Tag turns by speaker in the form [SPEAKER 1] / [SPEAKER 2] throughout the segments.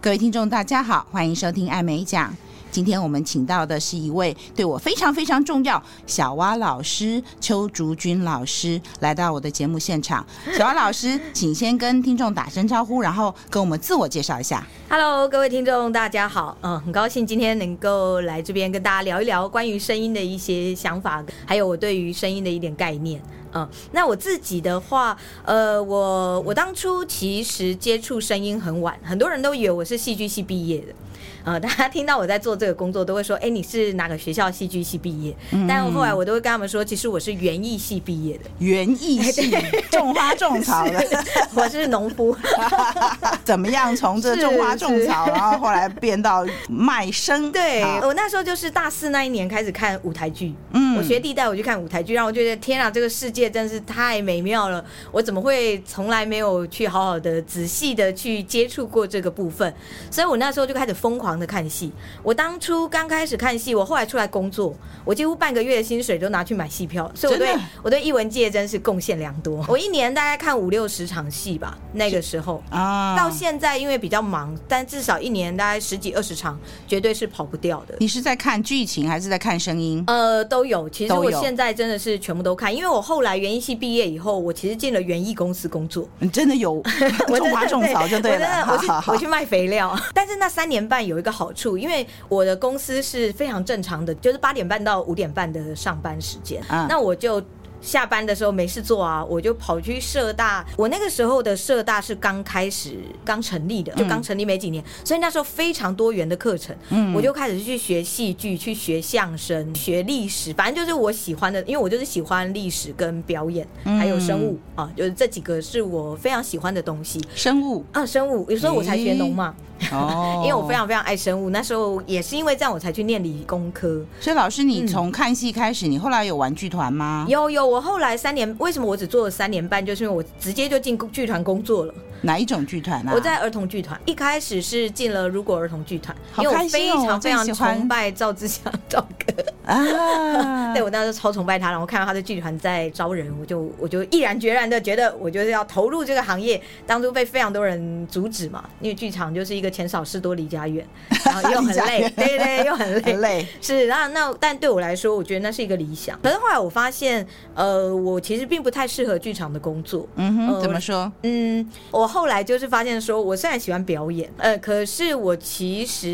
[SPEAKER 1] 各位听众，大家好，欢迎收听艾美奖。今天我们请到的是一位对我非常非常重要，小蛙老师邱竹君老师来到我的节目现 场。小蛙老师，请先跟听众打声招呼，然后跟我们自我介绍一下。
[SPEAKER 2] Hello，各位听众，大家好。嗯，很高兴今天能够来这边跟大家聊一聊关于声音的一些想法，还有我对于声音的一点概念。嗯，那我自己的话，呃，我我当初其实接触声音很晚，很多人都以为我是戏剧系毕业的。呃， 大家听到我在做这个工作，都会说：“哎、你是哪个学校戏剧系毕业？”但后来我都会跟他们说，其实我是园艺系毕业的，
[SPEAKER 1] 园艺系种花种草的，
[SPEAKER 2] 我 是农夫。
[SPEAKER 1] 怎么样从这种花种草，然后后来变到卖身？
[SPEAKER 2] 对
[SPEAKER 1] 好
[SPEAKER 2] 我那时候就是大四那一年开始看舞台剧，
[SPEAKER 1] 嗯
[SPEAKER 2] 我学弟带我去看舞台剧，让我觉得天啊，这个世界真是太美妙了！我怎么会从来没有去好好的、仔细的去接触过这个部分？所以我那时候就开始疯狂的看戏。我当初刚开始看戏，我后来出来工作，我几乎半个月的薪水都拿去买戏票，所以我对
[SPEAKER 1] 真的
[SPEAKER 2] 我对艺文界真是贡献良多。我一年大概看五六十场戏吧，那个时候。
[SPEAKER 1] 啊，
[SPEAKER 2] 到现在因为比较忙，但至少一年大概十几二十场，绝对是跑不掉的。
[SPEAKER 1] 你是在看剧情还是在看声音？
[SPEAKER 2] 呃，都有。其实
[SPEAKER 1] 都
[SPEAKER 2] 我
[SPEAKER 1] 有
[SPEAKER 2] 现在真的是全部都看，因为我后来园艺系毕业以后，我其实进了园艺公司工作。
[SPEAKER 1] 你真的 有
[SPEAKER 2] 我
[SPEAKER 1] 种花
[SPEAKER 2] 真
[SPEAKER 1] 种
[SPEAKER 2] 的
[SPEAKER 1] 草就对
[SPEAKER 2] 我真
[SPEAKER 1] 了，
[SPEAKER 2] 的我
[SPEAKER 1] 好好
[SPEAKER 2] 去
[SPEAKER 1] 好
[SPEAKER 2] 我去卖肥料。 但是那三年半有一个好处，因为我的公司是非常正常的，就是八点半到五点半的上班时间。
[SPEAKER 1] 嗯
[SPEAKER 2] 那我就。下班的时候没事做啊，我就跑去社大。我那个时候的社大是刚开始、刚成立的，就
[SPEAKER 1] 嗯
[SPEAKER 2] 刚成立没几年，所以那时候非常多元的课程。嗯，我就开始去学戏剧、去学相声、学历史，反正就是我喜欢的，因为我就是喜欢历史跟表演，
[SPEAKER 1] 嗯
[SPEAKER 2] 还有生物、啊，就是这几个是我非常喜欢的东西。
[SPEAKER 1] 生物
[SPEAKER 2] 啊，生物，有时候我才学农嘛，
[SPEAKER 1] 哦
[SPEAKER 2] 因为我非常非常爱生物。那时候也是因为这样，我才去念理工科。
[SPEAKER 1] 所以老师，你从看戏开始，你后来有玩剧团吗？
[SPEAKER 2] 嗯有有，我后来三年，为什么我只做了三年半？就是因为我直接就进剧团工作了。
[SPEAKER 1] 哪一种剧团啊？
[SPEAKER 2] 我在儿童剧团，一开始是进了如果儿童剧团，
[SPEAKER 1] 好
[SPEAKER 2] 因为
[SPEAKER 1] 开
[SPEAKER 2] 我非
[SPEAKER 1] 心哦我
[SPEAKER 2] 常
[SPEAKER 1] 最
[SPEAKER 2] 非常
[SPEAKER 1] 喜欢
[SPEAKER 2] 崇拜赵志祥 赵哥。
[SPEAKER 1] 啊，
[SPEAKER 2] 对，我那时候超崇拜他，然后看到他的剧团在招人，我就我就毅然决然的觉得我就是要投入这个行业。当初被非常多人阻止嘛，因为剧场就是一个钱少事多离家 远，然后又
[SPEAKER 1] 离
[SPEAKER 2] 很
[SPEAKER 1] 家
[SPEAKER 2] 累
[SPEAKER 1] 远，嗯
[SPEAKER 2] 对对，又很累
[SPEAKER 1] 很。累，
[SPEAKER 2] 是，那那但对我来说，我觉得那是一个理想。可是后来我发现，呃，我其实并不太适合剧场的工作。
[SPEAKER 1] 嗯哼，
[SPEAKER 2] 呃
[SPEAKER 1] 怎么说？
[SPEAKER 2] 嗯，我后来就是发现说，我虽然喜欢表演，呃，可是我其实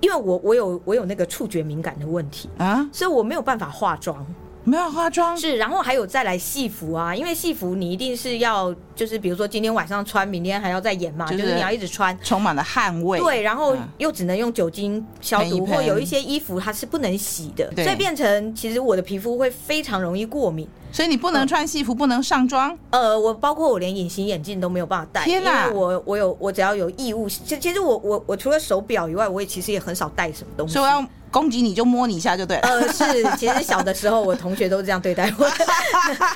[SPEAKER 2] 因为我我有我有那个触觉敏感的问题，
[SPEAKER 1] 啊，
[SPEAKER 2] 所以我没有办法化妆。
[SPEAKER 1] 没有化妆，
[SPEAKER 2] 是，然后还有再来戏服啊，因为戏服你一定是要，就是比如说今天晚上穿，明天还要再演嘛，
[SPEAKER 1] 就
[SPEAKER 2] 就是是你要一直穿。
[SPEAKER 1] 充满了汗味。
[SPEAKER 2] 对，然后
[SPEAKER 1] 嗯
[SPEAKER 2] 又只能用酒精消
[SPEAKER 1] 喷一
[SPEAKER 2] 毒，
[SPEAKER 1] 喷
[SPEAKER 2] 或有一些衣服它是不能洗的，
[SPEAKER 1] 对
[SPEAKER 2] 所以变成其实我的皮肤会非常容易过敏。
[SPEAKER 1] 所以你不能穿戏服，不能上妆。
[SPEAKER 2] 呃，我包括我连隐形眼镜都没有办法戴，
[SPEAKER 1] 天
[SPEAKER 2] 因
[SPEAKER 1] 哪
[SPEAKER 2] 为我我有我只要有异物，其其实我我我除了手表以外，我也其实也很少戴什么东西
[SPEAKER 1] 所以。我要攻击你就摸你一下就对了。
[SPEAKER 2] 呃，是，其实小的时候我同学都这样对待我，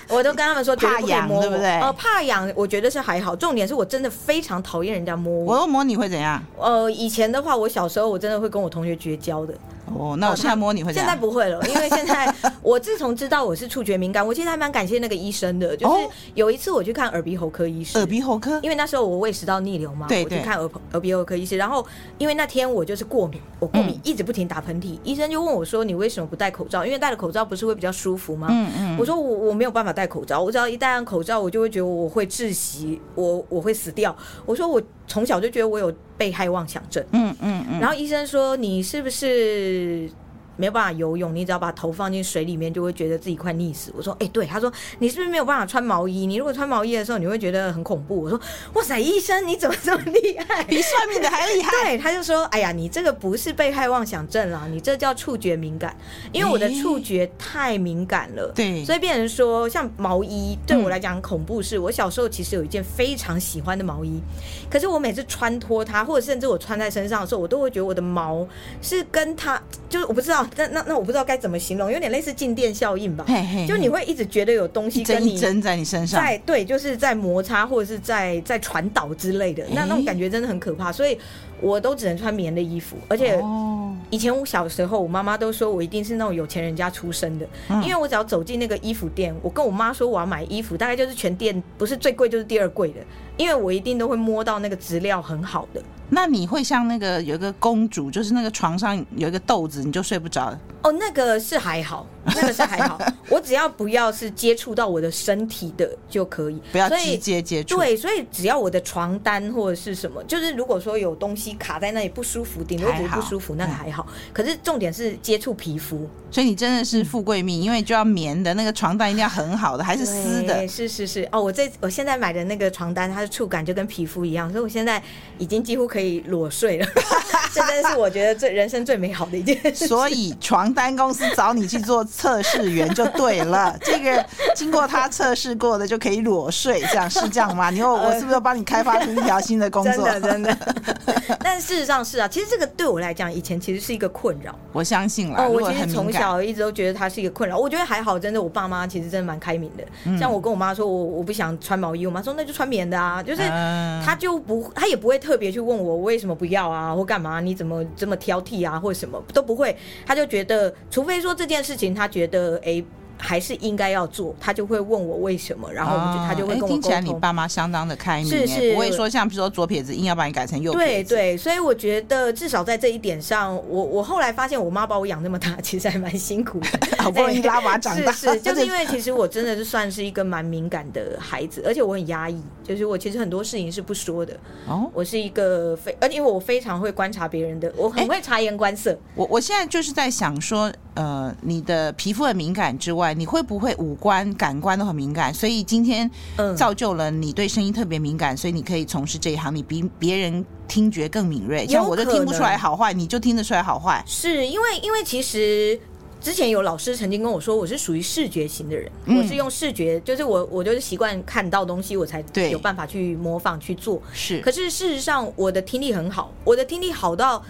[SPEAKER 2] 我都跟他们说绝对不可以摸我
[SPEAKER 1] 怕痒对不对
[SPEAKER 2] 呃，怕痒，我觉得是还好，重点是我真的非常讨厌人家摸
[SPEAKER 1] 我
[SPEAKER 2] 我。
[SPEAKER 1] 要摸你会怎样？
[SPEAKER 2] 呃，以前的话，我小时候我真的会跟我同学绝交的，
[SPEAKER 1] 哦，那我现在摸你会怎
[SPEAKER 2] 现在
[SPEAKER 1] 样？
[SPEAKER 2] 不会了，因为现在我自从知道我是触觉敏感，我其实还蛮感谢那个医生的，就是
[SPEAKER 1] 哦
[SPEAKER 2] 有一次我去看耳鼻喉科医师，
[SPEAKER 1] 耳鼻喉科
[SPEAKER 2] 因为那时候我胃食道逆流嘛，
[SPEAKER 1] 对
[SPEAKER 2] 我去
[SPEAKER 1] 对
[SPEAKER 2] 看耳耳鼻喉科医师，然后因为那天我就是过敏，
[SPEAKER 1] 嗯
[SPEAKER 2] 我过敏一直不停打喷嚏，医生就问我说你为什么不戴口罩？因为戴了口罩不是会比较舒服吗？
[SPEAKER 1] 嗯嗯
[SPEAKER 2] 我说我我没有办法戴口罩，我只要一戴上口罩，我就会觉得我会窒息，我我会死掉。我说我从小就觉得我有被害妄想症，
[SPEAKER 1] 嗯嗯 嗯，
[SPEAKER 2] 然后医生说你是不是没有办法游泳？你只要把头放进水里面，就会觉得自己快溺死。我说，哎、对。他说你是不是没有办法穿毛衣？你如果穿毛衣的时候，你会觉得很恐怖。我说，哇塞，医生你怎么这么厉害？
[SPEAKER 1] 比算命的还厉害。
[SPEAKER 2] 对，他就说，哎呀，你这个不是被害妄想症啦，你这叫触觉敏感，因为我的
[SPEAKER 1] 咦
[SPEAKER 2] 触觉太敏感了。
[SPEAKER 1] 对嗯
[SPEAKER 2] 所以变成说，像毛衣对我来讲很恐怖是，我小时候其实有一件非常喜欢的毛衣，可是我每次穿脱它，或者甚至我穿在身上的时候，我都会觉得我的毛是跟它，就是我不知道，那那那我不知道该怎么形容，有点类似静电效应吧，
[SPEAKER 1] 嘿嘿嘿
[SPEAKER 2] 就你会一直觉得有东西
[SPEAKER 1] 一针
[SPEAKER 2] 跟你
[SPEAKER 1] 一针在你身上。
[SPEAKER 2] 在对，就是在摩擦或者是在在传导之类的，那
[SPEAKER 1] 诶
[SPEAKER 2] 那种感觉真的很可怕，所以我都只能穿棉的衣服，而且。
[SPEAKER 1] 哦，
[SPEAKER 2] 以前我小时候，我妈妈都说我一定是那种有钱人家出身的，因为我只要走进那个衣服店，我跟我妈说我要买衣服，大概就是全店不是最贵就是第二贵的，因为我一定都会摸到那个质量很好的，
[SPEAKER 1] 那你会像那个有一个公主，就是那个床上有一个豆子，你就睡不着了。
[SPEAKER 2] 哦，那个是还好，那个是还 好，我只要不要是接触到我的身体的就可以，
[SPEAKER 1] 不要
[SPEAKER 2] 所
[SPEAKER 1] 直
[SPEAKER 2] 以
[SPEAKER 1] 接接触，
[SPEAKER 2] 对，所以只要我的床单或者是什么，就是如果说有东西卡在那里不舒服，顶多只是
[SPEAKER 1] 还好
[SPEAKER 2] 不舒服，那个
[SPEAKER 1] 嗯
[SPEAKER 2] 还好。可是重点是接触皮肤，
[SPEAKER 1] 所以你真的是富贵命，因为就要棉的，那个床单一定要很好的，还是丝的
[SPEAKER 2] 对，。是是是。哦，我这我现在买的那个床单，它的触感就跟皮肤一样，所以我现在已经几乎可以裸睡了。 这真的是我觉得最人生最美好的一件事。
[SPEAKER 1] 所以床单公司找你去做测试员就对了，这个经过他测试过的就可以裸睡，这样是这样吗？你又我是不是又帮你开发出一条新的工
[SPEAKER 2] 真
[SPEAKER 1] 作？
[SPEAKER 2] 的 真的，但事实上是啊，其实这个对我来讲，以前其实是一个困扰。
[SPEAKER 1] 我相信啦，
[SPEAKER 2] 哦，
[SPEAKER 1] 如
[SPEAKER 2] 我
[SPEAKER 1] 果
[SPEAKER 2] 其实
[SPEAKER 1] 很
[SPEAKER 2] 从
[SPEAKER 1] 敏感，
[SPEAKER 2] 小一直都觉得它是一个困扰。我觉得还好，真的，我爸妈其实真的蛮开明的。
[SPEAKER 1] 嗯
[SPEAKER 2] 像我跟我妈说，我我不想穿毛衣，我妈说那就穿棉的啊，就是。
[SPEAKER 1] 嗯
[SPEAKER 2] 她就不，她也不会特别去问我为什么不要啊，或干嘛，你怎么这么挑剔啊，或什么都不会。她就觉得，除非说这件事情，她觉得诶还是应该要做，她就会问我为什么，然后我们就、
[SPEAKER 1] 哦
[SPEAKER 2] 她就会
[SPEAKER 1] 哎
[SPEAKER 2] 跟我沟通。
[SPEAKER 1] 听起来你爸妈相当的开明
[SPEAKER 2] 是
[SPEAKER 1] 耶，
[SPEAKER 2] 是
[SPEAKER 1] 不会说像比如说左撇子硬要把你改成右
[SPEAKER 2] 对
[SPEAKER 1] 撇子。
[SPEAKER 2] 对，所以我觉得至少在这一点上，我我后来发现我妈把我养那么大，其实还蛮辛苦的，
[SPEAKER 1] 好不容易拉拔长 大
[SPEAKER 2] 是是，就 是因为其实我真的是算是一个蛮敏感的孩子，而且我很压抑，就是我其实很多事情是不说的，
[SPEAKER 1] 哦，
[SPEAKER 2] 我是一个非，而且因为我非常会观察别人的，我很会察言观色。
[SPEAKER 1] 我我现在就是在想说，呃，你的皮肤很敏感之外，你会不会五官、感官都很敏感？所以今天
[SPEAKER 2] 嗯
[SPEAKER 1] 造就了你对声音特别敏感，所以你可以从事这一行，你比别人听觉更敏锐。像我就听不出来好坏，你就听得出来好坏。
[SPEAKER 2] 是因为因为其实。之前有老师曾经跟我说，我是属于视觉型的人，
[SPEAKER 1] 嗯
[SPEAKER 2] 我是用视觉，就是我我就是习惯看到东西，我才
[SPEAKER 1] 对
[SPEAKER 2] 有办法去模仿去做。
[SPEAKER 1] 是
[SPEAKER 2] 可是事实上，我的听力很好，我的听力好到。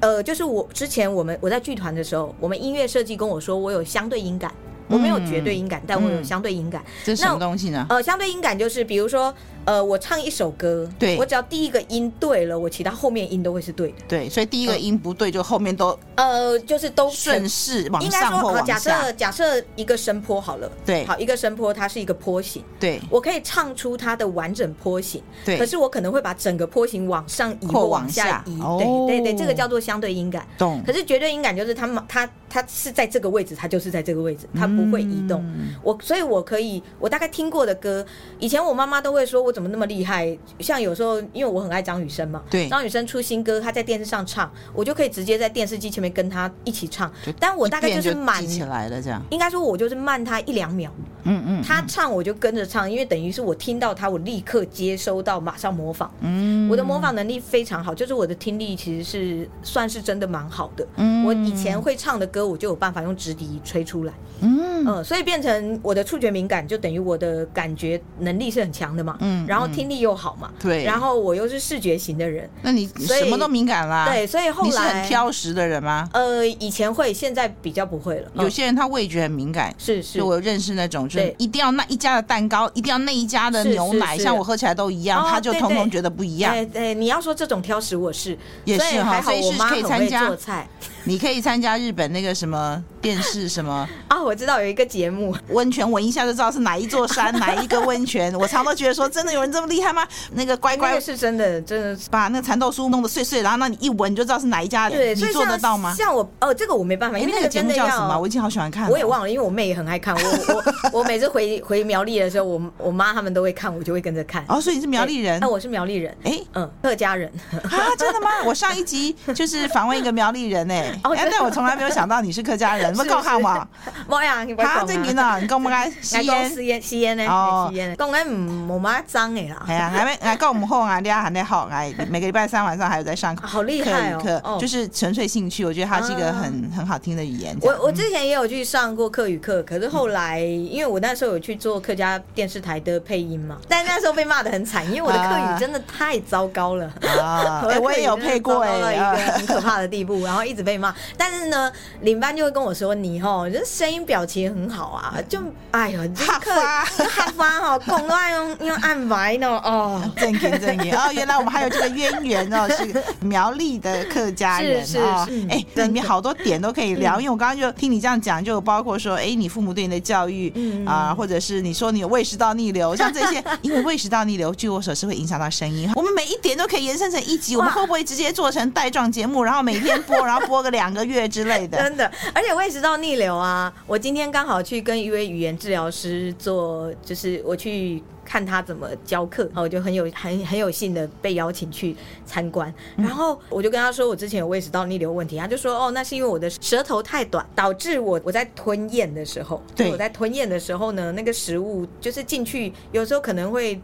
[SPEAKER 2] 呃，就是我之前我们我在剧团的时候，我们音乐设计跟我说我有相对音感，我没有绝对音感，但我有
[SPEAKER 1] 嗯
[SPEAKER 2] 相对音感。
[SPEAKER 1] 这是什么
[SPEAKER 2] 那
[SPEAKER 1] 东西呢？
[SPEAKER 2] 呃，相对音感就是比如说，呃，我唱一首歌，
[SPEAKER 1] 对
[SPEAKER 2] 我只要第一个音对了，我其他后面音都会是对的。
[SPEAKER 1] 对，所以第一个音不对，就后面都
[SPEAKER 2] 呃，嗯就是都
[SPEAKER 1] 顺势往
[SPEAKER 2] 应该
[SPEAKER 1] 上
[SPEAKER 2] 说，
[SPEAKER 1] 或
[SPEAKER 2] 好，
[SPEAKER 1] 往
[SPEAKER 2] 假
[SPEAKER 1] 下。
[SPEAKER 2] 设假设一个声波好了，
[SPEAKER 1] 对
[SPEAKER 2] 好一个声波，它是一个波形，
[SPEAKER 1] 对
[SPEAKER 2] 我可以唱出它的完整波形，
[SPEAKER 1] 对
[SPEAKER 2] 可，是我可能会把整个波形往上移
[SPEAKER 1] 或
[SPEAKER 2] 或
[SPEAKER 1] 往
[SPEAKER 2] 往
[SPEAKER 1] 下
[SPEAKER 2] 下移，
[SPEAKER 1] 哦
[SPEAKER 2] 对对对，这个叫做相对音感。
[SPEAKER 1] 懂
[SPEAKER 2] 可是绝对音感就是它嘛它它是在这个位置，它就是在这个位置，它不会移动。
[SPEAKER 1] 嗯
[SPEAKER 2] 我所以，我可以，我大概听过的歌，以前我妈妈都会说我怎么那么厉害。像有时候，因为我很爱张雨生嘛，
[SPEAKER 1] 对
[SPEAKER 2] 张雨生出新歌，他在电视上唱，我就可以直接在电视机前面跟他一起唱
[SPEAKER 1] 就。
[SPEAKER 2] 但我大概
[SPEAKER 1] 一遍
[SPEAKER 2] 是慢
[SPEAKER 1] 记，起来了，这样。
[SPEAKER 2] 应该说我就是慢他一两秒，
[SPEAKER 1] 嗯嗯，
[SPEAKER 2] 他唱我就跟着唱，因为等于是我听到他，我立刻接收到，马上模仿。
[SPEAKER 1] 嗯
[SPEAKER 2] 我的模仿能力非常好，就是我的听力其实是算是真的蛮好的。
[SPEAKER 1] 嗯
[SPEAKER 2] 我以前会唱的歌，我就有办法用直笛吹出来。
[SPEAKER 1] 嗯
[SPEAKER 2] 嗯、所以变成我的触觉敏感，就等于我的感觉能力是很强的嘛。
[SPEAKER 1] 嗯
[SPEAKER 2] 然后听力又好嘛。
[SPEAKER 1] 对，
[SPEAKER 2] 然后我又是视觉型的人，
[SPEAKER 1] 那你
[SPEAKER 2] 所以
[SPEAKER 1] 什么都敏感啦。
[SPEAKER 2] 对，，所以后
[SPEAKER 1] 啊你
[SPEAKER 2] 来
[SPEAKER 1] 是很。挑食的人吗？
[SPEAKER 2] 呃，以前会，现在比较不会了。
[SPEAKER 1] 有
[SPEAKER 2] 嗯
[SPEAKER 1] 些人他味觉很敏感，
[SPEAKER 2] 是是
[SPEAKER 1] 就我认识那种，就是
[SPEAKER 2] 对
[SPEAKER 1] 一定要那一家的蛋糕，一定要那一家的
[SPEAKER 2] 是
[SPEAKER 1] 牛奶，
[SPEAKER 2] 是是
[SPEAKER 1] 像我喝起来都一样，
[SPEAKER 2] 哦
[SPEAKER 1] 他就
[SPEAKER 2] 对
[SPEAKER 1] 通通
[SPEAKER 2] 对
[SPEAKER 1] 觉得不一样。
[SPEAKER 2] 哎哎，你要说这种挑食，我是
[SPEAKER 1] 也
[SPEAKER 2] 所以
[SPEAKER 1] 是哈
[SPEAKER 2] 还好
[SPEAKER 1] 所以
[SPEAKER 2] 我
[SPEAKER 1] 是
[SPEAKER 2] 妈
[SPEAKER 1] 可以
[SPEAKER 2] 很
[SPEAKER 1] 参
[SPEAKER 2] 会
[SPEAKER 1] 加
[SPEAKER 2] 做菜
[SPEAKER 1] 你可以参加日本那个什么电视什么
[SPEAKER 2] 啊。我知道有一个节目，
[SPEAKER 1] 温泉，闻一下就知道是哪一座 山，哪一个温泉。我常都觉得说，真的有人这么厉害吗？那个乖
[SPEAKER 2] 那
[SPEAKER 1] 乖
[SPEAKER 2] 个是真的，真的是
[SPEAKER 1] 把那个蚕豆酥弄得碎碎，然后那你一闻你就知道是哪一家的，
[SPEAKER 2] 对。
[SPEAKER 1] 你
[SPEAKER 2] 所以
[SPEAKER 1] 做得
[SPEAKER 2] 像
[SPEAKER 1] 到吗？
[SPEAKER 2] 像我哦，这个我没办法，
[SPEAKER 1] 哎
[SPEAKER 2] 因，为
[SPEAKER 1] 那
[SPEAKER 2] 那
[SPEAKER 1] 个
[SPEAKER 2] 个
[SPEAKER 1] 节
[SPEAKER 2] 真
[SPEAKER 1] 目
[SPEAKER 2] 的
[SPEAKER 1] 叫什
[SPEAKER 2] 要
[SPEAKER 1] 么？我已经好喜欢看了。
[SPEAKER 2] 我也忘了，因为我妹也很爱看。我 我我每次回回苗栗的时候，我我妈他们都会看，我就会跟着看。
[SPEAKER 1] 哦，所以你是苗栗人
[SPEAKER 2] 那？我是苗栗人，
[SPEAKER 1] 哎，
[SPEAKER 2] 嗯，客家人。
[SPEAKER 1] 啊，真的吗？我上一集就是访问一个苗栗人哎、欸，
[SPEAKER 2] 哦
[SPEAKER 1] 哎但我从来没有想到你是客家 人，我讲下嘛，
[SPEAKER 2] 我呀，你不要
[SPEAKER 1] 他
[SPEAKER 2] 讲
[SPEAKER 1] 这边
[SPEAKER 2] 啊。
[SPEAKER 1] 呢，你跟我们来吸
[SPEAKER 2] 俺讲
[SPEAKER 1] 烟，
[SPEAKER 2] 吸烟，吸烟呢？
[SPEAKER 1] 哦
[SPEAKER 2] 哎吸烟呢？讲俺唔冇妈脏的啦
[SPEAKER 1] 哎。呀，俺们俺跟我们后啊，你还得好，哎，每个礼拜三晚上还有在上
[SPEAKER 2] 啊
[SPEAKER 1] 课。
[SPEAKER 2] 好厉
[SPEAKER 1] 课
[SPEAKER 2] 害
[SPEAKER 1] 语
[SPEAKER 2] 哦！
[SPEAKER 1] 课
[SPEAKER 2] 哦
[SPEAKER 1] 就是纯粹兴趣，我觉得它是一个
[SPEAKER 2] 啊
[SPEAKER 1] 很很好听的语言。这
[SPEAKER 2] 我
[SPEAKER 1] 样
[SPEAKER 2] 我之前也有去上过课语课，可是后来因为我那时候有去做客家电视台的配音嘛，但那时候被骂的很惨，因为我的课
[SPEAKER 1] 啊
[SPEAKER 2] 语真的太糟糕了。
[SPEAKER 1] 啊，哎，
[SPEAKER 2] 的
[SPEAKER 1] 我
[SPEAKER 2] 课
[SPEAKER 1] 也
[SPEAKER 2] 语
[SPEAKER 1] 有
[SPEAKER 2] 真的
[SPEAKER 1] 配过
[SPEAKER 2] 糟糕到
[SPEAKER 1] 哎
[SPEAKER 2] 一个
[SPEAKER 1] 啊，
[SPEAKER 2] 很可怕的地步，然后一直被骂。但是呢，领班就会跟我说你哈，这声音表情很好啊，就哎呀，这
[SPEAKER 1] 哈
[SPEAKER 2] 客
[SPEAKER 1] 发
[SPEAKER 2] 这哈发哈，讲都爱用用暗白呢哦。
[SPEAKER 1] 正经正经哦，原来我们还有这个渊源 哦，是苗栗的客家人
[SPEAKER 2] 是是
[SPEAKER 1] 哦
[SPEAKER 2] 是。
[SPEAKER 1] 哎，
[SPEAKER 2] 真
[SPEAKER 1] 里面
[SPEAKER 2] 的
[SPEAKER 1] 好多点都可以聊，
[SPEAKER 2] 嗯
[SPEAKER 1] 因为我刚刚就听你这样讲，就有包括说，哎，你父母对你的教育
[SPEAKER 2] 嗯
[SPEAKER 1] 啊，或者是你说你有胃食道逆流，像这 些，因为胃食道逆流，据我所知会影响到声音。我们每一点都可以延伸成一集，我们
[SPEAKER 2] 哇
[SPEAKER 1] 会不会直接做成带状节目，然后每天播，然后播个两个月之类的？
[SPEAKER 2] 真的，而且胃食道逆流啊，我今天刚好去跟一位语言治疗师做，就是我去看他怎么教课，然后我就很有很很有幸的被邀请去参观，
[SPEAKER 1] 嗯
[SPEAKER 2] 然后我就跟他说我之前有胃食道逆流问题，他就说哦，那是因为我的舌头太短，导致我我在吞咽的时候，
[SPEAKER 1] 对
[SPEAKER 2] 就我在吞咽的时候呢，那个食物就是进去有时候可能会。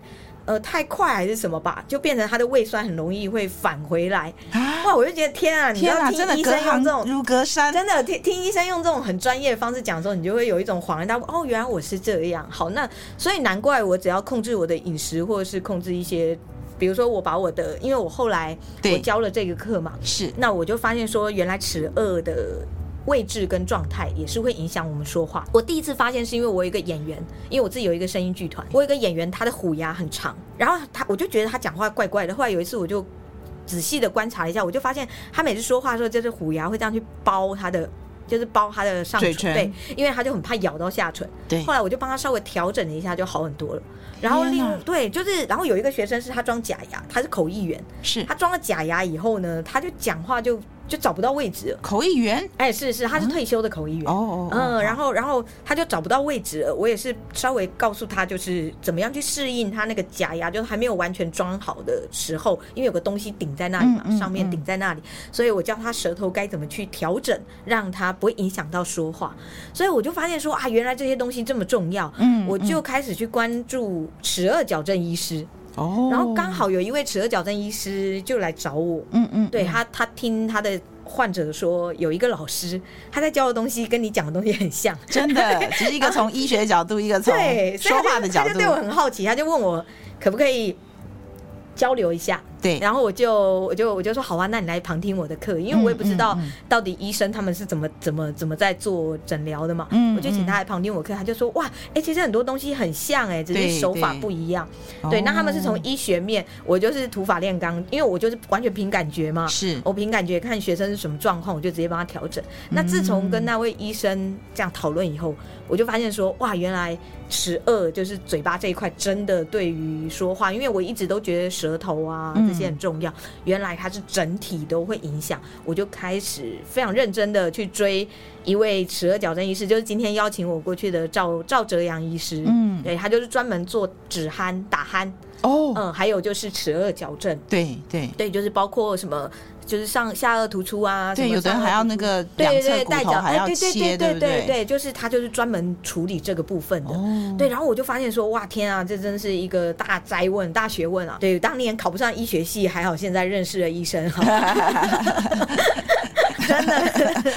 [SPEAKER 2] 呃，太快还是什么吧，就变成他的胃酸很容易会返回来。
[SPEAKER 1] 啊，
[SPEAKER 2] 哇，我就觉得天啊，你知
[SPEAKER 1] 天
[SPEAKER 2] 道
[SPEAKER 1] 哪，
[SPEAKER 2] 听
[SPEAKER 1] 真的
[SPEAKER 2] 医
[SPEAKER 1] 隔
[SPEAKER 2] 生用
[SPEAKER 1] 行
[SPEAKER 2] 这种
[SPEAKER 1] 如隔山，
[SPEAKER 2] 真的听听医生用这种很专业的方式讲的时候，你就会有一种恍然大悟，哦，原来我是这样。好，那所以难怪我只要控制我的饮食，或者是控制一些，比如说我把我的，因为我后来我
[SPEAKER 1] 对
[SPEAKER 2] 教了这个课嘛，
[SPEAKER 1] 是
[SPEAKER 2] 那我就发现说，原来齿颚的。位置跟状态也是会影响我们说话。我第一次发现是因为我有一个演员，因为我自己有一个声音剧团，我有一个演员，他的虎牙很长，然后他我就觉得他讲话怪怪的。后来有一次我就仔细的观察了一下，我就发现他每次说话的时候，就是虎牙会这样去包他的，就是包他的上唇，
[SPEAKER 1] 嘴唇
[SPEAKER 2] 对，因为他就很怕咬到下唇。
[SPEAKER 1] 对
[SPEAKER 2] 后来我就帮他稍微调整了一下，就好很多了。然后另
[SPEAKER 1] 天哪
[SPEAKER 2] 对，就是然后有一个学生是他装假牙，他是口译员，
[SPEAKER 1] 是
[SPEAKER 2] 他装了假牙以后呢，他就讲话就就找不到位置了。
[SPEAKER 1] 口译员
[SPEAKER 2] 哎，是是，他是退休的口译员。
[SPEAKER 1] 哦哦，
[SPEAKER 2] 嗯，然
[SPEAKER 1] 后
[SPEAKER 2] 后，然后他就找不到位置了。我也是稍微告诉他，就是怎么样去适应他那个假牙，就是还没有完全装好的时候，因为有个东西顶在那里嘛，
[SPEAKER 1] 嗯嗯
[SPEAKER 2] 上面顶在那里，所以我教他舌头该怎么去调整，让他不会影响到说话。所以我就发现说啊，原来这些东西这么重要，
[SPEAKER 1] 嗯
[SPEAKER 2] 我就开始去关注齿颚矫正医师，
[SPEAKER 1] 哦，
[SPEAKER 2] 然后刚好有一位齿颚矫正医师就来找我，
[SPEAKER 1] 嗯嗯，
[SPEAKER 2] 对他，他听他的患者说，有一个老师他在教的东西跟你讲的东西很像，
[SPEAKER 1] 真的，只是一个从医学角度，一个从
[SPEAKER 2] 对，所以
[SPEAKER 1] 说
[SPEAKER 2] 他就
[SPEAKER 1] 话的角度
[SPEAKER 2] 他就对，我很好奇，他就问我可不可以交流一下，
[SPEAKER 1] 对，
[SPEAKER 2] 然后我就我就我就说好啊，那你来旁听我的课，因为我也不知道
[SPEAKER 1] 嗯嗯
[SPEAKER 2] 到底医生他们是怎么怎么怎么在做诊疗的嘛，
[SPEAKER 1] 嗯
[SPEAKER 2] 我就请他来旁听我课，他就说哇，哎、其实很多东西很像哎、只
[SPEAKER 1] 对
[SPEAKER 2] 是手法
[SPEAKER 1] 对
[SPEAKER 2] 不一样，对，那他们是从
[SPEAKER 1] 哦
[SPEAKER 2] 医学面，我就是土法炼钢，因为我就是完全凭感觉嘛，
[SPEAKER 1] 是
[SPEAKER 2] 我凭感觉看学生是什么状况，我就直接帮他调整。那自从
[SPEAKER 1] 嗯
[SPEAKER 2] 跟那位医生这样讨论以后，我就发现说，哇，原来齿颚就是嘴巴这一块真的对于说话，因为我一直都觉得舌头啊
[SPEAKER 1] 嗯
[SPEAKER 2] 这些很重要，原来它是整体都会影响。我就开始非常认真的去追一位齿颚矫正医师，就是今天邀请我过去的赵赵哲阳医师。
[SPEAKER 1] 嗯
[SPEAKER 2] 对他就是专门做止鼾、打鼾，
[SPEAKER 1] 哦，
[SPEAKER 2] 嗯，还有就是齿颚矫正。
[SPEAKER 1] 对对
[SPEAKER 2] 对，就是包括什么，就是上下颚突出啊，
[SPEAKER 1] 对，
[SPEAKER 2] 什么
[SPEAKER 1] 有的人
[SPEAKER 2] 上颚
[SPEAKER 1] 还要
[SPEAKER 2] 突
[SPEAKER 1] 那
[SPEAKER 2] 出
[SPEAKER 1] 个
[SPEAKER 2] 对
[SPEAKER 1] 两
[SPEAKER 2] 对
[SPEAKER 1] 侧
[SPEAKER 2] 对，
[SPEAKER 1] 骨
[SPEAKER 2] 带
[SPEAKER 1] 头
[SPEAKER 2] 脚哎
[SPEAKER 1] 还要
[SPEAKER 2] 对对
[SPEAKER 1] 切，
[SPEAKER 2] 对
[SPEAKER 1] 不
[SPEAKER 2] 对？对，就是他就是专门处理这个部分的。
[SPEAKER 1] 哦，
[SPEAKER 2] 对，然后我就发现说，哇，天啊，这真是一个大灾问、大学问啊！对，当年考不上医学系，还好现在认识了医生哈、 真的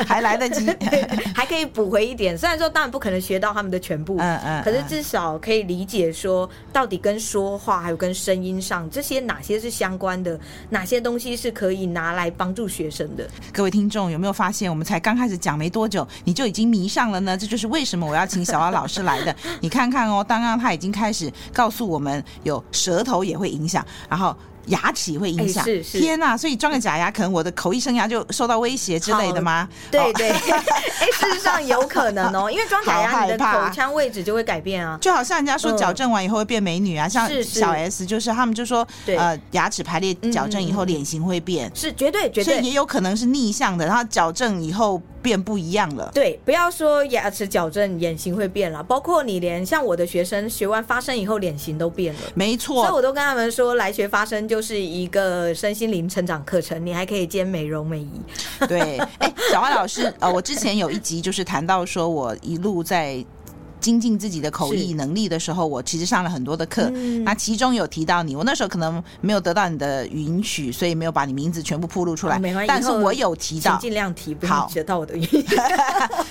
[SPEAKER 1] 还来得 及，
[SPEAKER 2] 还可以补回一点。虽然说当然不可能学到他们的全部，
[SPEAKER 1] 嗯嗯，
[SPEAKER 2] 可是
[SPEAKER 1] 嗯
[SPEAKER 2] 至少可以理解说，到底跟说话还有跟声音上这些哪些是相关的，哪些东西是可以拿来帮助学生的。
[SPEAKER 1] 各位听众有没有发现，我们才刚开始讲没多久，你就已经迷上了呢？这就是为什么我要请小蛙老师 来的。你看看哦，刚刚他已经开始告诉我们，有舌头也会影响，然后。牙齿也会影响，
[SPEAKER 2] 哎是是
[SPEAKER 1] 天呐！所以装个假牙，可能我的口译生涯就受到威胁之类的吗？
[SPEAKER 2] 对
[SPEAKER 1] 哦
[SPEAKER 2] 对，哎，事实上有可能哦，因为装假
[SPEAKER 1] 好
[SPEAKER 2] 牙
[SPEAKER 1] 害
[SPEAKER 2] 你的
[SPEAKER 1] 怕
[SPEAKER 2] 口腔位置就会改变啊。
[SPEAKER 1] 就好像人家说
[SPEAKER 2] 嗯
[SPEAKER 1] 矫正完以后会变美女啊，像
[SPEAKER 2] 是是
[SPEAKER 1] 小 S 就是他们就说，
[SPEAKER 2] 对
[SPEAKER 1] 呃，牙齿排列矫正以后
[SPEAKER 2] 嗯嗯嗯
[SPEAKER 1] 脸型会变，
[SPEAKER 2] 是绝对绝
[SPEAKER 1] 所
[SPEAKER 2] 对
[SPEAKER 1] 以也有可能是逆向的，然后矫正以后变不一样了。
[SPEAKER 2] 对，不要说牙齿矫正，眼型会变了，包括你连像我的学生学完发声以后，脸型都变了。
[SPEAKER 1] 没
[SPEAKER 2] 所以
[SPEAKER 1] 错，
[SPEAKER 2] 我都跟他们说，来学发声就是一个身心灵成长课程，你还可以兼美容美仪。
[SPEAKER 1] 对，哎，小花老师，呃，我之前有一集就是谈到说我一路在。精进自己的口译
[SPEAKER 2] 是
[SPEAKER 1] 能力的时候，我其实上了很多的课。
[SPEAKER 2] 嗯
[SPEAKER 1] 那其中有提到你，我那时候可能没有得到你的允许，所以没有把你名字全部铺露出来。
[SPEAKER 2] 哦没关系
[SPEAKER 1] 但
[SPEAKER 2] 以
[SPEAKER 1] 是
[SPEAKER 2] 后
[SPEAKER 1] 我有提
[SPEAKER 2] 请
[SPEAKER 1] 到。
[SPEAKER 2] 尽量提，不
[SPEAKER 1] 好
[SPEAKER 2] 要学到我的语言。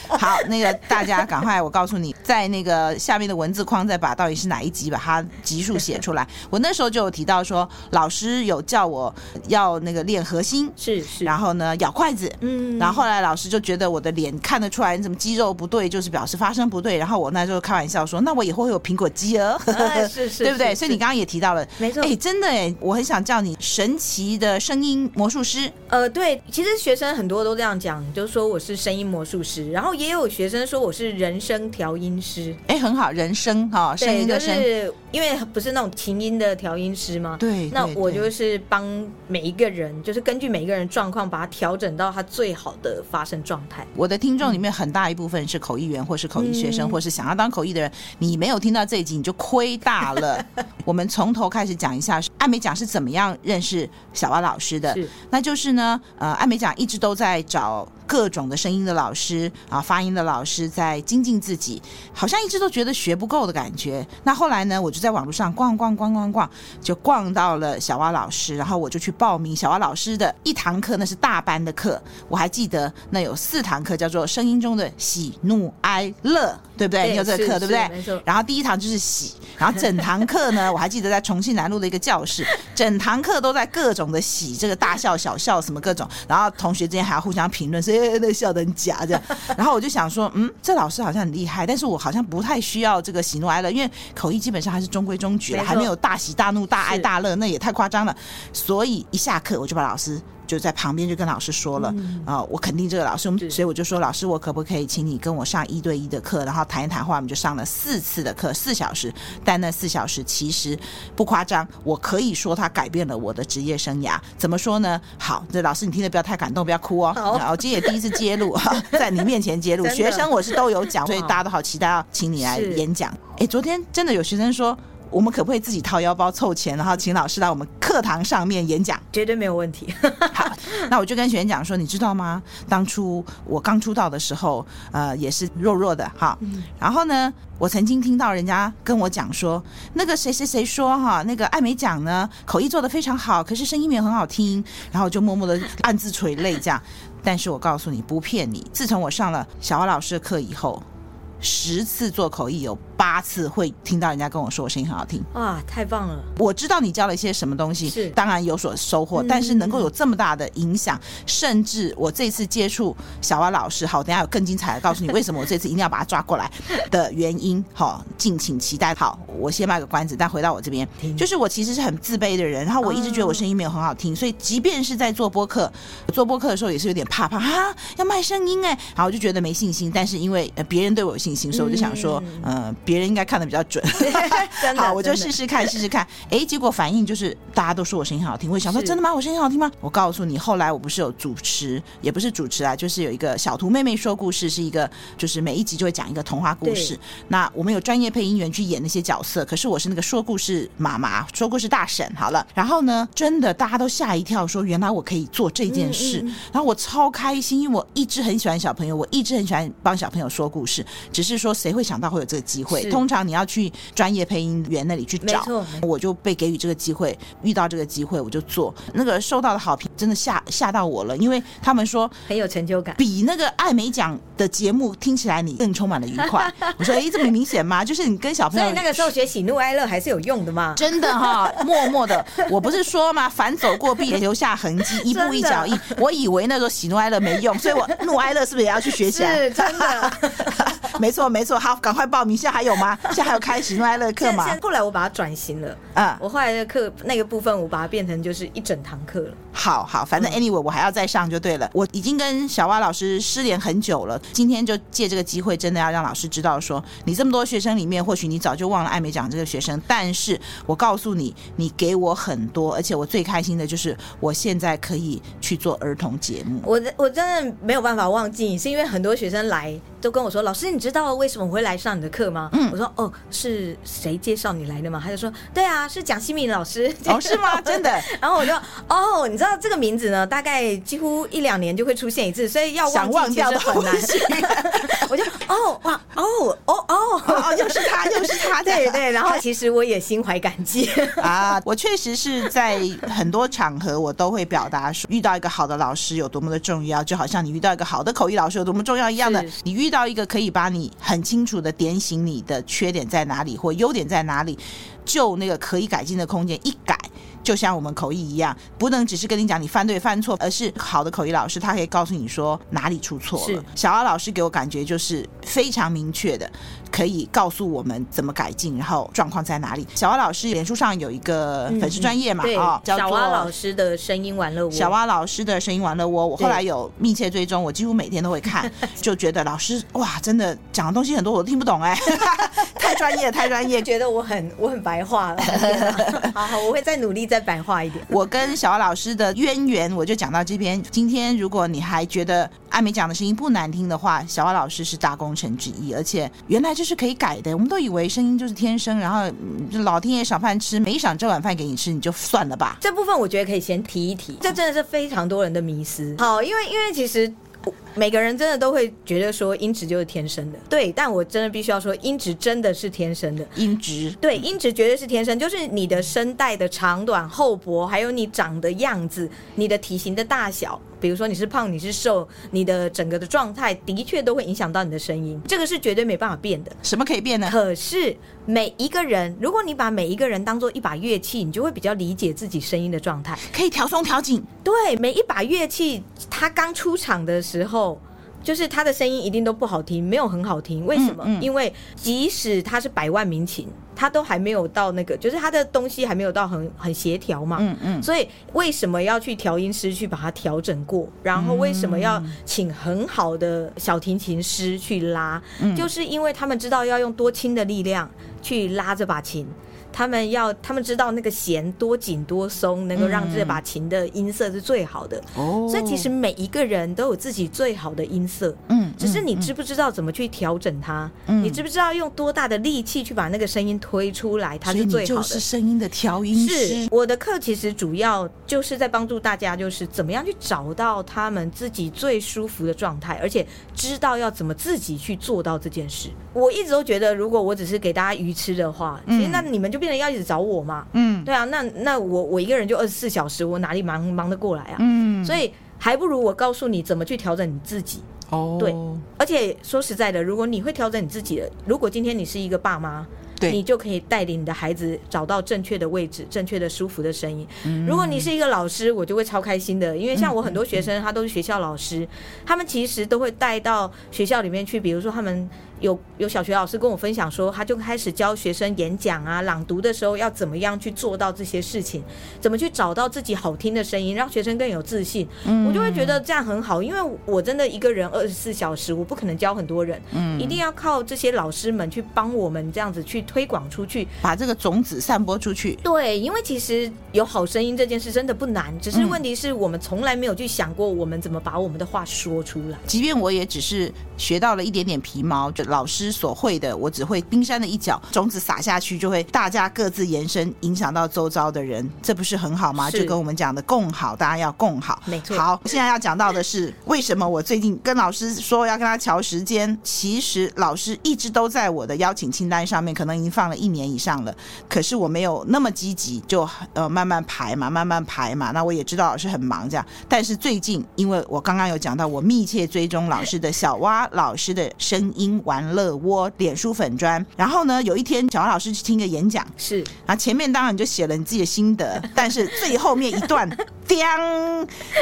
[SPEAKER 1] 好，那个大家赶快，我告诉你，在那个下面的文字框再把到底是哪一集把它集数写出来。我那时候就有提到说，老师有叫我要那个练核心，
[SPEAKER 2] 是是，
[SPEAKER 1] 然后呢咬筷子。
[SPEAKER 2] 嗯
[SPEAKER 1] 然后后来老师就觉得我的脸看得出来，你怎么肌肉不对，就是表示发声不对。然后我那时候开玩笑说，那我以后会有苹果肌哦，
[SPEAKER 2] 哎 是是
[SPEAKER 1] 对不对？
[SPEAKER 2] 是
[SPEAKER 1] 所以你
[SPEAKER 2] 是
[SPEAKER 1] 刚刚也提到了，
[SPEAKER 2] 没错
[SPEAKER 1] 哎，真的哎，我很想叫你神奇的声音魔术师，
[SPEAKER 2] 呃，对，其实学生很多都这样讲，就是说我是声音魔术师，然后也有学生说我是人声调音师，
[SPEAKER 1] 哎，很好，人声哈，声
[SPEAKER 2] 对，
[SPEAKER 1] 音
[SPEAKER 2] 就
[SPEAKER 1] 的声，
[SPEAKER 2] 是因为不是那种琴音的调音师吗？
[SPEAKER 1] 对，
[SPEAKER 2] 那
[SPEAKER 1] 对
[SPEAKER 2] 我
[SPEAKER 1] 对
[SPEAKER 2] 就是帮每一个人，就是根据每一个人状况，把它调整到他最好的发声状态。
[SPEAKER 1] 我的听众里面很大一部分是口译员，或是口译学生，
[SPEAKER 2] 嗯
[SPEAKER 1] 或是想要当口译的人。你没有听到这一集，你就亏大了。我们从头开始讲一下，艾美奖是怎么样认识小蛙老师的。
[SPEAKER 2] 是
[SPEAKER 1] 那就是呢，呃，艾美奖一直都在找各种的声音的老师啊，发音的老师，在精进自己，好像一直都觉得学不够的感觉。那后来呢，我就在网络上逛逛逛逛逛，就逛到了小蛙老师，然后我就去报名小蛙老师的一堂课，那是大班的课，我还记得那有四堂课叫做声音中的喜怒哀乐，对不对？
[SPEAKER 2] 对
[SPEAKER 1] 哎你有这个
[SPEAKER 2] 是
[SPEAKER 1] 课对不对
[SPEAKER 2] 是？没错
[SPEAKER 1] 然后第一堂就是喜，然后整堂课呢，我还记得在重庆南路的一个教室，整堂课都在各种的喜，这个大笑小笑什么各种，然后同学之间还要互相评论，说哎那笑得很假这样。然后我就想说，嗯，这老师好像很厉害，但是我好像不太需要这个喜怒哀乐，因为口译基本上还是中规中矩了，
[SPEAKER 2] 没错
[SPEAKER 1] 还没有大喜大怒大爱
[SPEAKER 2] 是
[SPEAKER 1] 大乐，那也太夸张了。所以一下课我就把老师。就在旁边就跟老师说了啊、
[SPEAKER 2] 嗯
[SPEAKER 1] 我肯定这个老师，我们
[SPEAKER 2] 是
[SPEAKER 1] 所以我就说老师，我可不可以请你跟我上一对一的课，然后谈一谈话，我们就上了四次的课，四小时。但那四小时其实不夸张，我可以说它改变了我的职业生涯。怎么说呢？好，这老师你听得不要太感动，不要哭哦。
[SPEAKER 2] 好
[SPEAKER 1] 啊我今天也第一次揭 露，在你面前揭露，
[SPEAKER 2] 真的
[SPEAKER 1] 学生我是都有讲，所以
[SPEAKER 2] 哇
[SPEAKER 1] 大家都好期待要请你来
[SPEAKER 2] 是
[SPEAKER 1] 演讲。哎，昨天真的有学生说。我们可不可以自己掏腰包凑钱，然后请老师来我们课堂上面演讲？
[SPEAKER 2] 绝对没有问题。
[SPEAKER 1] 那我就跟学员讲说，你知道吗？当初我刚出道的时候，呃，也是弱弱的哈。然后呢，我曾经听到人家跟我讲说，那个谁谁谁说哈，那个艾美奖呢，口译做得非常好，可是声音没有很好听。然后我就默默的暗自垂泪这样。但是我告诉你，不骗你，自从我上了小花老师的课以后。十次做口译，有八次会听到人家跟我说我声音很好听。
[SPEAKER 2] 哇，太棒了！
[SPEAKER 1] 我知道你教了一些什么东西，
[SPEAKER 2] 是
[SPEAKER 1] 当然有所收获，
[SPEAKER 2] 嗯
[SPEAKER 1] 但是能够有这么大的影响，甚至我这次接触小蛙老师，好，等一下有更精彩的告诉你为什么我这次一定要把他抓过 来的原因，好，敬请期待。好，我先卖个关子，但回到我这边，就是我其实是很自卑的人，然后我一直觉得我声音没有很好
[SPEAKER 2] 嗯
[SPEAKER 1] 听，所以即便是在做播客，做播客的时候也是有点怕怕啊，要卖声音哎、然后我就觉得没信心，但是因为呃别人对我有信心，所以我就想说，
[SPEAKER 2] 嗯
[SPEAKER 1] 呃，别人应该看得比较准。
[SPEAKER 2] 真的，
[SPEAKER 1] 好，我就
[SPEAKER 2] 真的
[SPEAKER 1] 试试看，试试看。诶，结果反应就是大家都说我声音很好听，我也想说
[SPEAKER 2] 是
[SPEAKER 1] 真的吗？我声音很好听吗？我告诉你，后来我不是有主持，也不是主持啊，就是有一个小图妹妹说故事，是一个就是每一集就会讲一个童话故事
[SPEAKER 2] 对。
[SPEAKER 1] 那我们有专业配音员去演那些角色，可是我是那个说故事妈妈，说故事大婶。好了，然后呢，真的大家都吓一跳，说原来我可以做这件事，
[SPEAKER 2] 嗯嗯嗯
[SPEAKER 1] 然后我超开心，因为我一直很喜欢小朋友，我一直很喜欢帮小朋友说故事，只是说谁会想到会有这个机会？
[SPEAKER 2] 是
[SPEAKER 1] 通常你要去专业配音员那里去
[SPEAKER 2] 没
[SPEAKER 1] 找，
[SPEAKER 2] 错，没错
[SPEAKER 1] 我就被给予这个机会，遇到这个机会我就做。那个受到的好评真的吓吓到我了，因为他们说
[SPEAKER 2] 很有 成就感。
[SPEAKER 1] 比那个艾美奖的节目听起来你更充满了愉 快。我说，哎，这么明显吗？就是你跟小朋
[SPEAKER 2] 所
[SPEAKER 1] 友
[SPEAKER 2] 以那个时候学喜怒哀乐还是有用的嘛。
[SPEAKER 1] 真的 哈、默默的，我不是说嘛，反走过必留下痕 迹，一步一脚印。我以为那时候喜怒哀乐没用，所以我怒哀乐是不是也要去学起 来？
[SPEAKER 2] 是啊真的，
[SPEAKER 1] 没错，没错。好，赶快报名，现在还有吗？现在还有开喜怒哀乐课
[SPEAKER 2] 现
[SPEAKER 1] 吗？
[SPEAKER 2] 现后来我把它转型了，
[SPEAKER 1] 嗯
[SPEAKER 2] 我后来的课那个部分我把它变成就是一整堂课了。
[SPEAKER 1] 好好，反正 anyway 我还要再上就对了。我已经跟小蛙老师失联很久了，今天就借这个机会，真的要让老师知道说，你这么多学生里面，或许你早就忘了艾美奖这个学生，但是我告诉你，你给我很多，而且我最开心的就是我现在可以去做儿童节目。
[SPEAKER 2] 我我真的没有办法忘记，是因为很多学生来都跟我说：“老师，你知知道为什么我会来上你的课吗？”
[SPEAKER 1] 嗯
[SPEAKER 2] 我说：“哦，是谁介绍你来的吗？”他就说：“对啊，是蒋希敏老师。”
[SPEAKER 1] 哦，是吗？真的，
[SPEAKER 2] 然后我就哦，你知道这个名字呢，大概几乎一两年就会出现一次，所以要
[SPEAKER 1] 想忘
[SPEAKER 2] 忘记其
[SPEAKER 1] 掉
[SPEAKER 2] 实
[SPEAKER 1] 的
[SPEAKER 2] 很难。 我就哦哇哦哦 哦，
[SPEAKER 1] 哦，又是他，又是他，
[SPEAKER 2] 对对，然后其实我也心怀感激。
[SPEAKER 1] 啊，我确实是在很多场合，我都会表达说，遇到一个好的老师有多么的重要，就好像你遇到一个好的口译老师有多么重要一样的
[SPEAKER 2] 是。
[SPEAKER 1] 你遇到一个可以把你很清楚的点醒你的缺点在哪里或优点在哪里，就那个可以改进的空间一改。就像我们口译一样，不能只是跟你讲你犯对犯错，而是好的口译老师他可以告诉你说哪里出错了
[SPEAKER 2] 是。
[SPEAKER 1] 小奥老师给我感觉就是非常明确的，可以告诉我们怎么改进，然后状况在哪里。小蛙老师脸书上有一个粉丝专业嘛，
[SPEAKER 2] 嗯 对，
[SPEAKER 1] 哦，叫
[SPEAKER 2] 小蛙老
[SPEAKER 1] 做
[SPEAKER 2] 师的声音玩乐窝，
[SPEAKER 1] 小蛙老师的声音玩乐窝。我
[SPEAKER 2] 对
[SPEAKER 1] 后来有密切追踪，我几乎每天都会 看，就觉得老师哇，真的讲的东西很多我都听不懂 哎、太专业，太专业。
[SPEAKER 2] 觉得我很我很白话了。天哪好好，我会再努力再白话一点。
[SPEAKER 1] 我跟小蛙老师的渊源，我就讲到这边。今天如果你还觉得艾美讲的声音不难听的话，小蛙老师是大功臣之一，而且原来这是可以改的。我们都以为声音就是天生，然后嗯就老天爷赏饭吃，没赏这碗饭给你吃，你就算了 吧。
[SPEAKER 2] 这部分我觉得可以先提一提，这真的是非常多人的迷思。好，因为因为其实。我每个人真的都会觉得说音质就是天生的，对，但我真的必须要说，音质真的是天生的。
[SPEAKER 1] 音质
[SPEAKER 2] 对，音质绝对是天生，就是你的声带的长短、厚薄，还有你长的样子、你的体型的大小，比如说你是胖，你是瘦，你的整个的状态，的确都会影响到你的声音，这个是绝对没办法变的。
[SPEAKER 1] 什么可以变呢？
[SPEAKER 2] 可是每一个人，如果你把每一个人当做一把乐器，你就会比较理解自己声音的状态。
[SPEAKER 1] 可以调松调紧，
[SPEAKER 2] 对，每一把乐器，它刚出场的时候，就是它的声音一定都不好听，没有很好听。为什么？
[SPEAKER 1] 嗯嗯
[SPEAKER 2] 因为即使它是百万民琴，它都还没有到那个，就是它的东西还没有到很很协调嘛。
[SPEAKER 1] 嗯嗯，
[SPEAKER 2] 所以为什么要去调音师去把它调整过？然后为什么要请很好的小提琴师去拉？
[SPEAKER 1] 嗯
[SPEAKER 2] 就是因为他们知道要用多轻的力量去拉这把琴。他们要，他们知道那个弦多紧多松，能够让这把琴的音色是最好的。
[SPEAKER 1] 哦
[SPEAKER 2] 所以其实每一个人都有自己最好的音色，
[SPEAKER 1] 嗯，
[SPEAKER 2] 只是你知不知道怎么去调整它？
[SPEAKER 1] 嗯
[SPEAKER 2] 你知不知道用多大的力气去把那个声音推出来，它
[SPEAKER 1] 所以
[SPEAKER 2] 是
[SPEAKER 1] 你
[SPEAKER 2] 最好
[SPEAKER 1] 就
[SPEAKER 2] 的
[SPEAKER 1] 是？声音的调音
[SPEAKER 2] 是
[SPEAKER 1] 师，
[SPEAKER 2] 我的课其实主要就是在帮助大家，就是怎么样去找到他们自己最舒服的状态，而且知道要怎么自己去做到这件事。我一直都觉得，如果我只是给大家鱼吃的话，其实那你们就变成要一直找我嘛。
[SPEAKER 1] 嗯
[SPEAKER 2] 对啊，那那我我一个人就二十四小时，我哪里忙忙得过来啊？
[SPEAKER 1] 嗯，
[SPEAKER 2] 所以还不如我告诉你怎么去调整你自己。
[SPEAKER 1] 哦
[SPEAKER 2] 对而且说实在的，如果你会调整你自己的，如果今天你是一个爸妈，
[SPEAKER 1] 对
[SPEAKER 2] 你就可以带领你的孩子找到正确的位置、正确的舒服的声音。如果你是一个老师，我就会超开心的，因为像我很多学生，他都是学校老师，他们其实都会带到学校里面去，比如说他们。有有小学老师跟我分享说，他就开始教学生演讲啊、朗读的时候要怎么样去做到这些事情，怎么去找到自己好听的声音，让学生更有自信。我就会觉得这样很好，因为我真的一个人二十四小时，我不可能教很多人，一定要靠这些老师们去帮我们这样子去推广出去。
[SPEAKER 1] 把这个种子散播出去，
[SPEAKER 2] 对，因为其实有好声音这件事真的不难，只是问题是我们从来没有去想过我们怎么把我们的话说出来。
[SPEAKER 1] 即便我也只是学到了一点点皮毛，就老师所会的，我只会冰山的一角，种子撒下去就会大家各自延伸，影响到周遭的人，这不是很好吗？
[SPEAKER 2] 是
[SPEAKER 1] 就跟我们讲的共好，大家要共好。
[SPEAKER 2] 没错
[SPEAKER 1] 好，现在要讲到的是为什么我最近跟老师说要跟他调时间，其实老师一直都在我的邀请清单上面，可能已经放了一年以上了。可是我没有那么积极，就呃慢慢排嘛，慢慢排嘛。那我也知道老师很忙这样，但是最近因为我刚刚有讲到，我密切追踪老师的小蛙老师的声音玩乐窝脸书粉砖，然后呢，有一天小蛙老师去听个演讲，
[SPEAKER 2] 是，
[SPEAKER 1] 然后前面当然你就写了你自己的心得，但是最后面一段，叮，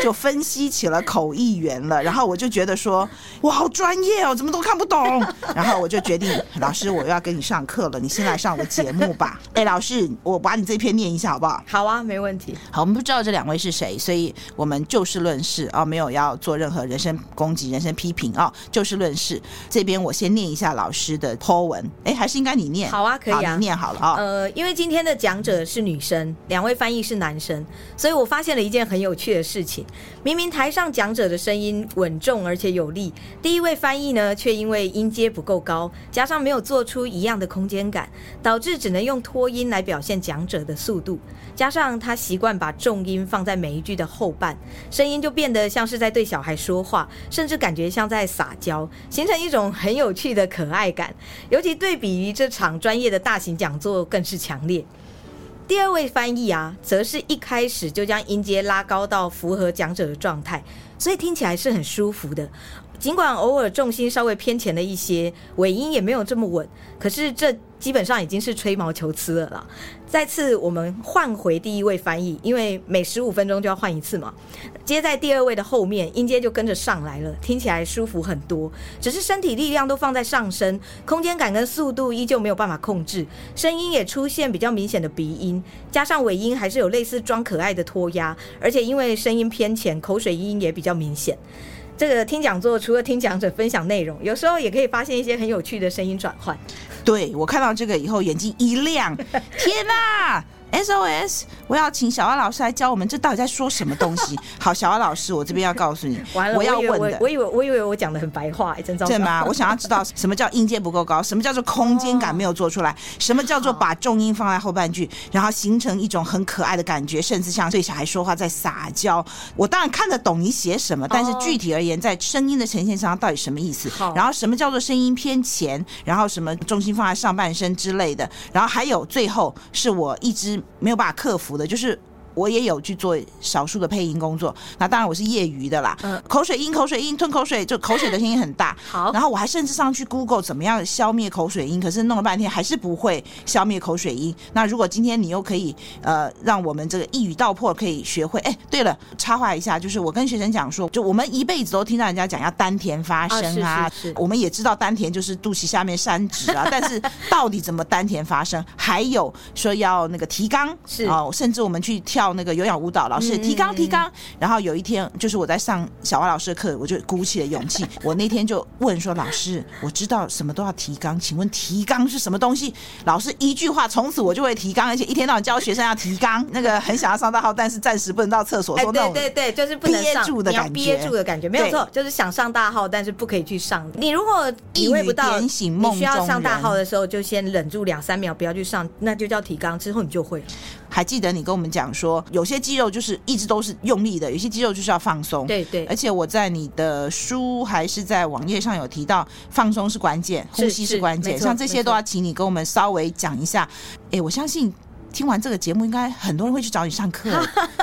[SPEAKER 1] 就分析起了口译员了。然后我就觉得说，我好专业哦，怎么都看不懂。 然后我就决定，老师，我又要跟你上课了，你先来上我节目吧。哎，老师，我把你这篇念一下好不好？
[SPEAKER 2] 好啊，没问题。
[SPEAKER 1] 好，我们不知道这两位是谁，所以我们就事论事啊、没有要做任何人身攻击、人身批评啊、就事论事。这边我先念念一下老师的 po 文。哎，还是应该你念。
[SPEAKER 2] 好啊，可以
[SPEAKER 1] 好
[SPEAKER 2] 啊
[SPEAKER 1] 你。念好了啊、
[SPEAKER 2] 呃，因为今天的讲者是女生，两位翻译是男生，所以我发现了一件很有趣的事情。明明台上讲者的声音稳重而且有力，第一位翻译呢却因为音阶不够高，加上没有做出一样的空间感，导致只能用拖音来表现讲者的速度。加上他习惯把重音放在每一句的后半，声音就变得像是在对小孩说话，甚至感觉像在撒娇，形成一种很有趣的可爱感。尤其对比于这场专业的大型讲座更是强烈。第二位翻译啊，则是一开始就将音阶拉高到符合讲者的状态，所以听起来是很舒服的。尽管偶尔重心稍微偏前了一些，尾音也没有这么稳，可是这基本上已经是吹毛求疵了啦。再次，我们换回第一位翻译，因为每十五分钟就要换一次嘛。接在第二位的后面，音阶就跟着上来了，听起来舒服很多。只是身体力量都放在上身，空间感跟速度依旧没有办法控制，声音也出现比较明显的鼻音，加上尾音还是有类似装可爱的拖压，而且因为声音偏浅，口水音也比较明显。这个听讲座除了听讲者分享内容，有时候也可以发现一些很有趣的声音转换。
[SPEAKER 1] 对我看到这个以后眼睛一 亮，天哪、SOS！我要请小蛙老师来教我们这到底在说什么东西。好，小蛙老师，我这边要告诉你，
[SPEAKER 2] 完了，
[SPEAKER 1] 我要
[SPEAKER 2] 以为
[SPEAKER 1] 问的
[SPEAKER 2] 我，我以为我以为我讲的很白话， 哎真糟糕。
[SPEAKER 1] 对吗？我想要知道什么叫音阶不够高，什么叫做空间感没有做出来，什么
[SPEAKER 2] 哦
[SPEAKER 1] 叫做把重音放在后半句，然后形成一种很可爱的感觉，甚至像对小孩说话在撒娇。我当然看得懂你写什么，但是
[SPEAKER 2] 哦
[SPEAKER 1] 具体而言，在声音的呈现上到底什么意思
[SPEAKER 2] 好？
[SPEAKER 1] 然后什么叫做声音偏前，然后什么重心放在上半身之类的，然后还有最后是我一直没有办法克服的，就是。我也有去做少数的配音工作，那当然我是业余的啦。
[SPEAKER 2] 嗯
[SPEAKER 1] 口水音，口水音，吞口水，就口水的声音很大。
[SPEAKER 2] 好
[SPEAKER 1] 然后我还甚至上去 Google 怎么样消灭口水音，可是弄了半天还是不会消灭口水音。那如果今天你又可以呃让我们这个一语道破，可以学会。哎，对了，插话一下，就是我跟学生讲说，就我们一辈子都听到人家讲要丹田发声啊，
[SPEAKER 2] 啊是是是
[SPEAKER 1] 我们也知道丹田就是肚脐下面三指啊，但是到底怎么丹田发声，还有说要那个提肛
[SPEAKER 2] 是
[SPEAKER 1] 哦，甚至我们去跳那个有氧舞蹈，老师也
[SPEAKER 2] 嗯
[SPEAKER 1] 提肛提肛。然后有一天，就是我在上小蛙老师的课，我就鼓起了勇气， 我那天就问说：“老师，我知道什么都要提肛，请问提肛是什么东西？”老师一句话，从此我就会提肛，而且一天到晚教学生要提肛，那个很想要上大号，但是暂时不能到厕所，
[SPEAKER 2] 哎，
[SPEAKER 1] 说那
[SPEAKER 2] 对
[SPEAKER 1] 种
[SPEAKER 2] 对对，就是不能
[SPEAKER 1] 憋
[SPEAKER 2] 上，
[SPEAKER 1] 住的
[SPEAKER 2] 你要
[SPEAKER 1] 感
[SPEAKER 2] 憋
[SPEAKER 1] 觉
[SPEAKER 2] 住的感觉，没有
[SPEAKER 1] 对
[SPEAKER 2] 错，就是想上大号，但是不可以去上。你如果体会不
[SPEAKER 1] 一语
[SPEAKER 2] 到，
[SPEAKER 1] 点醒梦
[SPEAKER 2] 你需要
[SPEAKER 1] 中
[SPEAKER 2] 上大
[SPEAKER 1] 人
[SPEAKER 2] 号的时候，就先忍住两三秒，不要去上，那就叫提纲，之后你就会了。
[SPEAKER 1] 还记得你跟我们讲说，有些肌肉就是一直都是用力的，有些肌肉就是要放松。。
[SPEAKER 2] 对对
[SPEAKER 1] 而，且我在你的书还是在网页上有提到，放松是关键，
[SPEAKER 2] 是
[SPEAKER 1] 呼吸是关键，
[SPEAKER 2] 是没错
[SPEAKER 1] 像这些
[SPEAKER 2] 没错
[SPEAKER 1] 都要请你跟我们稍微讲一下。哎，我相信。听完这个节目，应该很多人会去找你上 课，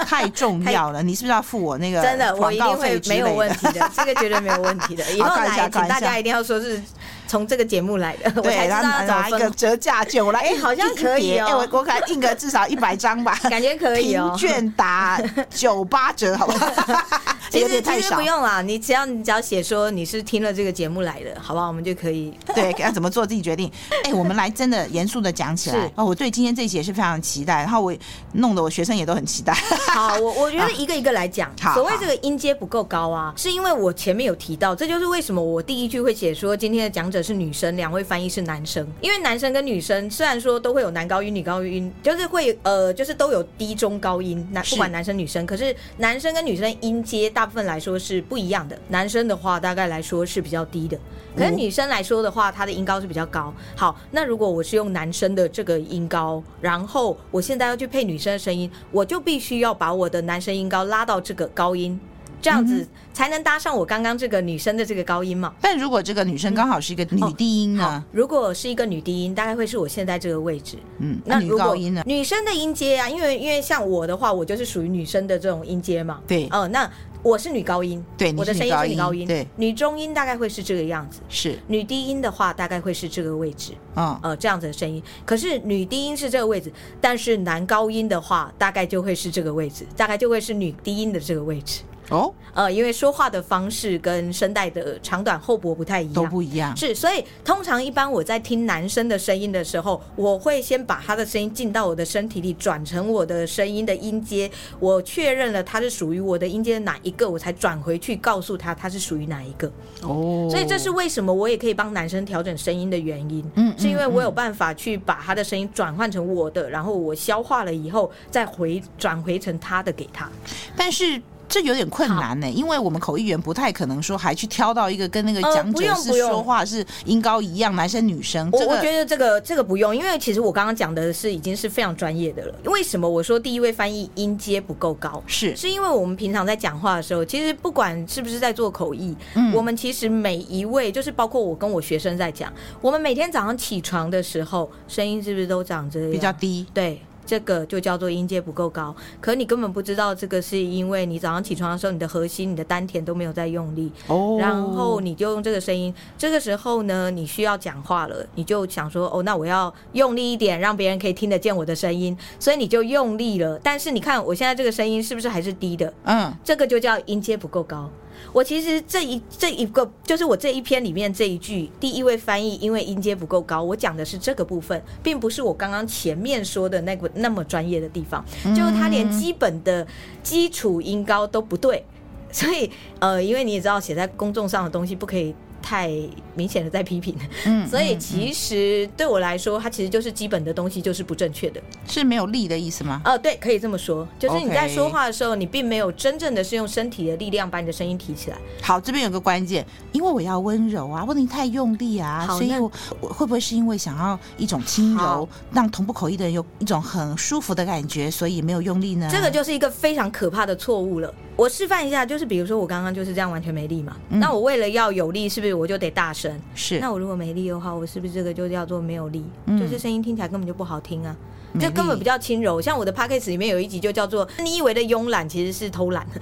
[SPEAKER 1] 太重要了。你是不是要付我那个
[SPEAKER 2] 真的，我
[SPEAKER 1] 广
[SPEAKER 2] 一定
[SPEAKER 1] 告
[SPEAKER 2] 会
[SPEAKER 1] 费之
[SPEAKER 2] 没
[SPEAKER 1] 类
[SPEAKER 2] 有问
[SPEAKER 1] 的？
[SPEAKER 2] 题 的，这个绝对没有问题的。以
[SPEAKER 1] 好
[SPEAKER 2] 后
[SPEAKER 1] 开玩笑
[SPEAKER 2] 来，
[SPEAKER 1] 开
[SPEAKER 2] 请
[SPEAKER 1] 玩
[SPEAKER 2] 大
[SPEAKER 1] 笑
[SPEAKER 2] 家一定要说是从这个节目来的，我
[SPEAKER 1] 对，
[SPEAKER 2] 才知道
[SPEAKER 1] 然后
[SPEAKER 2] 要
[SPEAKER 1] 拿一
[SPEAKER 2] 怎么
[SPEAKER 1] 个
[SPEAKER 2] 分。
[SPEAKER 1] 折价券， 我来
[SPEAKER 2] 哎
[SPEAKER 1] 印
[SPEAKER 2] 好像
[SPEAKER 1] 印
[SPEAKER 2] 可以
[SPEAKER 1] 别
[SPEAKER 2] 哦
[SPEAKER 1] 哎，我我给他印个至少一百张吧，
[SPEAKER 2] 感觉可以哦
[SPEAKER 1] 平。券打九八折，好不 好？
[SPEAKER 2] 其
[SPEAKER 1] 有
[SPEAKER 2] 实
[SPEAKER 1] 点
[SPEAKER 2] 其
[SPEAKER 1] 太
[SPEAKER 2] 实
[SPEAKER 1] 少
[SPEAKER 2] 不。用啦，你只要你只要写说你是听了这个节目来的，好不好？我们就可以
[SPEAKER 1] 对，要怎么做自己决定。哎、我们来真的严肃的讲起来
[SPEAKER 2] 是
[SPEAKER 1] 哦，我对今天这一节是非常期待，然后我弄得我学生也都很期待。
[SPEAKER 2] 好，我我觉得一个一个来讲
[SPEAKER 1] 好。
[SPEAKER 2] 所谓这个音阶不够高啊，是因为我前面有提到，这就是为什么我第一句会写说今天的讲者是女生，两位翻译是男生，因为男生跟女生虽然说都会有男高音、女高音，就是会呃，就是都有低中高音，男
[SPEAKER 1] 是
[SPEAKER 2] 不管男生女生，可是男生跟女生音阶大部分来说是不一样的。男生的话大概来说是比较低的，可是
[SPEAKER 1] 嗯
[SPEAKER 2] 女生来说的话，她的音高是比较高。好，那如果我是用男生的这个音高，然后我现在要去配女生的声音，我就必须要把我的男生音高拉到这个高音，这样
[SPEAKER 1] 嗯
[SPEAKER 2] 子才能搭上我刚刚这个女生的这个高音嘛。
[SPEAKER 1] 但如果这个女生刚好是一个女低音
[SPEAKER 2] 嗯哦好
[SPEAKER 1] 呢？，
[SPEAKER 2] 如果是一个女低音，大概会是我现在这个位置。
[SPEAKER 1] 嗯，那
[SPEAKER 2] 那
[SPEAKER 1] 女
[SPEAKER 2] 如果
[SPEAKER 1] 高音呢？
[SPEAKER 2] 女生的音阶啊，因为因为像我的话，我就是属于女生的这种音阶嘛。
[SPEAKER 1] 对
[SPEAKER 2] 哦、那我是女高音，
[SPEAKER 1] 对你是
[SPEAKER 2] 我的声
[SPEAKER 1] 女
[SPEAKER 2] 音
[SPEAKER 1] 高
[SPEAKER 2] 是女
[SPEAKER 1] 音
[SPEAKER 2] 高音，
[SPEAKER 1] 对，
[SPEAKER 2] 女中音大概会是这个样子。
[SPEAKER 1] 是，
[SPEAKER 2] 女低音的话，大概会是这个位置，
[SPEAKER 1] 嗯，
[SPEAKER 2] 呃，这样子的声音。可是女低音是这个位置，但是男高音的话，大概就会是这个位置，大概就会是女低音的这个位置。
[SPEAKER 1] 哦，
[SPEAKER 2] 呃，因为说话的方式跟声带的长短厚薄不太一
[SPEAKER 1] 都
[SPEAKER 2] 样。
[SPEAKER 1] 不一样。
[SPEAKER 2] 是，所以通常一般我在听男生的声音的时候，我会先把他的声音进到我的身体里，转成我的声音的音阶。我确认了他是属于我的音阶的哪一个，我才转回去告诉他他是属于哪一个。
[SPEAKER 1] 哦，
[SPEAKER 2] 所以这是为什么我也可以帮男生调整声音的原因，
[SPEAKER 1] 嗯嗯
[SPEAKER 2] 是因为我有办法去把他的声音转换成我的，然后我消化了以后再回转回成他的给他。
[SPEAKER 1] 但是这有点困难呢、因为我们口译员不太可能说还去挑到一个跟那个
[SPEAKER 2] 呃
[SPEAKER 1] 讲
[SPEAKER 2] 不
[SPEAKER 1] 者
[SPEAKER 2] 用
[SPEAKER 1] 是
[SPEAKER 2] 不用
[SPEAKER 1] 说话是音高一样，男生女生，
[SPEAKER 2] 我
[SPEAKER 1] 这
[SPEAKER 2] 我觉
[SPEAKER 1] 个
[SPEAKER 2] 得这个这个不用，因为其实我刚刚讲的是已经是非常专业的了。为什么我说第一位翻译音阶不够高？
[SPEAKER 1] 是
[SPEAKER 2] 是因为我们平常在讲话的时候，其实不管是不是在做口译，
[SPEAKER 1] 嗯
[SPEAKER 2] 我们其实每一位，就是包括我跟我学生在讲，我们每天早上起床的时候，声音是不是都长这样？
[SPEAKER 1] 比较低。
[SPEAKER 2] 对。这个就叫做音阶不够高，可你根本不知道这个是因为你早上起床的时候，你的核心、你的丹田都没有在用力，
[SPEAKER 1] 哦
[SPEAKER 2] 然后你就用这个声音。这个时候呢，你需要讲话了，你就想说，哦，那我要用力一点，让别人可以听得见我的声音，所以你就用力了。但是你看我现在这个声音是不是还是低的？
[SPEAKER 1] 嗯，
[SPEAKER 2] 这个就叫音阶不够高。我其实这一这一个就是我这一篇里面这一句第一位翻译，因为音阶不够高，我讲的是这个部分，并不是我刚刚前面说的那个那么专业的地方，
[SPEAKER 1] 嗯
[SPEAKER 2] 就是他连基本的基础音高都不对，所以呃，因为你也知道写在公众上的东西不可以太明显的在批评，
[SPEAKER 1] 嗯
[SPEAKER 2] 所以
[SPEAKER 1] 嗯
[SPEAKER 2] 其实对我来说，它其实就是基本的东西就是不正确的。
[SPEAKER 1] 是没有力的意思吗？
[SPEAKER 2] 哦，对，可以这么说，就是你
[SPEAKER 1] OK
[SPEAKER 2] 在说话的时候，你并没有真正的是用身体的力量把你的声音提起来。
[SPEAKER 1] 好，这边有个关键，因为我要温柔啊，不能太用力啊，
[SPEAKER 2] 好
[SPEAKER 1] 所以
[SPEAKER 2] 那嗯
[SPEAKER 1] 我我会不会是因为想要一种轻柔
[SPEAKER 2] 好，
[SPEAKER 1] 让同步口译的人有一种很舒服的感觉，所以没有用力呢？
[SPEAKER 2] 这个就是一个非常可怕的错误了。我示范一下，就是比如说我刚刚就是这样完全没力嘛，那我为了要有力，是不是我就得大声？
[SPEAKER 1] 嗯是
[SPEAKER 2] 那我如果没力的话，我是不是这个就叫做没有力？
[SPEAKER 1] 嗯
[SPEAKER 2] 就是声音听起来根本就不好听啊，
[SPEAKER 1] 没
[SPEAKER 2] 这根本
[SPEAKER 1] 力
[SPEAKER 2] 比较轻柔。像我的 p o d c a s t 里面有一集就叫做“你以为的慵懒其实是偷懒。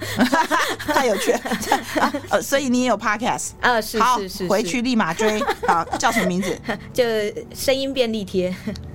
[SPEAKER 1] 太有趣了、啊呃，所以你也有 podcast，”
[SPEAKER 2] 啊，是
[SPEAKER 1] 好
[SPEAKER 2] 是是，
[SPEAKER 1] 回
[SPEAKER 2] 是
[SPEAKER 1] 去立马追。好，叫什么名字？
[SPEAKER 2] 就声音便利贴。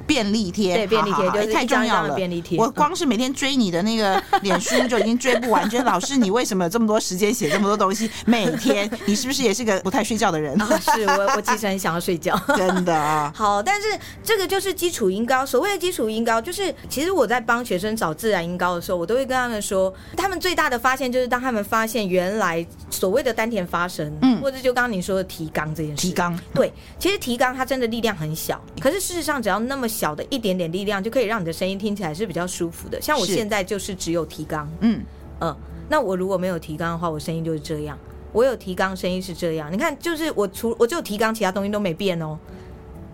[SPEAKER 1] 便利贴，
[SPEAKER 2] 对便利贴
[SPEAKER 1] 好好好
[SPEAKER 2] 就是
[SPEAKER 1] 哎太
[SPEAKER 2] 一张
[SPEAKER 1] 重
[SPEAKER 2] 一
[SPEAKER 1] 要
[SPEAKER 2] 张的
[SPEAKER 1] 了。
[SPEAKER 2] 便利贴
[SPEAKER 1] 我
[SPEAKER 2] 嗯
[SPEAKER 1] 光是每天追你的那个脸书就已经追不完，觉得老师 你为什么有这么多时间写这么多东西？每天你是不是也是个不太睡觉的人？
[SPEAKER 2] 啊，是我我其实很想要睡觉。
[SPEAKER 1] 真的啊，
[SPEAKER 2] 好，但是这个就是基础音高。所谓的基础音高，就是其实我在帮学生找自然音高的时候，我都会跟他们说，他们最大的发现就是当他们发现原来所谓的丹田发声，
[SPEAKER 1] 嗯
[SPEAKER 2] 或者就刚刚你说的提肛这件事，
[SPEAKER 1] 提纲
[SPEAKER 2] 对，其实提肛它真的力量很小，可是事实上只要那么小的一点点力量，就可以让你的声音听起来是比较舒服的。像我
[SPEAKER 1] 是
[SPEAKER 2] 现在就是只有提肛，
[SPEAKER 1] 嗯，
[SPEAKER 2] 嗯，那我如果没有提纲的话，我声音就是这样。我有提纲，声音是这样。你看，就是我除我只有提纲，其他东西都没变哦。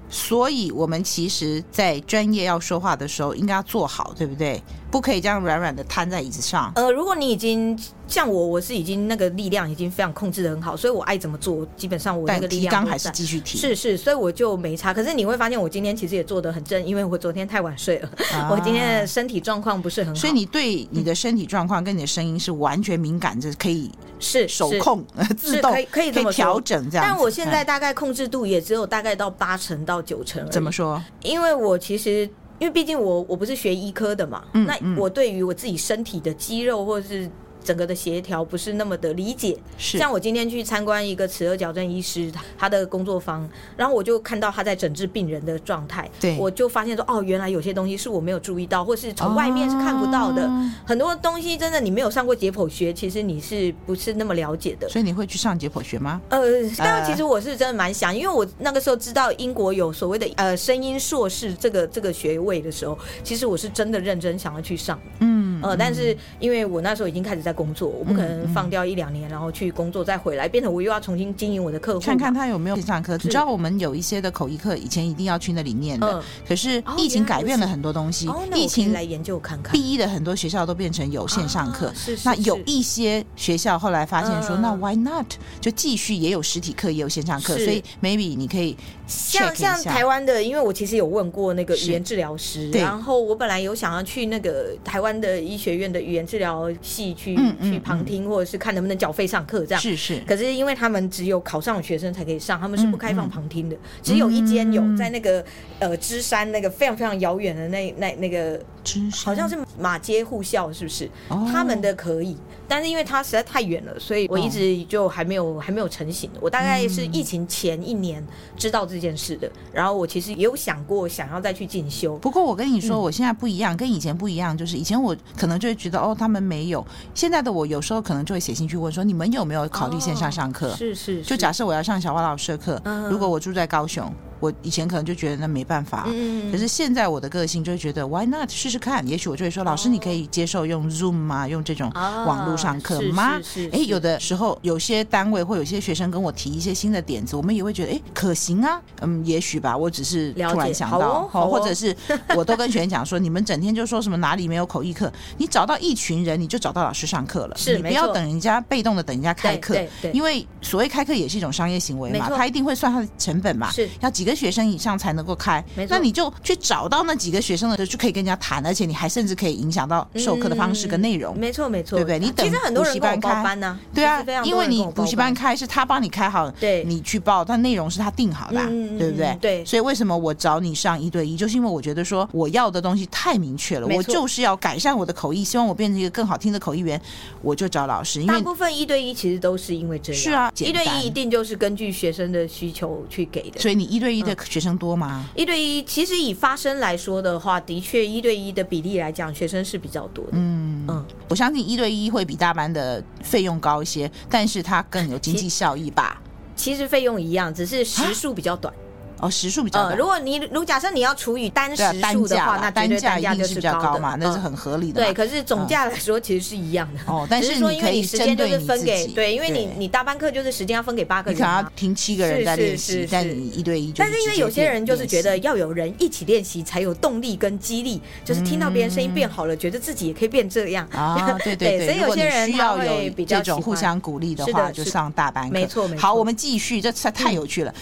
[SPEAKER 1] 所以我们其实，在专业要说话的时候，应该要做好，对不对？不可以这样软软的瘫在椅子上。
[SPEAKER 2] 呃，如果你已经像我，我是已经那个力量已经非常控制的很好，所以我爱怎么做，基本上我那
[SPEAKER 1] 但
[SPEAKER 2] 个力
[SPEAKER 1] 提
[SPEAKER 2] 量
[SPEAKER 1] 纲
[SPEAKER 2] 都
[SPEAKER 1] 还是
[SPEAKER 2] 在
[SPEAKER 1] 继续提，
[SPEAKER 2] 是是，所以我就没差。可是你会发现，我今天其实也做得很正，因为我昨天太晚睡了，
[SPEAKER 1] 啊
[SPEAKER 2] 我今天的身体状况不是很好，
[SPEAKER 1] 所以你对你的身体状况跟你的声音是完全敏感，这可以
[SPEAKER 2] 是
[SPEAKER 1] 手
[SPEAKER 2] 是
[SPEAKER 1] 控、 呃自
[SPEAKER 2] 是
[SPEAKER 1] 动
[SPEAKER 2] 可以可以这么说
[SPEAKER 1] 调整这样子。
[SPEAKER 2] 但我现在
[SPEAKER 1] 嗯
[SPEAKER 2] 大概控制度也只有大概到八成到九成而已。
[SPEAKER 1] 怎么说？
[SPEAKER 2] 因为我其实。因为毕竟我我不是学医科的嘛，
[SPEAKER 1] 嗯
[SPEAKER 2] 那
[SPEAKER 1] 嗯
[SPEAKER 2] 我对于我自己身体的肌肉或者是整个的协调不是那么的理解。
[SPEAKER 1] 是
[SPEAKER 2] 像我今天去参观一个齿颌矫正医师他他的工作坊，然后我就看到他在诊治病人的状态，
[SPEAKER 1] 对
[SPEAKER 2] 我就发现说哦，原来有些东西是我没有注意到，或是从外面是看不到的。
[SPEAKER 1] 哦
[SPEAKER 2] 很多东西真的你没有上过解剖学，其实你是不是那么了解的？
[SPEAKER 1] 所以你会去上解剖学吗？
[SPEAKER 2] 呃，但其实我是真的蛮想，因为我那个时候知道英国有所谓的呃声音硕士这个这个学位的时候，其实我是真的认真想要去上，
[SPEAKER 1] 嗯，
[SPEAKER 2] 呃，但是因为我那时候已经开始在工作，我不可能放掉一两年然后去工作再回来，变成我又要重新经营我的客户，
[SPEAKER 1] 看看，他有没有线上课。你知道我们有一些的口译课，以前一定要去那里念的
[SPEAKER 2] 嗯，
[SPEAKER 1] 可是
[SPEAKER 2] 哦
[SPEAKER 1] 疫情
[SPEAKER 2] 原来
[SPEAKER 1] 改变了很多东西
[SPEAKER 2] 哦，，那
[SPEAKER 1] 疫
[SPEAKER 2] 我可以
[SPEAKER 1] 情
[SPEAKER 2] 来研究看看。
[SPEAKER 1] 逼的很多学校都变成有线上课
[SPEAKER 2] 啊。是是
[SPEAKER 1] 那有
[SPEAKER 2] 是
[SPEAKER 1] 一些学校后来发现说，
[SPEAKER 2] 嗯
[SPEAKER 1] 那 why not 就继续也有实体课，也有线上课，
[SPEAKER 2] 是
[SPEAKER 1] 所以 maybe 你可以 check
[SPEAKER 2] 像
[SPEAKER 1] 一
[SPEAKER 2] 像
[SPEAKER 1] 下
[SPEAKER 2] 台湾的，因为我其实有问过那个
[SPEAKER 1] 是
[SPEAKER 2] 语言治疗师，
[SPEAKER 1] 对
[SPEAKER 2] 然后我本来有想要去那个台湾的医学院的语言治疗系去、
[SPEAKER 1] 嗯嗯
[SPEAKER 2] 去旁听，或者是看能不能缴费上课这样。
[SPEAKER 1] 是是
[SPEAKER 2] 可是因为他们只有考上的学生才可以上，他们是不
[SPEAKER 1] 嗯
[SPEAKER 2] 开
[SPEAKER 1] 嗯嗯
[SPEAKER 2] 放旁听的，只有一间有在那个呃芝山那个非常非常遥远的那那那个
[SPEAKER 1] 之声
[SPEAKER 2] 好像是马街护校，是不是？
[SPEAKER 1] 嗯哦
[SPEAKER 2] 他们的可以，但是因为它实在太远了，所以我一直就还没有还没有成型。我大概
[SPEAKER 1] 嗯
[SPEAKER 2] 是疫情前一年知道这件事的，然后我其实也有想过想要再去进修。
[SPEAKER 1] 不过我跟你
[SPEAKER 2] 嗯
[SPEAKER 1] 说，我现在不一样，跟以前不一样，就是以前我可能就会觉得哦，他们没有。现在的我有时候可能就会写信去问说，你们有没有考虑线上上课？
[SPEAKER 2] 哦是是，
[SPEAKER 1] 就是假设我要上小花老师的课，
[SPEAKER 2] 嗯
[SPEAKER 1] 如果我住在高雄，我以前可能就觉得那没办法。
[SPEAKER 2] 嗯
[SPEAKER 1] 可是现在我的个性就会觉得 Why not 试试看？也许我就会说，老师，你可以接受用 Zoom 吗？用这种
[SPEAKER 2] 啊
[SPEAKER 1] 网络上课
[SPEAKER 2] 是
[SPEAKER 1] 吗
[SPEAKER 2] 是是？
[SPEAKER 1] 诶，
[SPEAKER 2] 是
[SPEAKER 1] 有的时候有些单位或有些学生跟我提一些新的点子，我们也会觉得诶，可行啊，嗯，也许吧。我只是
[SPEAKER 2] 了解
[SPEAKER 1] 突然想
[SPEAKER 2] 好
[SPEAKER 1] 到
[SPEAKER 2] 哦，好哦
[SPEAKER 1] 或者是我都跟学员讲说，你们整天就说什么哪里没有口译课，你找到一群人，你就找到老师上课了，
[SPEAKER 2] 是
[SPEAKER 1] 你不
[SPEAKER 2] 没
[SPEAKER 1] 要
[SPEAKER 2] 错
[SPEAKER 1] 等人家被动的等人家开
[SPEAKER 2] 对
[SPEAKER 1] 课
[SPEAKER 2] 对，对
[SPEAKER 1] 因为所谓开课也是一种商业行为嘛，
[SPEAKER 2] 没错
[SPEAKER 1] 他一定会算他的成本嘛，
[SPEAKER 2] 是
[SPEAKER 1] 要几个学生以上才能够开
[SPEAKER 2] 没，错
[SPEAKER 1] 那你就去找到那几个学生的，就可以跟人家谈，而且你还甚至可以影响到授课的方式跟内容。
[SPEAKER 2] 嗯没错没错，
[SPEAKER 1] 对不对你等
[SPEAKER 2] 其实很多
[SPEAKER 1] 补习班
[SPEAKER 2] 人跟我报
[SPEAKER 1] 开
[SPEAKER 2] 班呢、
[SPEAKER 1] 对啊
[SPEAKER 2] 其实非常，多
[SPEAKER 1] 因为
[SPEAKER 2] 人跟
[SPEAKER 1] 你
[SPEAKER 2] 我报
[SPEAKER 1] 补习班开是他帮你开好，
[SPEAKER 2] 对
[SPEAKER 1] 你去报，但内容是他定好的啊、
[SPEAKER 2] 嗯嗯嗯
[SPEAKER 1] 对不对
[SPEAKER 2] 嗯？对
[SPEAKER 1] 所以为什么我找你上一对一，就是因为我觉得说我要的东西太明确了，
[SPEAKER 2] 没
[SPEAKER 1] 我
[SPEAKER 2] 错
[SPEAKER 1] 就是要改善我的口译，希望我变成一个更好听的口译员，我就找老师，因
[SPEAKER 2] 大
[SPEAKER 1] 为
[SPEAKER 2] 部分一对一其实都是因为这样，
[SPEAKER 1] 是啊
[SPEAKER 2] 一
[SPEAKER 1] 简
[SPEAKER 2] 对
[SPEAKER 1] 单
[SPEAKER 2] 一一定就是根据学生的需求去给的。
[SPEAKER 1] 所以你一对一的学生多吗？
[SPEAKER 2] 一对一其实以发生来说的话，的确一对一的比例来讲，学生是比较多的。嗯嗯，
[SPEAKER 1] 我相信一对一会比大班的费用高一些，但是它更有经济效益吧？
[SPEAKER 2] 其实费用一样，只是时数比较短。
[SPEAKER 1] 哦，时数比较
[SPEAKER 2] 呃，
[SPEAKER 1] 短，
[SPEAKER 2] 如果你如假设你要除以单时
[SPEAKER 1] 对啊，单
[SPEAKER 2] 数的
[SPEAKER 1] 价
[SPEAKER 2] 话，
[SPEAKER 1] 啦
[SPEAKER 2] 那绝
[SPEAKER 1] 单
[SPEAKER 2] 对
[SPEAKER 1] 价
[SPEAKER 2] 单
[SPEAKER 1] 一
[SPEAKER 2] 价
[SPEAKER 1] 定
[SPEAKER 2] 就是
[SPEAKER 1] 比较
[SPEAKER 2] 高
[SPEAKER 1] 高
[SPEAKER 2] 的
[SPEAKER 1] 嘛，那是
[SPEAKER 2] 嗯
[SPEAKER 1] 很合理的嘛。
[SPEAKER 2] 对，可是总价来说其实是一样的。
[SPEAKER 1] 哦但
[SPEAKER 2] 只
[SPEAKER 1] 是
[SPEAKER 2] 是说
[SPEAKER 1] 你
[SPEAKER 2] 因
[SPEAKER 1] 可以
[SPEAKER 2] 为你时间就
[SPEAKER 1] 针对
[SPEAKER 2] 是
[SPEAKER 1] 你
[SPEAKER 2] 分
[SPEAKER 1] 自
[SPEAKER 2] 给
[SPEAKER 1] 己
[SPEAKER 2] 对，因为你
[SPEAKER 1] 对
[SPEAKER 2] 你大班课就是时间要分给八个
[SPEAKER 1] 你
[SPEAKER 2] 人
[SPEAKER 1] 可能
[SPEAKER 2] 嘛
[SPEAKER 1] 要听七个人在练习，
[SPEAKER 2] 是是是
[SPEAKER 1] 但你一对一就
[SPEAKER 2] 但是因为有些人就是觉得
[SPEAKER 1] 直接
[SPEAKER 2] 要有人一起练习才有动力跟激励，就是听到别人声音变好了，觉得自己也可以变这样
[SPEAKER 1] 练习 啊，对对，
[SPEAKER 2] 所以有些人
[SPEAKER 1] 如果你需
[SPEAKER 2] 他
[SPEAKER 1] 要
[SPEAKER 2] 会
[SPEAKER 1] 有
[SPEAKER 2] 比较
[SPEAKER 1] 这种
[SPEAKER 2] 喜
[SPEAKER 1] 互
[SPEAKER 2] 欢
[SPEAKER 1] 相鼓励的
[SPEAKER 2] 是的
[SPEAKER 1] 话，就是上大班课
[SPEAKER 2] 没错没错嗯
[SPEAKER 1] 好，我们继续，这太太有趣 了，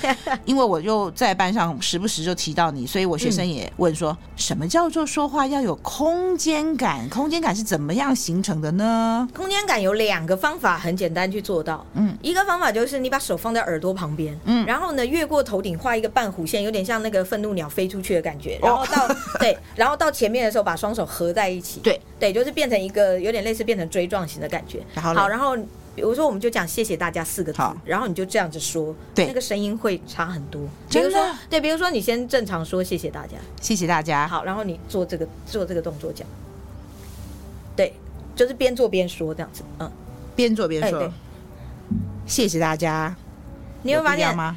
[SPEAKER 1] 因为我就在班上时不时就提到你，所以我学
[SPEAKER 2] 嗯
[SPEAKER 1] 生也问说，什么叫做说话要有空间感？空间感是怎么样形成的呢？
[SPEAKER 2] 空间感有两个方法，很简单去做到。
[SPEAKER 1] 嗯，
[SPEAKER 2] 一个方法就是你把手放在耳朵旁边，
[SPEAKER 1] 嗯
[SPEAKER 2] 然后呢越过头顶画一个半弧线，有点像那个愤怒鸟飞出去的感觉。
[SPEAKER 1] 哦
[SPEAKER 2] 然后到、 对，然后到前面的时候把双手合在一起，
[SPEAKER 1] 对
[SPEAKER 2] 对，就是变成一个有点类似变成锥状型的感觉。
[SPEAKER 1] 然后嘞
[SPEAKER 2] 好，然后比如说我们就讲谢谢大家四个字
[SPEAKER 1] 好，
[SPEAKER 2] 然后你就这样子说，
[SPEAKER 1] 对
[SPEAKER 2] 那个声音会差很多。比
[SPEAKER 1] 真
[SPEAKER 2] 如
[SPEAKER 1] 的
[SPEAKER 2] 说，对，比如说你先正常说谢谢大家，
[SPEAKER 1] 谢谢大家。
[SPEAKER 2] 好，然后你做这个做这个动作讲，对，就是边做边说这样子，嗯。
[SPEAKER 1] 边做边
[SPEAKER 2] 哎
[SPEAKER 1] 说、
[SPEAKER 2] 对
[SPEAKER 1] 谢谢大家。
[SPEAKER 2] 你会
[SPEAKER 1] 有
[SPEAKER 2] 发
[SPEAKER 1] 必要
[SPEAKER 2] 现，
[SPEAKER 1] 吗？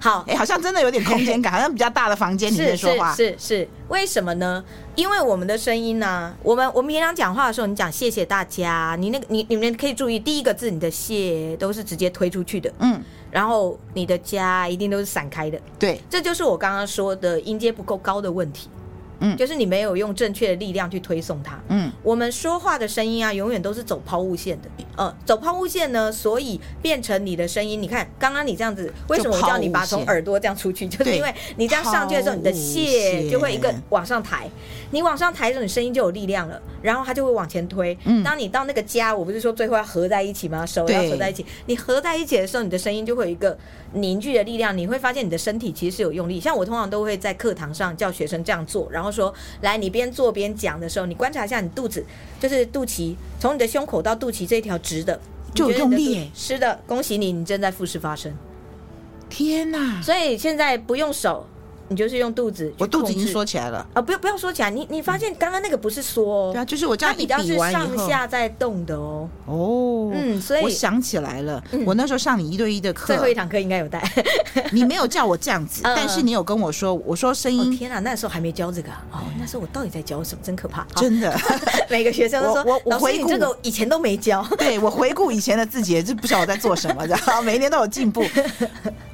[SPEAKER 2] 好
[SPEAKER 1] 哎、好像真的有点空间感，好像比较大的房间里面
[SPEAKER 2] 是
[SPEAKER 1] 说
[SPEAKER 2] 是
[SPEAKER 1] 话。
[SPEAKER 2] 是是，为什么呢？因为我们的声音呢、我们我们平常讲话的时候，你讲谢谢大家，你那个你你们可以注意第一个字，你的谢都是直接推出去的，
[SPEAKER 1] 嗯，
[SPEAKER 2] 然后你的家一定都是散开的，
[SPEAKER 1] 对，
[SPEAKER 2] 这就是我刚刚说的音阶不够高的问题。
[SPEAKER 1] 嗯
[SPEAKER 2] 就是你没有用正确的力量去推送它。
[SPEAKER 1] 嗯，
[SPEAKER 2] 我们说话的声音啊，永远都是走抛物线的。呃，走抛物线呢，所以变成你的声音。你看，刚刚你这样子，为什么我叫你把从耳朵这样出去？就是
[SPEAKER 1] 对
[SPEAKER 2] 因为你这样上去的时候，你的
[SPEAKER 1] 抛物
[SPEAKER 2] 谢
[SPEAKER 1] 线
[SPEAKER 2] 就会一个往上抬。你往上抬的时候，你声音就有力量了，然后它就会往前推。
[SPEAKER 1] 嗯
[SPEAKER 2] 当你到那个家，我不是说最后要合在一起吗？手要
[SPEAKER 1] 对
[SPEAKER 2] 合在一起。你合在一起的时候，你的声音就会有一个凝聚的力量。你会发现你的身体其实是有用力。像我通常都会在课堂上叫学生这样做，然后说：来，你边做边讲的时候，你观察一下你肚子，就是肚脐，从你的胸口到肚脐这一条直的，
[SPEAKER 1] 就有
[SPEAKER 2] 你觉得你的
[SPEAKER 1] 哦用力
[SPEAKER 2] 肚
[SPEAKER 1] 耶
[SPEAKER 2] 是的，恭喜你，你正在复式发生。
[SPEAKER 1] 天哪！
[SPEAKER 2] 所以现在不用手，你就是用肚子去
[SPEAKER 1] 我肚子已
[SPEAKER 2] 控
[SPEAKER 1] 经
[SPEAKER 2] 制
[SPEAKER 1] 缩起来了。
[SPEAKER 2] 啊，不要不要说起来，你你发现刚刚那个不是缩哦，
[SPEAKER 1] 对啊，就是我这
[SPEAKER 2] 它
[SPEAKER 1] 样
[SPEAKER 2] 比
[SPEAKER 1] 一
[SPEAKER 2] 较
[SPEAKER 1] 比
[SPEAKER 2] 是
[SPEAKER 1] 完
[SPEAKER 2] 上
[SPEAKER 1] 以后，
[SPEAKER 2] 下在动的哦。
[SPEAKER 1] 哦，
[SPEAKER 2] 嗯所以
[SPEAKER 1] 我想起来了，
[SPEAKER 2] 嗯
[SPEAKER 1] 我那时候上你一对一的
[SPEAKER 2] 最
[SPEAKER 1] 课
[SPEAKER 2] 后，一堂课应该有带。
[SPEAKER 1] 你没有叫我这样子，
[SPEAKER 2] 嗯嗯
[SPEAKER 1] 但是你有跟我说，我说声
[SPEAKER 2] 哦
[SPEAKER 1] 音
[SPEAKER 2] 天啊，那时候还没教这个啊、哦，那时候我到底在教什么？真可怕！好
[SPEAKER 1] 真的，
[SPEAKER 2] 每个学生都说，
[SPEAKER 1] 我我我
[SPEAKER 2] 老师
[SPEAKER 1] 回
[SPEAKER 2] 你
[SPEAKER 1] 顾
[SPEAKER 2] 这个以前都没教。
[SPEAKER 1] 对我回顾以前的自己，也是不知道我在做 什么，然后每一年都有进步。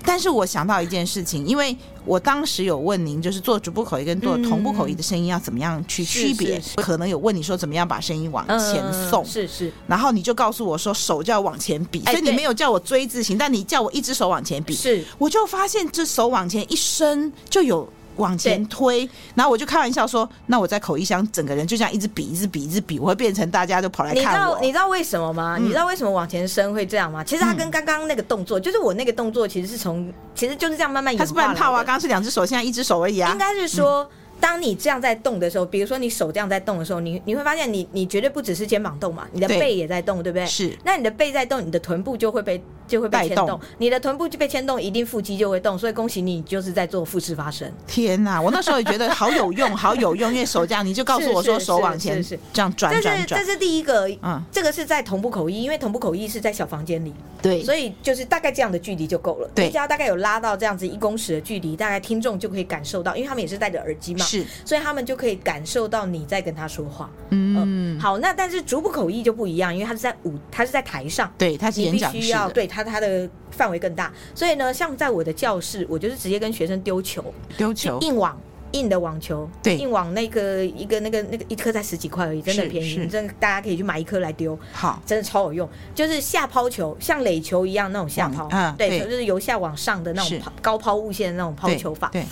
[SPEAKER 1] 但是我想到一件事情，因为我当时有问您，就是做逐步口译跟做同步口译的声音要怎么样去区别
[SPEAKER 2] 嗯是，是嗯
[SPEAKER 1] 我可能有问你说怎么样把声音往 前送。
[SPEAKER 2] 是是，
[SPEAKER 1] 然后你就告诉我说手就要往前比，
[SPEAKER 2] 哎
[SPEAKER 1] 所以你
[SPEAKER 2] 对
[SPEAKER 1] 没有叫我追字形，但你叫我一只手往前比，
[SPEAKER 2] 是
[SPEAKER 1] 我就发现这手往前一伸就有往前推，然后我就开玩笑说，那我在口译箱整个人就这样一直比，一直比，一直比，我会变成大家就跑来
[SPEAKER 2] 你知
[SPEAKER 1] 看
[SPEAKER 2] 道
[SPEAKER 1] 我。嗯
[SPEAKER 2] 你知道为什么吗？你知道为什么往前伸会这样吗？其实它跟刚刚那个动作，就是我那个动作，其实是从其实就是这样慢慢演
[SPEAKER 1] 它
[SPEAKER 2] 化
[SPEAKER 1] 是半套啊，
[SPEAKER 2] 来的
[SPEAKER 1] 刚刚是两只手，现在一只手而已啊
[SPEAKER 2] 应。该是说。当你这样在动的时候，比如说你手这样在动的时候，你你会发现你你绝对不只是肩膀动嘛，你的
[SPEAKER 1] 对
[SPEAKER 2] 背也在动，对不对？
[SPEAKER 1] 是
[SPEAKER 2] 那你的背在动，你的臀部就会被就会被牵
[SPEAKER 1] 带动
[SPEAKER 2] 动，你的臀部就被牵动，一定腹肌就会动，所以恭喜你，你就是在做腹式发声。
[SPEAKER 1] 天哪！我那时候也觉得好有用，好有用，因为手这样，你就告诉我
[SPEAKER 2] 是
[SPEAKER 1] 说
[SPEAKER 2] 是
[SPEAKER 1] 手往前
[SPEAKER 2] 是是
[SPEAKER 1] 这样转
[SPEAKER 2] 这
[SPEAKER 1] 转
[SPEAKER 2] 是这
[SPEAKER 1] 转，
[SPEAKER 2] 是第一个，
[SPEAKER 1] 嗯，
[SPEAKER 2] 这个是在同步口译，因为同步口译是在小房间里，
[SPEAKER 1] 对，
[SPEAKER 2] 所以就是大概这样的距离就够了。
[SPEAKER 1] 对
[SPEAKER 2] 你只要大概有拉到这样子一公尺的距离，大概听众就可以感受到，因为他们也是戴着耳机嘛，
[SPEAKER 1] 是，
[SPEAKER 2] 所以他们就可以感受到你在跟他说话。
[SPEAKER 1] 嗯，
[SPEAKER 2] 好，那但是逐步口译就不一样，因为他是在舞，他是在台上。
[SPEAKER 1] 对，它是
[SPEAKER 2] 你
[SPEAKER 1] 演
[SPEAKER 2] 必
[SPEAKER 1] 讲
[SPEAKER 2] 须
[SPEAKER 1] 式
[SPEAKER 2] 要
[SPEAKER 1] 的，
[SPEAKER 2] 对他他的范围更大，所以呢，像在我的教室，我就是直接跟学生丢球，
[SPEAKER 1] 丢球，
[SPEAKER 2] 硬网硬的网球，
[SPEAKER 1] 对
[SPEAKER 2] 硬网那个一个那个那个一颗才十几块而已，真的
[SPEAKER 1] 是
[SPEAKER 2] 很便宜，
[SPEAKER 1] 是
[SPEAKER 2] 真的大家可以去买一颗来丢，
[SPEAKER 1] 好，
[SPEAKER 2] 真的超有用。就是下抛球，像垒球一样那种下抛
[SPEAKER 1] 往，啊
[SPEAKER 2] 对，
[SPEAKER 1] 对
[SPEAKER 2] 就是由下往上的那种
[SPEAKER 1] 是
[SPEAKER 2] 抛高抛物线的那种抛
[SPEAKER 1] 对
[SPEAKER 2] 球法。
[SPEAKER 1] 对，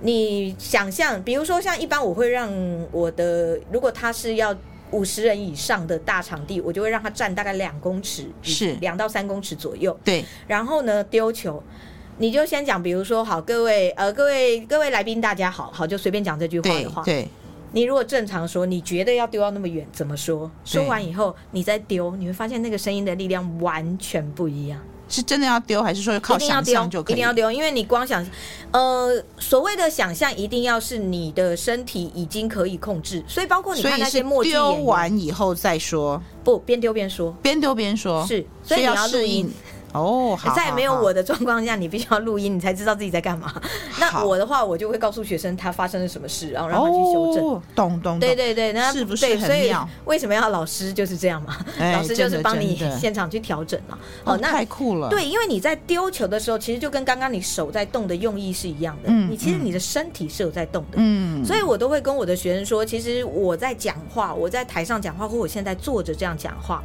[SPEAKER 2] 你想象，比如说像一般我会让我的，如果他是要。五十人以上的大场地，我就会让他站大概两公尺，
[SPEAKER 1] 是
[SPEAKER 2] 两到三公尺左右。
[SPEAKER 1] 对，
[SPEAKER 2] 然后呢丢球，你就先讲，比如说好，各位呃，各位各位来宾大家好，好就随便讲这句话
[SPEAKER 1] 对
[SPEAKER 2] 的，话，
[SPEAKER 1] 对，
[SPEAKER 2] 你如果正常说，你觉得要丢到那么远，怎么说？
[SPEAKER 1] 对
[SPEAKER 2] 说完以后，你再丢，你会发现那个声音的力量完全不一样。
[SPEAKER 1] 是真的要丢，还是说靠
[SPEAKER 2] 一定要
[SPEAKER 1] 想象就
[SPEAKER 2] 丢，
[SPEAKER 1] 可
[SPEAKER 2] 一
[SPEAKER 1] 以
[SPEAKER 2] 定？要丢，因为你光想，呃，所谓的想象一定要是你的身体已经可以控制，所以包括你
[SPEAKER 1] 所
[SPEAKER 2] 看
[SPEAKER 1] 以
[SPEAKER 2] 那些
[SPEAKER 1] 是
[SPEAKER 2] 默剧
[SPEAKER 1] 丢
[SPEAKER 2] 演员，
[SPEAKER 1] 完以后再说，
[SPEAKER 2] 不边丢边说，
[SPEAKER 1] 边丢边说，，
[SPEAKER 2] 是，所
[SPEAKER 1] 所
[SPEAKER 2] 以你要录
[SPEAKER 1] 哦适
[SPEAKER 2] 音
[SPEAKER 1] 应。。哦，好，
[SPEAKER 2] 在
[SPEAKER 1] 好
[SPEAKER 2] 没有
[SPEAKER 1] 好
[SPEAKER 2] 我的状况下，你必须要录音，你才知道自己在干嘛。那
[SPEAKER 1] 好
[SPEAKER 2] 我的话，我就会告诉学生他发生了什么事，然后让他去修正。
[SPEAKER 1] 哦、懂懂，
[SPEAKER 2] 对
[SPEAKER 1] 懂，
[SPEAKER 2] 对对，那
[SPEAKER 1] 是不是
[SPEAKER 2] 对
[SPEAKER 1] 很
[SPEAKER 2] 所以
[SPEAKER 1] 妙
[SPEAKER 2] 为什么要老师就是这样嘛？
[SPEAKER 1] 哎
[SPEAKER 2] 老师就是帮你
[SPEAKER 1] 真的真的
[SPEAKER 2] 现场去调整嘛。
[SPEAKER 1] 哦，
[SPEAKER 2] 哦，那
[SPEAKER 1] 太酷了，，
[SPEAKER 2] 对，因为你在丢球的时候，其实就跟刚刚你手在动的用意是一样的。
[SPEAKER 1] 嗯
[SPEAKER 2] 你其实
[SPEAKER 1] 嗯
[SPEAKER 2] 你的身体是有在动的。
[SPEAKER 1] 嗯，
[SPEAKER 2] 所以我都会跟我的学生说，其实我在讲话，我在台上讲话，或我现在坐着这样讲话，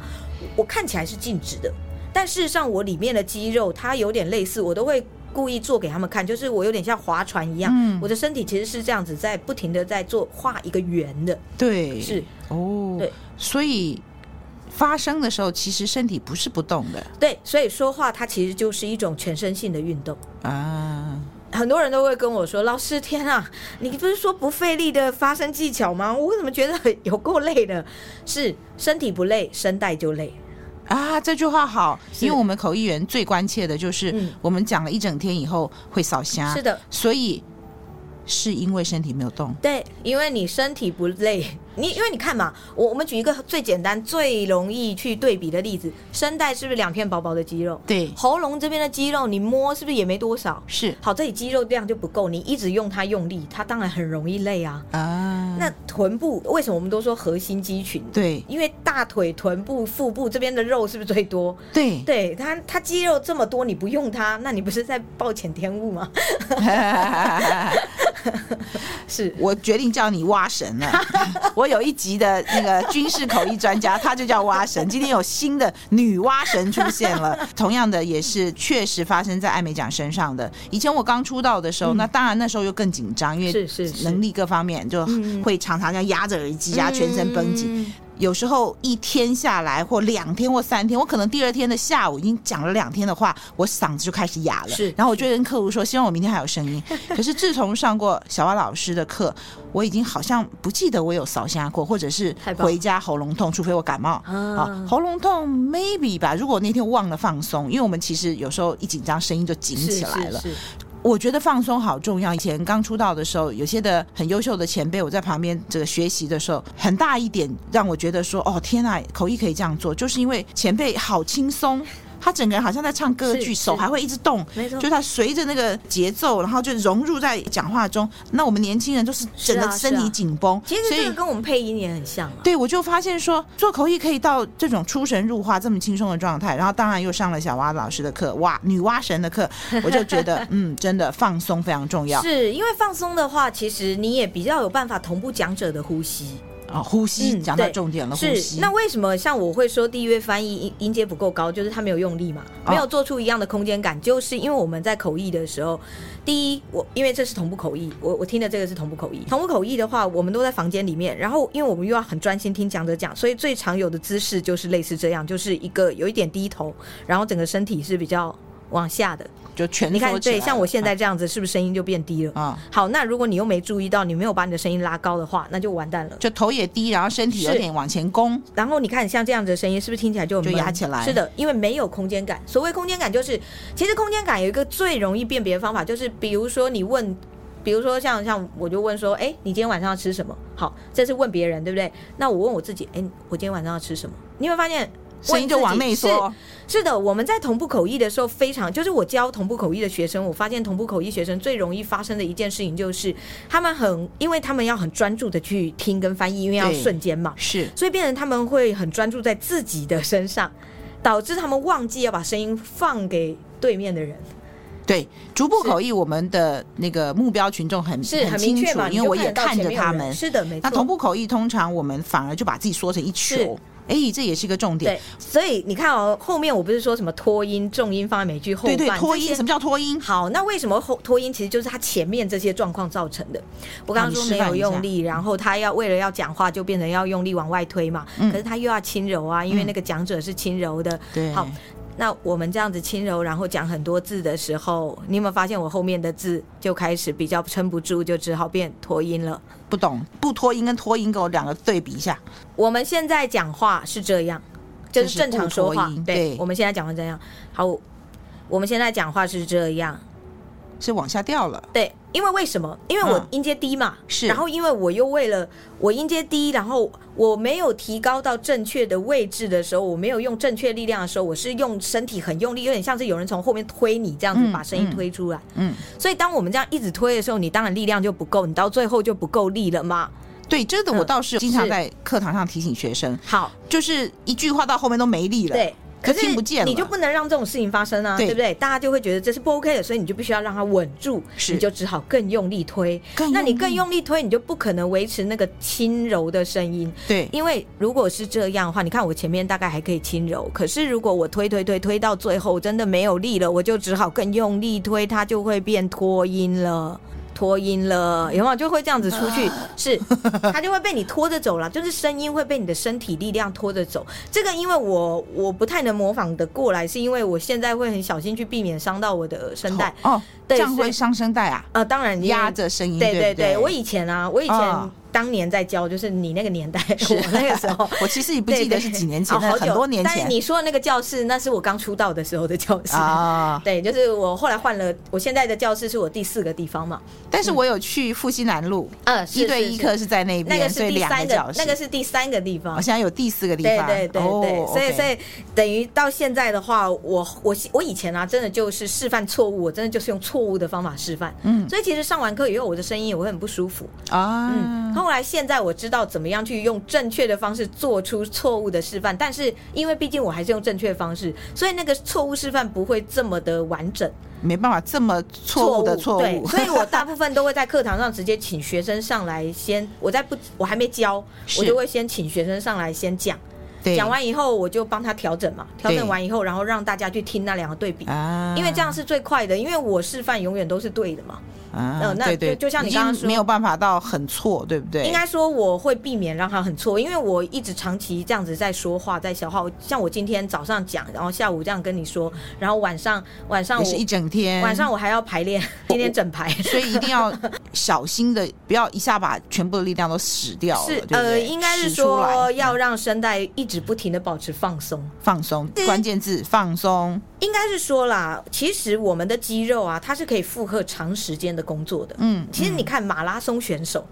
[SPEAKER 2] 我看起来是静止的，但事实上我里面的肌肉它有点类似，我都会。故意做给他们看，就是我有点像划船一样，
[SPEAKER 1] 嗯
[SPEAKER 2] 我的身体其实是这样子在不停的在做画一个圆的，
[SPEAKER 1] 对，
[SPEAKER 2] 是
[SPEAKER 1] 哦，
[SPEAKER 2] 对，
[SPEAKER 1] 所以发生的时候，其实身体不是不动的
[SPEAKER 2] 对，所以说话它其实就是一种全身性的运动。
[SPEAKER 1] 啊，
[SPEAKER 2] 很多人都会跟我说：“老师，天啊，你不是说不费力的发声技巧吗？我怎么觉得很有够累的？是身体不累，声带就累。
[SPEAKER 1] 啊，这句话好，
[SPEAKER 2] 是
[SPEAKER 1] 因为我们口译员最关切的就是、
[SPEAKER 2] 嗯
[SPEAKER 1] 我们讲了一整天以后会扫瞎，
[SPEAKER 2] 是的，
[SPEAKER 1] 所以是因为身体没有动，
[SPEAKER 2] 对，因为你身体不累，你因为你看嘛，我我们举一个最简单、最容易去对比的例子，声带是不是两片薄薄的肌肉？
[SPEAKER 1] 对，
[SPEAKER 2] 喉咙这边的肌肉，你摸是不是也没多少？
[SPEAKER 1] 是
[SPEAKER 2] 好，这里肌肉量就不够，你一直用它用力，它当然很容易累啊。
[SPEAKER 1] 啊，
[SPEAKER 2] 那臀部为什么我们都说核心肌群？，
[SPEAKER 1] 对
[SPEAKER 2] 因为大腿、臀部、腹部这边的肉是不是最多？
[SPEAKER 1] 对，
[SPEAKER 2] 对它，它肌肉这么多，你不用它，那你不是在暴殄天物吗？ 是，
[SPEAKER 1] 我决定叫你蛙神 了。我有一集的那个军事口译专家，他就叫蛙神。今天有新的女蛙神出现 了，同样的也是确实发生在艾美奖身上的。以前我刚出道的时候，那当然那时候又更紧张，因为
[SPEAKER 2] 嗯是是是
[SPEAKER 1] 能力各方面就
[SPEAKER 2] 嗯
[SPEAKER 1] 会常常要压着耳机啊，全身绷紧。
[SPEAKER 2] 嗯
[SPEAKER 1] 有时候一天下来，或两天或三天，我可能第二天的下午已经讲了两天的话，我嗓子就开始哑了。
[SPEAKER 2] 是
[SPEAKER 1] 然后我就跟客户说，希望我明天还有声音。 可是自从上过小蛙老师的课，我已经好像不记得我有扫下过，或者是
[SPEAKER 2] 太棒
[SPEAKER 1] 回家喉咙痛，除非我感冒
[SPEAKER 2] 啊
[SPEAKER 1] 喉咙痛 maybe 吧。如果那天忘了放松，因为我们其实有时候一紧张声音就紧
[SPEAKER 2] 是
[SPEAKER 1] 起来了。
[SPEAKER 2] 是是
[SPEAKER 1] 我觉得放松好重要。以前刚出道的时候，有些的很优秀的前辈，我在旁边这个学习的时候，很大一点让我觉得说，哦天呐，口译可以这样做，就是因为前辈好轻松。他整个人好像在唱歌
[SPEAKER 2] 是
[SPEAKER 1] 剧，
[SPEAKER 2] 是
[SPEAKER 1] 手还会一直动，
[SPEAKER 2] 没错
[SPEAKER 1] 就他随着那个节奏，然后就融入在讲话中。那我们年轻人就是整
[SPEAKER 2] 是
[SPEAKER 1] 个
[SPEAKER 2] 啊
[SPEAKER 1] 身
[SPEAKER 2] 是
[SPEAKER 1] 体
[SPEAKER 2] 啊
[SPEAKER 1] 紧绷，
[SPEAKER 2] 其实
[SPEAKER 1] 所
[SPEAKER 2] 这
[SPEAKER 1] 以
[SPEAKER 2] 个跟我们配音也很像啊。
[SPEAKER 1] 对，我就发现说做口译可以到这种出神入化、这么轻松的状态，然后当然又上了小蛙老师的课，哇，女蛙神的课，我就觉得嗯，真的放松非常重要
[SPEAKER 2] 是因为放松的话，其实你也比较有办法同步讲者的呼吸。
[SPEAKER 1] 啊。呼吸
[SPEAKER 2] 嗯
[SPEAKER 1] 讲到
[SPEAKER 2] 对
[SPEAKER 1] 重点了，呼
[SPEAKER 2] 是，
[SPEAKER 1] 吸
[SPEAKER 2] 那为什么像我会说第一位翻译音音阶不够高，就是他没有用力嘛，
[SPEAKER 1] 哦
[SPEAKER 2] 没有做出一样的空间感，就是因为我们在口译的时候，第一，我因为这是同步口译，我我听的这个是同步口译，同步口译的话，我们都在房间里面，然后因为我们又要很专心听讲者讲，所以最常有的姿势就是类似这样，就是一个有一点低头，然后整个身体是比较。往下的。
[SPEAKER 1] 就全
[SPEAKER 2] 你看，
[SPEAKER 1] 缩起来
[SPEAKER 2] 对，像我现
[SPEAKER 1] 了嗯
[SPEAKER 2] 在这样子，是不是声音就变低了？
[SPEAKER 1] 啊、
[SPEAKER 2] 好，那如果你又没注意到，你没有把你的声音拉高的话，那就完蛋了。
[SPEAKER 1] 就头也低，然后身体有
[SPEAKER 2] 是
[SPEAKER 1] 点往前弓，
[SPEAKER 2] 然后你看，像这样子的声音，是不是听起来就很
[SPEAKER 1] 就
[SPEAKER 2] 闷
[SPEAKER 1] 压起来
[SPEAKER 2] 是的，因为没有空间感。所谓空间感，就是其实空间感有一个最容易辨别的方法，就是比如说你问，比如说像像我就问说，哎，你今天晚上要吃什么？好，这是问别人，对不对？那我问我自己，哎，我今天晚上要吃什么？你会发现。
[SPEAKER 1] 声音就
[SPEAKER 2] 问自
[SPEAKER 1] 往
[SPEAKER 2] 己
[SPEAKER 1] 内缩。
[SPEAKER 2] 是。是的，我们在同步口译的时候，非常就是我教同步口译的学生，我发现同步口译学生最容易发生的一件事情就是，他们很，因为他们要很专注的去听跟翻译，因为要
[SPEAKER 1] 对
[SPEAKER 2] 瞬间嘛。
[SPEAKER 1] 是
[SPEAKER 2] 所以变成他们会很专注在自己的身上，导致他们忘记要把声音放给对面的人。
[SPEAKER 1] 对，逐步
[SPEAKER 2] 是
[SPEAKER 1] 口译，我们的那个目标群众很
[SPEAKER 2] 是很
[SPEAKER 1] 清
[SPEAKER 2] 明确
[SPEAKER 1] 楚
[SPEAKER 2] 嘛？，你
[SPEAKER 1] 因为
[SPEAKER 2] 就
[SPEAKER 1] 我也
[SPEAKER 2] 得到
[SPEAKER 1] 看
[SPEAKER 2] 前
[SPEAKER 1] 着
[SPEAKER 2] 面有
[SPEAKER 1] 他
[SPEAKER 2] 人
[SPEAKER 1] 们。
[SPEAKER 2] 是的，没错。
[SPEAKER 1] 那同步口译，通常我们反而就把自己缩成一球，哎，这也是一个重点
[SPEAKER 2] 对。，所以你看哦，后面我不是说什么拖音、重音放在每句后
[SPEAKER 1] 对对，
[SPEAKER 2] 半，
[SPEAKER 1] 脱
[SPEAKER 2] 这
[SPEAKER 1] 音，
[SPEAKER 2] 些
[SPEAKER 1] 什么叫脱音？
[SPEAKER 2] 好，那为什么后拖音？其实就是他前面这些状况造成的。我
[SPEAKER 1] 啊
[SPEAKER 2] 刚刚
[SPEAKER 1] 你
[SPEAKER 2] 说
[SPEAKER 1] 示
[SPEAKER 2] 没
[SPEAKER 1] 范
[SPEAKER 2] 有
[SPEAKER 1] 一下
[SPEAKER 2] 用力，然后他要为了要讲话，就变成要用力往外推嘛。
[SPEAKER 1] 嗯
[SPEAKER 2] 可是他又要轻柔啊，因为那个讲者是轻柔的，
[SPEAKER 1] 对，
[SPEAKER 2] 好那我们这样子轻柔，然后讲很多字的时候，你有没有发现我后面的字就开始比较撑不住，就只好变拖音了？
[SPEAKER 1] 不懂不脱音跟脱音，给我两个对比一下。
[SPEAKER 2] 我们现在讲话是这样，就
[SPEAKER 1] 就是
[SPEAKER 2] 是正常说
[SPEAKER 1] 不
[SPEAKER 2] 话
[SPEAKER 1] 拖音。对
[SPEAKER 2] 我们现在讲话这样。好，我们现在讲话是这样。
[SPEAKER 1] 是往下掉了，
[SPEAKER 2] 对，因为为什么？因为我
[SPEAKER 1] 嗯
[SPEAKER 2] 音阶低嘛，
[SPEAKER 1] 是
[SPEAKER 2] 然后因为我又为了我音阶低，然后我没有提高到正确的位置的时候，我没有用正确力量的时候，我是用身体很用力，有点像是有人从后面推你这样子
[SPEAKER 1] 嗯
[SPEAKER 2] 把声音
[SPEAKER 1] 嗯
[SPEAKER 2] 推出来。
[SPEAKER 1] 嗯，
[SPEAKER 2] 所以当我们这样一直推的时候，你当然力量就不够，你到最后就不够力了嘛。
[SPEAKER 1] 对，这个我
[SPEAKER 2] 嗯
[SPEAKER 1] 倒是经常
[SPEAKER 2] 是
[SPEAKER 1] 在课堂上提醒学生，
[SPEAKER 2] 好，
[SPEAKER 1] 就是一句话到后面都没力了，，
[SPEAKER 2] 对。
[SPEAKER 1] 就
[SPEAKER 2] 可是
[SPEAKER 1] 听不见了
[SPEAKER 2] 你就不能让这种事情发生啊，
[SPEAKER 1] 对
[SPEAKER 2] 对不对？大家就会觉得这是不 OK 的，所以你就必须要让它稳住，
[SPEAKER 1] 是
[SPEAKER 2] 你就只好更用力推。
[SPEAKER 1] 更
[SPEAKER 2] 那你
[SPEAKER 1] 力
[SPEAKER 2] 更用力推，你就不可能维持那个轻柔的声音，
[SPEAKER 1] 对，
[SPEAKER 2] 因为如果是这样的话，你看我前面大概还可以轻柔，可是如果我推推推推到最后真的没有力了，我就只好更用力推，它就会变拖音了。拖音了，有没有就会这样子出 去？是，它就会被你拖着走了，就是声音会被你的身体力量拖着走。这个因为我我不太能模仿的过来，是因为我现在会很小心去避免伤到我的声带。
[SPEAKER 1] 哦，这
[SPEAKER 2] 对
[SPEAKER 1] 样
[SPEAKER 2] 所
[SPEAKER 1] 会
[SPEAKER 2] 以
[SPEAKER 1] 伤声带啊，
[SPEAKER 2] 呃，当然
[SPEAKER 1] 压
[SPEAKER 2] 着。
[SPEAKER 1] 着声音，
[SPEAKER 2] 对
[SPEAKER 1] 对
[SPEAKER 2] 对
[SPEAKER 1] 不
[SPEAKER 2] 对，我以前啊，我以前
[SPEAKER 1] 嗯
[SPEAKER 2] 当年在教，就是你那个年代， 我那个时候，
[SPEAKER 1] 我其实也不
[SPEAKER 2] 对
[SPEAKER 1] 记得
[SPEAKER 2] 对
[SPEAKER 1] 是几年前，
[SPEAKER 2] 哦
[SPEAKER 1] 那
[SPEAKER 2] 好久
[SPEAKER 1] 很多年
[SPEAKER 2] 但是
[SPEAKER 1] 前
[SPEAKER 2] 你说的那个教室，那是我刚出道的时候的教室。
[SPEAKER 1] 啊。
[SPEAKER 2] 对，就是我后来换了，我现在的教室是我第四个地方嘛。
[SPEAKER 1] 但是我有去复兴南路，
[SPEAKER 2] 嗯，
[SPEAKER 1] 啊一对一课，是在那
[SPEAKER 2] 那个
[SPEAKER 1] 边，所
[SPEAKER 2] 是
[SPEAKER 1] 以
[SPEAKER 2] 第
[SPEAKER 1] 两
[SPEAKER 2] 三
[SPEAKER 1] 教
[SPEAKER 2] 个，
[SPEAKER 1] 室。哦
[SPEAKER 2] 那个是第三个地方
[SPEAKER 1] 我。现在有第四个地
[SPEAKER 2] 对
[SPEAKER 1] 方，
[SPEAKER 2] 对对
[SPEAKER 1] 哦
[SPEAKER 2] 对，所以
[SPEAKER 1] OK
[SPEAKER 2] 所以等于到现在的话，我我我以前啊，真的就是示范错误，我真的就是用错误的方法示范。
[SPEAKER 1] 嗯
[SPEAKER 2] 所以其实上完课以后，我的声音也会很不舒服。嗯，
[SPEAKER 1] 啊，
[SPEAKER 2] 后来现在我知道怎么样去用正确的方式做出错误的示范，但是因为毕竟我还是用正确的方式，所以那个错误示范不会这么的完整。
[SPEAKER 1] 没办法，这么错误的错
[SPEAKER 2] 对
[SPEAKER 1] 误，
[SPEAKER 2] 所以我大部分都会在课堂上直接请学生上来先，我在不我还没教，
[SPEAKER 1] 是
[SPEAKER 2] 我就会先请学生上来先讲，
[SPEAKER 1] 对
[SPEAKER 2] 讲完以后我就帮他调整嘛，调整完以后，然后让大家去听那两个对比。
[SPEAKER 1] 啊，
[SPEAKER 2] 因为这样是最快的，因为我示范永远都是对的嘛。
[SPEAKER 1] 啊，
[SPEAKER 2] 呃那
[SPEAKER 1] 对对，
[SPEAKER 2] 就就像你
[SPEAKER 1] 已经
[SPEAKER 2] 刚刚说
[SPEAKER 1] 没有办法到很错，对不对？
[SPEAKER 2] 应该说我会避免让他很错，因为我一直长期这样子在说话，在消化。像我今天早上讲，然后下午这样跟你说，然后晚上晚上
[SPEAKER 1] 也是一
[SPEAKER 2] 我
[SPEAKER 1] 整天，
[SPEAKER 2] 晚上我还要排练，今天整排。
[SPEAKER 1] 所以一定要小心的，不要一下把全部的力量都使掉了，
[SPEAKER 2] 是
[SPEAKER 1] 对不
[SPEAKER 2] 呃，
[SPEAKER 1] 对
[SPEAKER 2] 应该是
[SPEAKER 1] 使出来嗯
[SPEAKER 2] 说要让声带一直不停的保持放松。
[SPEAKER 1] 放松，
[SPEAKER 2] 对
[SPEAKER 1] 关键字放松，
[SPEAKER 2] 应该是说啦，其实我们的肌肉啊，它是可以负荷长时间的工作的。
[SPEAKER 1] 嗯，
[SPEAKER 2] 其实你
[SPEAKER 1] 嗯
[SPEAKER 2] 看马拉松选手，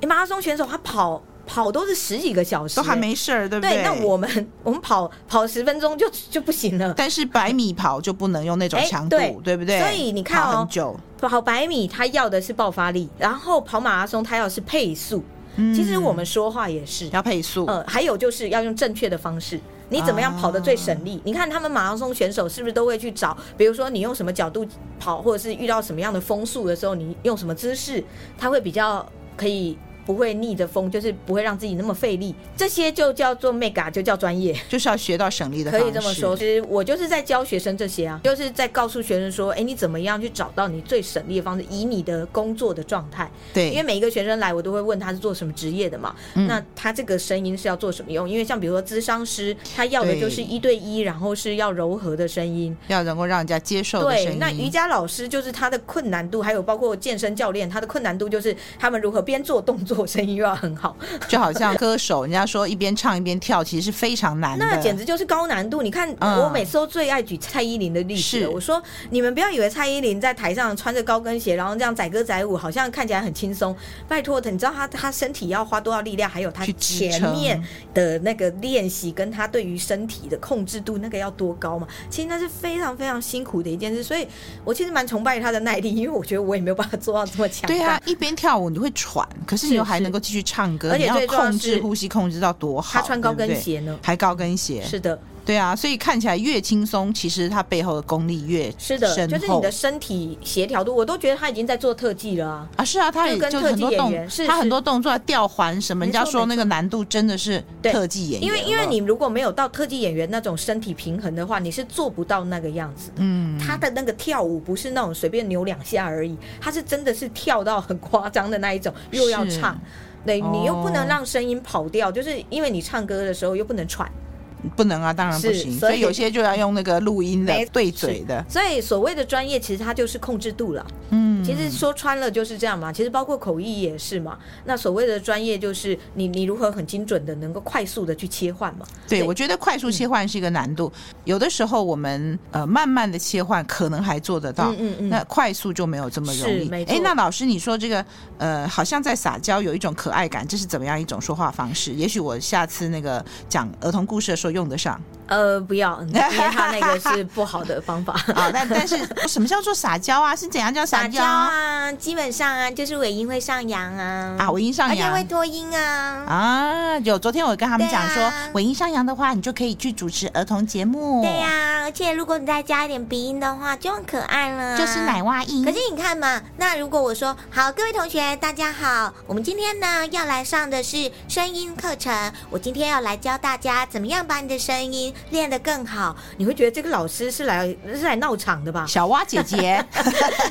[SPEAKER 2] 诶马拉松选手他跑跑都是十几个小时、
[SPEAKER 1] 都
[SPEAKER 2] 欸
[SPEAKER 1] 还
[SPEAKER 2] 诶
[SPEAKER 1] 没事儿，对不
[SPEAKER 2] 对，那我们 我们跑跑十分钟就就不行了。
[SPEAKER 1] 但是百米跑就不能用那种
[SPEAKER 2] 哎
[SPEAKER 1] 强度，
[SPEAKER 2] 对
[SPEAKER 1] 对不对？
[SPEAKER 2] 所以你看哦
[SPEAKER 1] 跑很久，
[SPEAKER 2] 跑百米它要的是爆发力，然后跑马拉松它要的是配速。
[SPEAKER 1] 嗯
[SPEAKER 2] 其实我们说话也是，
[SPEAKER 1] 要配速，
[SPEAKER 2] 呃，还有就是要用正确的方式。你怎么样跑得最省力？你看他们马拉松选手是不是都会去找，比如说你用什么角度跑，或者是遇到什么样的风速的时候，你用什么姿势，它会比较可以不会逆着风，就是不会让自己那么费力，这些就叫做 mega，就叫专业。
[SPEAKER 1] 就是要学到省力的
[SPEAKER 2] 可
[SPEAKER 1] 方式。
[SPEAKER 2] 以这么说，其实我就是在教学生这些啊，就是在告诉学生说，哎，你怎么样去找到你最省力的方式，以你的工作的状态。
[SPEAKER 1] 对，
[SPEAKER 2] 因为每一个学生来，我都会问他是做什么职业的嘛，
[SPEAKER 1] 嗯
[SPEAKER 2] 那他这个声音是要做什么用？因为像比如说咨商师，他要的就是
[SPEAKER 1] 对
[SPEAKER 2] 一对一，然后是要柔和的声音。
[SPEAKER 1] 要能够让人家接受的声
[SPEAKER 2] 对，
[SPEAKER 1] 音。
[SPEAKER 2] 那瑜伽老师就是他的困难度，还有包括健身教练，他的困难度就是他们如何边做动作，声音又要很好，
[SPEAKER 1] 就好像歌手，人家说一边唱一边跳，其实是非常难的。
[SPEAKER 2] 那简直就是高难度。你看，
[SPEAKER 1] 嗯
[SPEAKER 2] 我每次都最爱举蔡依林的例子
[SPEAKER 1] 是
[SPEAKER 2] 了。我说，你们不要以为蔡依林在台上穿着高跟鞋，然后这样载歌载舞，好像看起来很轻松。拜托的，你知道她她身体要花多少力量，还有她
[SPEAKER 1] 去支
[SPEAKER 2] 前
[SPEAKER 1] 撑
[SPEAKER 2] 面的那个练习，跟她对于身体的控制度那个要多高嘛？其实那是非常非常辛苦的一件事。所以我其实蛮崇拜她的耐力，因为我觉得我也没有办法做到这么强大。
[SPEAKER 1] 对啊，一边跳舞你会喘，可是你又还能够继续唱歌，
[SPEAKER 2] 而且
[SPEAKER 1] 你
[SPEAKER 2] 最
[SPEAKER 1] 要
[SPEAKER 2] 重要
[SPEAKER 1] 控制
[SPEAKER 2] 是
[SPEAKER 1] 呼吸控制到多好。
[SPEAKER 2] 她穿高跟
[SPEAKER 1] 对不对，
[SPEAKER 2] 鞋呢。
[SPEAKER 1] 还高跟鞋，
[SPEAKER 2] 是的，
[SPEAKER 1] 对啊，所以看起来越轻松，其实它背后的功力越
[SPEAKER 2] 是的，
[SPEAKER 1] 深
[SPEAKER 2] 就是你
[SPEAKER 1] 厚
[SPEAKER 2] 的身体协调度，我都觉得她已经在做特技了啊。
[SPEAKER 1] 啊，是啊，他
[SPEAKER 2] 就
[SPEAKER 1] 也
[SPEAKER 2] 跟
[SPEAKER 1] 就
[SPEAKER 2] 特
[SPEAKER 1] 很
[SPEAKER 2] 技
[SPEAKER 1] 多
[SPEAKER 2] 演
[SPEAKER 1] 动
[SPEAKER 2] 员，是
[SPEAKER 1] 他很
[SPEAKER 2] 是
[SPEAKER 1] 多动作吊环什么，人
[SPEAKER 2] 没
[SPEAKER 1] 家
[SPEAKER 2] 错
[SPEAKER 1] 说
[SPEAKER 2] 没
[SPEAKER 1] 那个难度真的是
[SPEAKER 2] 对
[SPEAKER 1] 特技演员
[SPEAKER 2] 因为
[SPEAKER 1] 了
[SPEAKER 2] 因为你如果没有到特技演员那种身体平衡的话，你是做不到那个样子的。
[SPEAKER 1] 嗯，
[SPEAKER 2] 他的那个跳舞不是那种随便扭两下而已，他是真的是跳到很夸张的那一种，又要
[SPEAKER 1] 是
[SPEAKER 2] 唱，对
[SPEAKER 1] 哦
[SPEAKER 2] 你又不能让声音跑掉，就是因为你唱歌的时候又不能喘，
[SPEAKER 1] 不能啊，当然不
[SPEAKER 2] 是
[SPEAKER 1] 行，
[SPEAKER 2] 所
[SPEAKER 1] 所以有
[SPEAKER 2] 以
[SPEAKER 1] 些就要用那个录音的
[SPEAKER 2] 没
[SPEAKER 1] 对嘴的，
[SPEAKER 2] 所以所谓的专业其实它就是控制度了。
[SPEAKER 1] 嗯，
[SPEAKER 2] 其实说穿了就是这样嘛，其实包括口译也是嘛。那所谓的专业就是你你如何很精准的能够快速的去切换嘛。
[SPEAKER 1] 对，
[SPEAKER 2] 对嗯
[SPEAKER 1] 我觉得快速切换是一个难度，有的时候我们呃慢慢的切换可能还做得到。
[SPEAKER 2] 嗯嗯嗯，
[SPEAKER 1] 那快速就没有这么容易
[SPEAKER 2] 是没。错
[SPEAKER 1] 诶那老师，你说这个呃，好像在撒娇有一种可爱感，这是怎么样一种说话方式？也许我下次那个讲儿童故事的时候用得上
[SPEAKER 2] 呃不要，因为他那个是不好的 方法。
[SPEAKER 1] 啊。但 但是什么叫做撒娇啊？是怎样叫撒
[SPEAKER 3] 撒
[SPEAKER 1] 娇
[SPEAKER 3] 娇啊，基本上啊，就是尾音会上扬啊，
[SPEAKER 1] 啊？我音上
[SPEAKER 3] 而且会
[SPEAKER 1] 扬
[SPEAKER 3] 多音啊，
[SPEAKER 1] 啊，有昨天我跟他们
[SPEAKER 3] 对
[SPEAKER 1] 讲
[SPEAKER 3] 啊
[SPEAKER 1] 说，尾音上扬的话，你就可以去主持儿童节目。
[SPEAKER 3] 对啊呀、而且如果你再加一点鼻音的话，就很可爱了、啊
[SPEAKER 1] 就是奶。蛙音。
[SPEAKER 3] 可是你看嘛，那如果我说好，各位同学大家好，我们今天呢要来上的是声音课程，我今天要来教大家怎么样把你的声音练得更好。
[SPEAKER 2] 你会觉得这个老师是来是来闹场的吧？
[SPEAKER 1] 小蛙姐姐，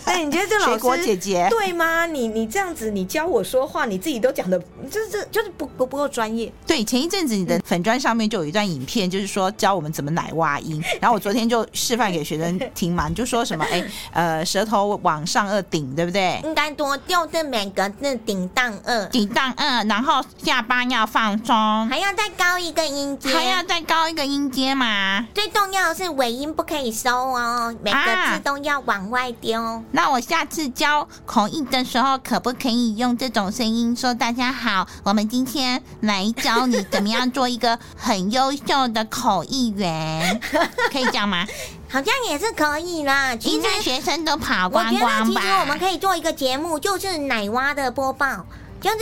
[SPEAKER 2] 哎，你觉得这老
[SPEAKER 1] 水
[SPEAKER 2] 师
[SPEAKER 1] 果姐姐，
[SPEAKER 2] 对吗？你你这样子，你教我说话，你自己都讲的，就是这哦就是不不不够专业。
[SPEAKER 1] 对，前一阵子你的粉砖上面就有一段影片，就是说教我们怎么奶蛙音。然后我昨天就示范给学生听嘛，你就说什么哎呃舌头往上颚顶，对不对？
[SPEAKER 3] 应该多用这每个字顶呃档二，
[SPEAKER 1] 顶上颚，然后下巴要放松，
[SPEAKER 3] 还要再高一个音阶，
[SPEAKER 1] 还要再高一个音阶嘛。
[SPEAKER 3] 最重要的是尾音不可以收哦，每个
[SPEAKER 1] 啊
[SPEAKER 3] 字都要往外丢。哦
[SPEAKER 1] 那我下次教口译的时候，可不可以用这种声音说：“大家好，我们今天来教你怎么样做一个很优秀的口译员？” 可以这样吗？
[SPEAKER 3] 好像也是可以啦。其
[SPEAKER 1] 应
[SPEAKER 3] 实
[SPEAKER 1] 该学生都跑
[SPEAKER 3] 我
[SPEAKER 1] 光
[SPEAKER 3] 觉得，
[SPEAKER 1] 光
[SPEAKER 3] 其
[SPEAKER 1] 吧？
[SPEAKER 3] 实我们可以做一个节目，就是奶蛙的播报，就是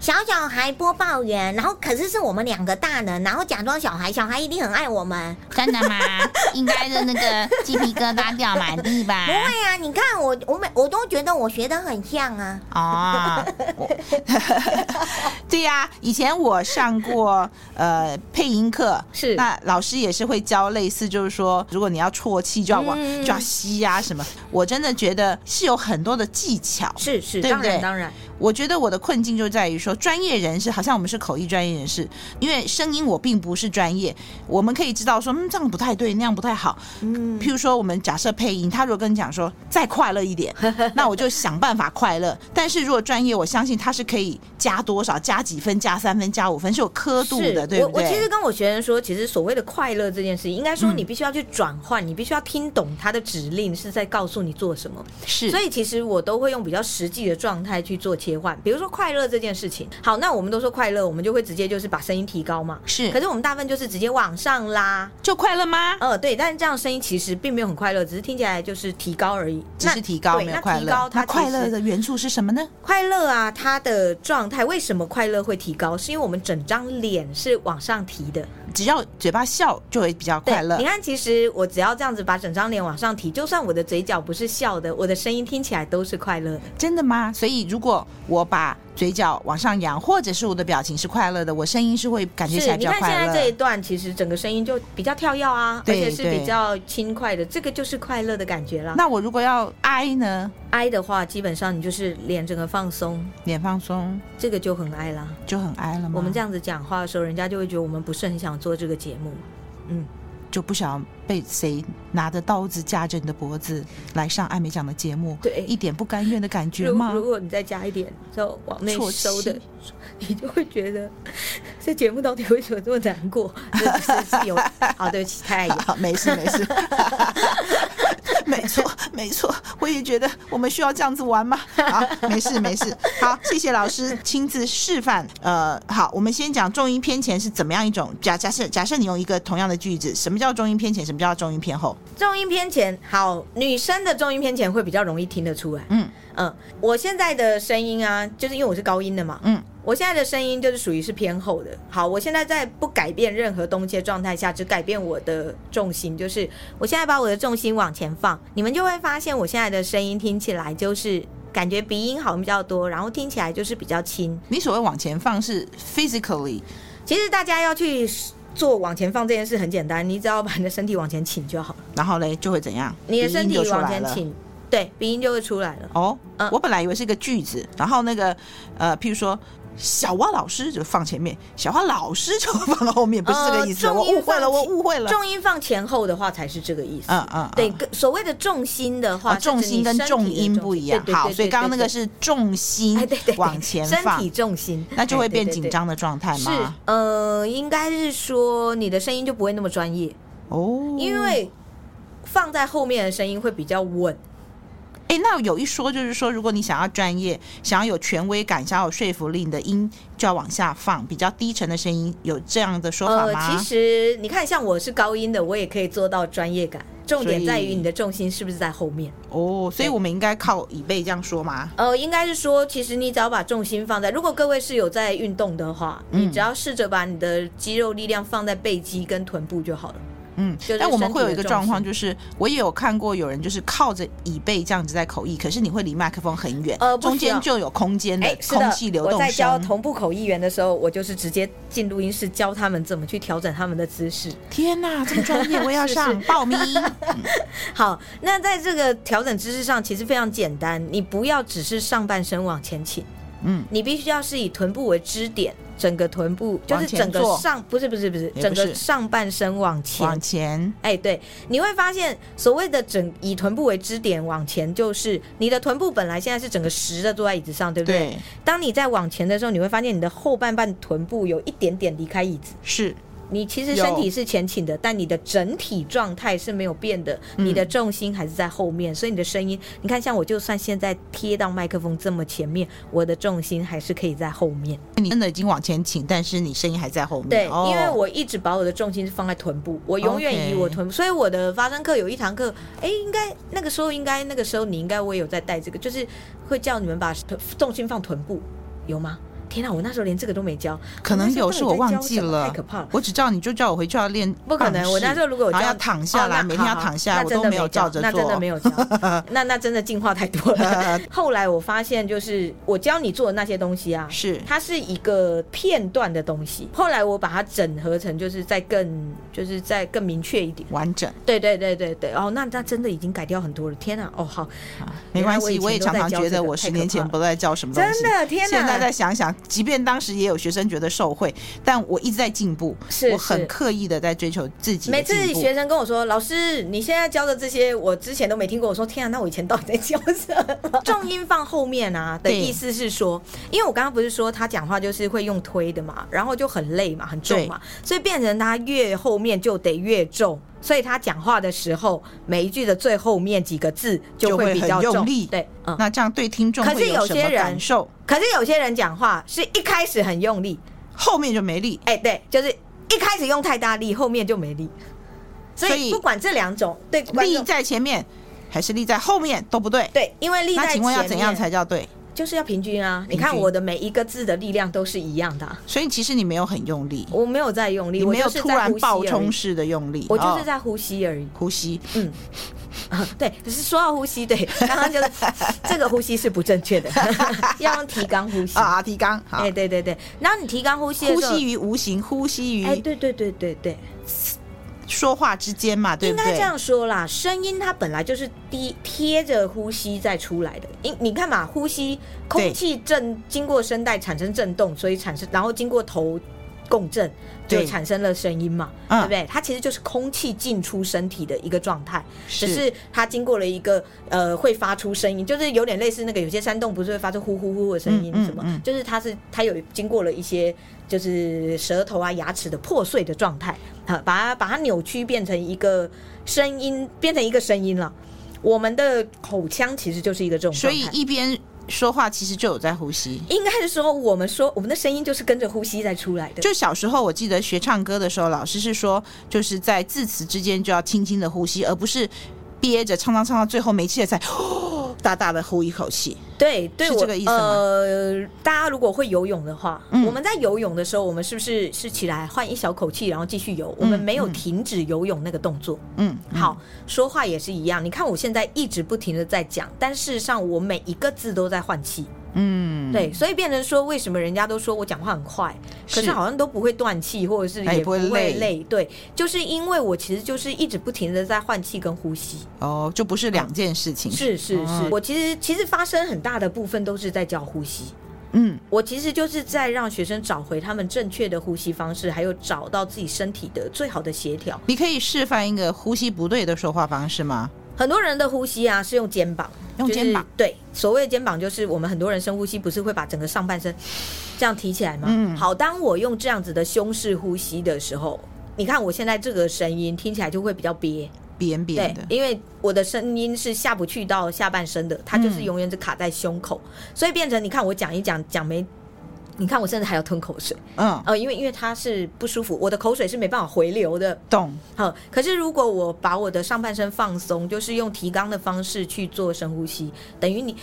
[SPEAKER 3] 小小孩播报员，然后可是是我们两个大人，然后假装小孩，小孩一定很爱我们。
[SPEAKER 1] 真的吗？ 应该是那个鸡皮疙瘩掉满地吧
[SPEAKER 3] 不？会啊，你看我，我每我都觉得我学的很像啊。
[SPEAKER 1] 哦，我 对呀、以前我上过呃配音课，
[SPEAKER 2] 是
[SPEAKER 1] 那老师也是会教类似，就是说如果你要啜泣就要往、
[SPEAKER 2] 嗯
[SPEAKER 1] 就要吸啊什么，我真的觉得是有很多的技巧。
[SPEAKER 2] 是是，
[SPEAKER 1] 对不
[SPEAKER 2] 当
[SPEAKER 1] 对
[SPEAKER 2] 然当然，
[SPEAKER 1] 我觉得我的困境就在于说，专业人士好像我们是口译专业人士，因为声音我并不是专业，我们可以知道说，嗯，这样不太对，那样不太好。嗯，譬如说我们假设配音，他如果跟你讲说再快乐一点，那我就想办法快乐。但是如果专业，我相信他是可以加多少、加几分、加三分、加五分是有刻度
[SPEAKER 2] 是
[SPEAKER 1] 的，对不
[SPEAKER 2] 我我其实
[SPEAKER 1] 对？
[SPEAKER 2] 跟我学生说，其实所谓的快乐这件事情，应该说你必须要去转换，你必须要听懂他的指令是在告诉你做什么。
[SPEAKER 1] 是
[SPEAKER 2] 所以其实我都会用比较实际的状态去做切换，比如说快乐这件事情。好，那我们都说快乐，我们就会直接就是把声音提高嘛。
[SPEAKER 1] 是
[SPEAKER 2] 可是我们大部分就是直接往上拉，
[SPEAKER 1] 就快乐吗？
[SPEAKER 2] 呃，对，但是这样声音其实并没有很快乐，只是听起来就是提高而已，
[SPEAKER 1] 只是提高
[SPEAKER 2] 对
[SPEAKER 1] 没有
[SPEAKER 2] 那
[SPEAKER 1] 快
[SPEAKER 2] 提
[SPEAKER 1] 乐
[SPEAKER 2] 高，
[SPEAKER 1] 那
[SPEAKER 2] 它
[SPEAKER 1] 快
[SPEAKER 2] 其实
[SPEAKER 1] 乐的元素是什么呢？
[SPEAKER 2] 快乐啊，它的状态为什么快乐会提高？是因为我们整张脸是往上提的，
[SPEAKER 1] 只要嘴巴笑就会比较
[SPEAKER 2] 对
[SPEAKER 1] 快乐
[SPEAKER 2] 你。看，其实我只要这样子把整张脸往上提，就算我的嘴角不是笑的，我的声音听起来都是快乐的。
[SPEAKER 1] 真的吗？所以如果我把嘴角往上扬，或者是我的表情是快乐的，我声音是会感觉起
[SPEAKER 2] 是
[SPEAKER 1] 来比
[SPEAKER 2] 你
[SPEAKER 1] 较
[SPEAKER 2] 看现
[SPEAKER 1] 快
[SPEAKER 2] 在这一
[SPEAKER 1] 乐。
[SPEAKER 2] 段，其实整个声音就比较跳跃啊，而
[SPEAKER 1] 对
[SPEAKER 2] 且是
[SPEAKER 1] 对
[SPEAKER 2] 比较轻快的，这个就是快乐的感觉啦。
[SPEAKER 1] 那我如果要哀呢，
[SPEAKER 2] 哀的话，基本上你就是脸整个放松，
[SPEAKER 1] 脸放松
[SPEAKER 2] 这个就很哀啦。
[SPEAKER 1] 就很哀了吗？
[SPEAKER 2] 我们这样子讲话的时候，人家就会觉得我们不是很想做这个节目。嗯，
[SPEAKER 1] 就不想被谁拿着刀子架着你的脖子来上艾美奖的节目，
[SPEAKER 2] 对
[SPEAKER 1] 一点不甘愿的感觉
[SPEAKER 2] 如
[SPEAKER 1] 吗？
[SPEAKER 2] 如果你再加一点，就往内
[SPEAKER 1] 啜
[SPEAKER 2] 收的
[SPEAKER 1] 泣，
[SPEAKER 2] 你就会觉得这节目到底为什么这么难过？就是 是有， 好，对不起，太爱演。
[SPEAKER 1] 好，没事没事，哎 没错没错，我也觉得我们需要这样子玩吗？好，没事没事，好，谢谢老师亲自示范。呃，好，我们先讲重音偏前是怎么样一种假假设假设你用一个同样的句子，什么叫重音偏前，什么叫重音偏后？
[SPEAKER 2] 重音偏前，好，女生的重音偏前会比较容易听得出来。
[SPEAKER 1] 嗯
[SPEAKER 2] 嗯，我现在的声音啊，就是因为我是高音的嘛，
[SPEAKER 1] 嗯，
[SPEAKER 2] 我现在的声音就是属于是偏厚的。好，我现在在不改变任何东西的状态下，只改变我的重心，就是我现在把我的重心往前放，你们就会发现我现在的声音听起来就是感觉鼻音好像比较多，然后听起来就是比较轻。
[SPEAKER 1] 你所谓往前放是 physically，
[SPEAKER 2] 其实大家要去做往前放这件事很简单，你只要把你的身体往前倾就好，
[SPEAKER 1] 然后嘞就会怎样？
[SPEAKER 2] 你的
[SPEAKER 1] 鼻
[SPEAKER 2] 身
[SPEAKER 1] 音
[SPEAKER 2] 体
[SPEAKER 1] 就出
[SPEAKER 2] 往
[SPEAKER 1] 来
[SPEAKER 2] 前
[SPEAKER 1] 了
[SPEAKER 2] 倾，对，鼻音就会出来了。
[SPEAKER 1] 哦
[SPEAKER 2] 嗯，
[SPEAKER 1] 我本来以为是一个句子，然后那个呃，譬如说小蛙老师就放前面，小蛙老师就放后面，不是这个意思，
[SPEAKER 2] 呃
[SPEAKER 1] 我
[SPEAKER 2] 重音
[SPEAKER 1] 误会了，
[SPEAKER 2] 放
[SPEAKER 1] 我
[SPEAKER 2] 前
[SPEAKER 1] 误会了。
[SPEAKER 2] 重音放前后的话才是这个意思。
[SPEAKER 1] 嗯嗯，嗯
[SPEAKER 2] 对，跟所谓的重心的话，
[SPEAKER 1] 哦重心跟重音不一样。好，所以刚刚那个
[SPEAKER 2] 是
[SPEAKER 1] 是重心
[SPEAKER 2] 指你身体的重心对对对对对对哎，对对对，
[SPEAKER 1] 往前
[SPEAKER 2] 身
[SPEAKER 1] 放
[SPEAKER 2] 体，重心，
[SPEAKER 1] 那就
[SPEAKER 2] 哎
[SPEAKER 1] 会
[SPEAKER 2] 对
[SPEAKER 1] 变
[SPEAKER 2] 对
[SPEAKER 1] 紧
[SPEAKER 2] 对
[SPEAKER 1] 张的状态
[SPEAKER 2] 是
[SPEAKER 1] 吗？
[SPEAKER 2] 呃，应该是说你的声音就不会那么专业，
[SPEAKER 1] 哦，
[SPEAKER 2] 因为放在后面的声音会比较稳。
[SPEAKER 1] 哎，那有一说就是说，如果你想要专业，想要有权威感，想要有说服力，你的音就要往下放，比较低沉的声音，有这样的说法
[SPEAKER 2] 呃，
[SPEAKER 1] 吗？
[SPEAKER 2] 其实你看，像我是高音的，我也可以做到专业感。重
[SPEAKER 1] 所
[SPEAKER 2] 点
[SPEAKER 1] 以
[SPEAKER 2] 在于你的重心是不是在后面。
[SPEAKER 1] 哦，所以
[SPEAKER 2] 对
[SPEAKER 1] 我们应该靠椅背这样说吗？
[SPEAKER 2] 呃，应该是说，其实你只要把重心放在，如果各位是有在运动的话，
[SPEAKER 1] 嗯
[SPEAKER 2] 你只要试着把你的肌肉力量放在背肌跟臀部就好了。
[SPEAKER 1] 嗯
[SPEAKER 2] 就，是
[SPEAKER 1] 但我
[SPEAKER 2] 身
[SPEAKER 1] 们
[SPEAKER 2] 体
[SPEAKER 1] 会有
[SPEAKER 2] 的
[SPEAKER 1] 一个
[SPEAKER 2] 重
[SPEAKER 1] 状况，
[SPEAKER 2] 心
[SPEAKER 1] 就是我也有看过有人就是靠着椅背这样子在口译，可是你会离麦克风很远，
[SPEAKER 2] 呃不
[SPEAKER 1] 中
[SPEAKER 2] 需要
[SPEAKER 1] 间就有空间的
[SPEAKER 2] 哎，是
[SPEAKER 1] 空
[SPEAKER 2] 的
[SPEAKER 1] 气，流
[SPEAKER 2] 我
[SPEAKER 1] 动
[SPEAKER 2] 在教
[SPEAKER 1] 声。
[SPEAKER 2] 同步口译员的时候，我就是直接进录音室教他们怎么去调整他们的姿势。
[SPEAKER 1] 天 哪，这么专业，我也要
[SPEAKER 2] 是
[SPEAKER 1] 上报 名。
[SPEAKER 2] 好，那在这个调整姿势上，其实非常简单，你不要只是上半身往前倾，
[SPEAKER 1] 嗯，
[SPEAKER 2] 你必须要是以臀部为支点，整个臀部就
[SPEAKER 1] 往
[SPEAKER 2] 是
[SPEAKER 1] 前
[SPEAKER 2] 整个
[SPEAKER 1] 坐
[SPEAKER 2] 上，不是不是不是，
[SPEAKER 1] 不
[SPEAKER 2] 整个
[SPEAKER 1] 是
[SPEAKER 2] 上半身往前，
[SPEAKER 1] 往前，
[SPEAKER 2] 哎，对，你会发现所谓的整以臀部为支点往前，就是你的臀部本来现在是整个实的坐在椅子上，对不对？
[SPEAKER 1] 对，
[SPEAKER 2] 当你在往前的时候，你会发现你的后半半臀部有一点点离开椅子。
[SPEAKER 1] 是
[SPEAKER 2] 你其实
[SPEAKER 1] 有
[SPEAKER 2] 身体是前倾的，但你的整体状态是没有变的，
[SPEAKER 1] 嗯
[SPEAKER 2] 你的重心还是在后面，所以你的声音，你看，像我就算现在贴到麦克风这么前面，我的重心还是可以在后面。
[SPEAKER 1] 你真的已经往前倾，但是你声音还在后面。
[SPEAKER 2] 对，
[SPEAKER 1] 哦
[SPEAKER 2] 因为我一直把我的重心是放在臀部，我永远以
[SPEAKER 1] OK
[SPEAKER 2] 我臀部所以我的发声课有一堂课，哎，应该那个时候应该那个时候你应该我也有在带这个，就是会叫你们把臀重心放臀部，有吗？天哪，我那时候连这个都没教，
[SPEAKER 1] 可能有，是我忘记
[SPEAKER 2] 我那时候到底在教什么
[SPEAKER 1] 了
[SPEAKER 2] 太可怕了。
[SPEAKER 1] 我只叫你就叫我回去要练棒式，
[SPEAKER 2] 不可能！我那时候如果有教
[SPEAKER 1] 然后要躺下来，
[SPEAKER 2] 哦那
[SPEAKER 1] 每天要
[SPEAKER 2] 好好
[SPEAKER 1] 躺下来，
[SPEAKER 2] 那
[SPEAKER 1] 我
[SPEAKER 2] 真
[SPEAKER 1] 都
[SPEAKER 2] 的
[SPEAKER 1] 没有
[SPEAKER 2] 教
[SPEAKER 1] 照着做，
[SPEAKER 2] 那真的没有 教，那那真的进化太多了。后来我发现，就是我教你做的那些东西啊，
[SPEAKER 1] 是
[SPEAKER 2] 它是一个片段的东西。后来我把它整合成，就是在更就是在更明确一点。
[SPEAKER 1] 完整。
[SPEAKER 2] 对对对对对，哦，那那真的已经改掉很多了。天啊，哦好，
[SPEAKER 1] 没关系，
[SPEAKER 2] 原来我
[SPEAKER 1] 我
[SPEAKER 2] 以
[SPEAKER 1] 也
[SPEAKER 2] 前都
[SPEAKER 1] 常常
[SPEAKER 2] 在教
[SPEAKER 1] 觉
[SPEAKER 2] 这
[SPEAKER 1] 得
[SPEAKER 2] 个
[SPEAKER 1] 我
[SPEAKER 2] 太
[SPEAKER 1] 十
[SPEAKER 2] 可
[SPEAKER 1] 年
[SPEAKER 2] 怕
[SPEAKER 1] 前
[SPEAKER 2] 了
[SPEAKER 1] 不知道教什么东
[SPEAKER 2] 真
[SPEAKER 1] 西。
[SPEAKER 2] 的天啊哪！
[SPEAKER 1] 现在再想想，即便当时也有学生觉得受贿，但我一直在进步，
[SPEAKER 2] 是
[SPEAKER 1] 我很
[SPEAKER 2] 是
[SPEAKER 1] 刻意的在追求自己的
[SPEAKER 2] 每次
[SPEAKER 1] 进步。
[SPEAKER 2] 学生跟我说：“老师，你现在教的这些，我之前都没听过。”我说：“天啊，那我以前到底在教什么？” 重音放后面啊的
[SPEAKER 1] 对
[SPEAKER 2] 意思是说，因为我刚刚不是说他讲话就是会用推的嘛，然后就很累嘛，很重嘛，所以变成他越后面就得越重。所以他讲话的时候，每一句的最后面几个字就
[SPEAKER 1] 就会
[SPEAKER 2] 会比较
[SPEAKER 1] 很用
[SPEAKER 2] 重。
[SPEAKER 1] 力
[SPEAKER 2] 对，嗯。
[SPEAKER 1] 那这样对听众
[SPEAKER 2] 可是
[SPEAKER 1] 会
[SPEAKER 2] 有
[SPEAKER 1] 什
[SPEAKER 2] 些
[SPEAKER 1] 么
[SPEAKER 2] 人
[SPEAKER 1] 感受？
[SPEAKER 2] 可是有些人讲话是一开始很用力，
[SPEAKER 1] 后面就没力。
[SPEAKER 2] 哎、对，就是一开始用太大力，后面就没力。所
[SPEAKER 1] 所
[SPEAKER 2] 以
[SPEAKER 1] 以
[SPEAKER 2] 不管这两种，对观
[SPEAKER 1] 力
[SPEAKER 2] 众
[SPEAKER 1] 在前面还是力在后面都不对。
[SPEAKER 2] 对，因为力在
[SPEAKER 1] 那请问要
[SPEAKER 2] 前
[SPEAKER 1] 怎样
[SPEAKER 2] 面
[SPEAKER 1] 才叫对？
[SPEAKER 2] 就是要平均啊？你
[SPEAKER 1] 平
[SPEAKER 2] 看
[SPEAKER 1] 均
[SPEAKER 2] 我的每一个字的力量都是一样的啊、
[SPEAKER 1] 所以其实你没有很用力，
[SPEAKER 2] 我没有在用力，
[SPEAKER 1] 你
[SPEAKER 2] 我
[SPEAKER 1] 没有
[SPEAKER 2] 就是
[SPEAKER 1] 突
[SPEAKER 2] 在
[SPEAKER 1] 然
[SPEAKER 2] 呼吸
[SPEAKER 1] 爆哦
[SPEAKER 2] 而已
[SPEAKER 1] 冲式的用力，
[SPEAKER 2] 我就是
[SPEAKER 1] 哦
[SPEAKER 2] 在呼吸而已。
[SPEAKER 1] 呼吸。
[SPEAKER 2] 嗯，对， 只是说到呼吸，对，刚刚就是这个呼吸是不 正确的，要用提肛呼吸。
[SPEAKER 1] 啊啊，提纲好
[SPEAKER 2] 哎、，对对对，然后你提肛呼吸的
[SPEAKER 1] 呼
[SPEAKER 2] 时候，
[SPEAKER 1] 吸于无形，呼吸
[SPEAKER 2] 哎、
[SPEAKER 1] 于
[SPEAKER 2] 对对对对对，
[SPEAKER 1] 说话之间嘛，对
[SPEAKER 2] 应
[SPEAKER 1] 不
[SPEAKER 2] 该
[SPEAKER 1] 对？
[SPEAKER 2] 这样说啦，声音它本来就是滴贴着呼吸再出来的。你你看嘛，呼吸空气震经过声带产生震动，所以产生，然后经过头共振，就
[SPEAKER 1] 对
[SPEAKER 2] 产生了声音嘛，
[SPEAKER 1] 嗯
[SPEAKER 2] 对不对？它其实就是空气进出身体的一个状态，
[SPEAKER 1] 是
[SPEAKER 2] 只是它经过了一个呃会发出声音，就是有点类似那个有些山洞不是会发出呼呼呼的声音
[SPEAKER 1] 嗯嗯
[SPEAKER 2] 什么，
[SPEAKER 1] 嗯
[SPEAKER 2] 就是它是它有经过了一些就是舌头啊牙齿的破碎的状态，啊，把它把它扭曲变成一个声音，变成一个声音了。我们的口腔其实就是一个这种
[SPEAKER 1] 所
[SPEAKER 2] 状态，
[SPEAKER 1] 以一边说话，其实就有在呼吸。
[SPEAKER 2] 应该是说我们说我们的声音就是跟着呼吸在出来的，
[SPEAKER 1] 就小时候，我记得学唱歌的时候，老师是说，就是在字词之间就要轻轻的呼吸，而不是憋着唱唱唱到最后没气了才 大大的呼一口气。
[SPEAKER 2] 对，对
[SPEAKER 1] 是
[SPEAKER 2] 我
[SPEAKER 1] 这个意思吗
[SPEAKER 2] 呃，大家如果会游泳的话，
[SPEAKER 1] 嗯
[SPEAKER 2] 我们在游泳的时候，我们是不是是起来换一小口气，然后继续游？我们没有停止游泳那个动作。
[SPEAKER 1] 嗯，
[SPEAKER 2] 好，说话也是一样。你看我现在一直不停的在讲，但事实上我每一个字都在换气。
[SPEAKER 1] 嗯，
[SPEAKER 2] 对，所以变成说，为什么人家都说我讲话很快，可是
[SPEAKER 1] 是
[SPEAKER 2] 好像都不会断气，或者是
[SPEAKER 1] 哎
[SPEAKER 2] 也
[SPEAKER 1] 不
[SPEAKER 2] 不
[SPEAKER 1] 会
[SPEAKER 2] 会
[SPEAKER 1] 累
[SPEAKER 2] 累？对，就是因为我其实就是一直不停的在换气跟呼吸。
[SPEAKER 1] 哦，就不是两件事情。
[SPEAKER 2] 是是是，
[SPEAKER 1] 哦
[SPEAKER 2] 我其实其实发生很大的部分都是在教呼吸。
[SPEAKER 1] 嗯，
[SPEAKER 2] 我其实就是在让学生找回他们正确的呼吸方式，还有找到自己身体的最好的协调。
[SPEAKER 1] 你可以示范一个呼吸不对的说话方式吗？
[SPEAKER 2] 很多人的呼吸啊是用肩膀，
[SPEAKER 1] 用肩膀
[SPEAKER 2] 就是、对，所谓的肩膀就是我们很多人深呼吸，不是会把整个上半身 这样提起来吗？
[SPEAKER 1] 嗯
[SPEAKER 2] 好，当我用这样子的胸式呼吸的时候，你看我现在这个声音听起来就会比较憋，
[SPEAKER 1] 扁扁
[SPEAKER 2] 对
[SPEAKER 1] 的，，
[SPEAKER 2] 因为我的声音是下不去到下半身的，它就是
[SPEAKER 1] 嗯
[SPEAKER 2] 永远是卡在胸口，所以变成你看我讲一讲讲没，你看我甚至还要吞口水。
[SPEAKER 1] 嗯，
[SPEAKER 2] 呃，因为因为它是不舒服，我的口水是没办法回流的。
[SPEAKER 1] 懂，
[SPEAKER 2] 好，可是如果我把我的上半身放松，就是用提肛的方式去做深呼吸，等于你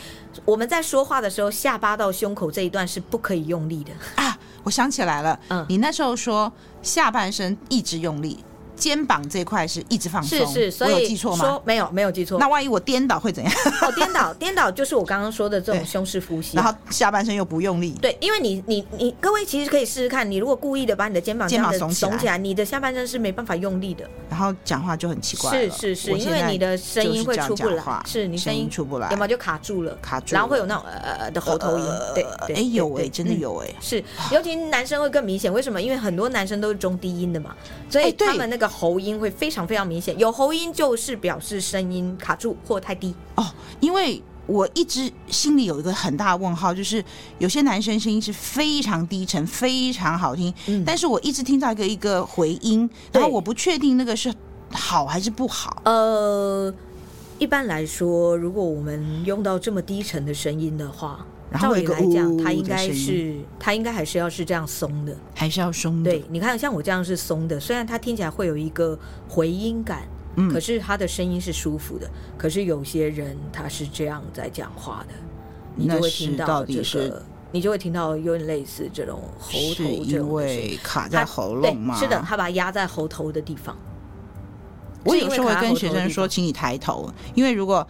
[SPEAKER 2] 我们在说话的时候，下巴到胸口这一段是不可以用力的。
[SPEAKER 1] 啊我想起来了，
[SPEAKER 2] 嗯
[SPEAKER 1] 你那时候说下半身一直用力，肩膀这块是一直放松，
[SPEAKER 2] 是是，所
[SPEAKER 1] 我有
[SPEAKER 2] 以
[SPEAKER 1] 记错吗？
[SPEAKER 2] 说没有没有记错。
[SPEAKER 1] 那万一我颠倒会怎样？
[SPEAKER 2] 哦，颠倒颠倒就是我刚刚说的这种
[SPEAKER 1] 对
[SPEAKER 2] 胸式呼吸。
[SPEAKER 1] 然后下半身又不用力，
[SPEAKER 2] 对，因为你你你各位其实可以试试看，你如果故意的把你的肩膀这
[SPEAKER 1] 肩
[SPEAKER 2] 样
[SPEAKER 1] 膀
[SPEAKER 2] 的
[SPEAKER 1] 耸起来
[SPEAKER 2] 耸起来，你的下半身是没办法用力的。
[SPEAKER 1] 然后讲话就很奇怪
[SPEAKER 2] 是
[SPEAKER 1] 了。
[SPEAKER 2] 是是，
[SPEAKER 1] 我
[SPEAKER 2] 因
[SPEAKER 1] 现
[SPEAKER 2] 为
[SPEAKER 1] 在
[SPEAKER 2] 你的声音会
[SPEAKER 1] 就是这样
[SPEAKER 2] 出不
[SPEAKER 1] 讲
[SPEAKER 2] 来
[SPEAKER 1] 话，
[SPEAKER 2] 是你声
[SPEAKER 1] 声
[SPEAKER 2] 音
[SPEAKER 1] 出不来，
[SPEAKER 2] 要么就卡住了，
[SPEAKER 1] 卡住了
[SPEAKER 2] 然后会有那种呃呃呃的喉头音，对对，
[SPEAKER 1] 哎有
[SPEAKER 2] 对
[SPEAKER 1] 哎，真的。
[SPEAKER 2] 对嗯
[SPEAKER 1] 有哎，
[SPEAKER 2] 是，尤其男生会更明显，为什么？因为很多男生都是中低音的嘛，所
[SPEAKER 1] 哎
[SPEAKER 2] 以
[SPEAKER 1] 对
[SPEAKER 2] 他们那个喉音会非常非常明显。有喉音就是表示声音卡住或太低。
[SPEAKER 1] 哦，因为我一直心里有一个很大的问号，就是有些男生声音是非常低沉、非常好听，
[SPEAKER 2] 嗯
[SPEAKER 1] 但是我一直听到一个一个回音，然后
[SPEAKER 2] 对
[SPEAKER 1] 我不确定那个是好还是不好。
[SPEAKER 2] 呃，一般来说，如果我们用到这么低沉的声音的话，
[SPEAKER 1] 然后
[SPEAKER 2] 照
[SPEAKER 1] 会有
[SPEAKER 2] 理
[SPEAKER 1] 一个
[SPEAKER 2] 来讲
[SPEAKER 1] 呜，
[SPEAKER 2] 它应
[SPEAKER 1] 的
[SPEAKER 2] 该
[SPEAKER 1] 声音
[SPEAKER 2] 是它应该还是要是这样松的。
[SPEAKER 1] 还是要松的。
[SPEAKER 2] 对，你看像我这样是松的，虽然它听起来会有一个回音感，
[SPEAKER 1] 嗯
[SPEAKER 2] 可是它的声音是舒服的。可是有些人他是这样在讲话的，你就
[SPEAKER 1] 那
[SPEAKER 2] 会
[SPEAKER 1] 是
[SPEAKER 2] 听
[SPEAKER 1] 到
[SPEAKER 2] 到
[SPEAKER 1] 底
[SPEAKER 2] 这
[SPEAKER 1] 是
[SPEAKER 2] 个，你就会听到有点类似这种喉
[SPEAKER 1] 是
[SPEAKER 2] 头这
[SPEAKER 1] 因
[SPEAKER 2] 种的声音。
[SPEAKER 1] 为卡
[SPEAKER 2] 它
[SPEAKER 1] 在喉咙吗？
[SPEAKER 2] 对是的，，他把它压在喉头的地方。
[SPEAKER 1] 我
[SPEAKER 2] 是
[SPEAKER 1] 有
[SPEAKER 2] 因
[SPEAKER 1] 时候
[SPEAKER 2] 为
[SPEAKER 1] 会
[SPEAKER 2] 卡在
[SPEAKER 1] 跟
[SPEAKER 2] 喉
[SPEAKER 1] 学
[SPEAKER 2] 头的
[SPEAKER 1] 生
[SPEAKER 2] 地
[SPEAKER 1] 说，
[SPEAKER 2] 方
[SPEAKER 1] 请你抬头，因为如果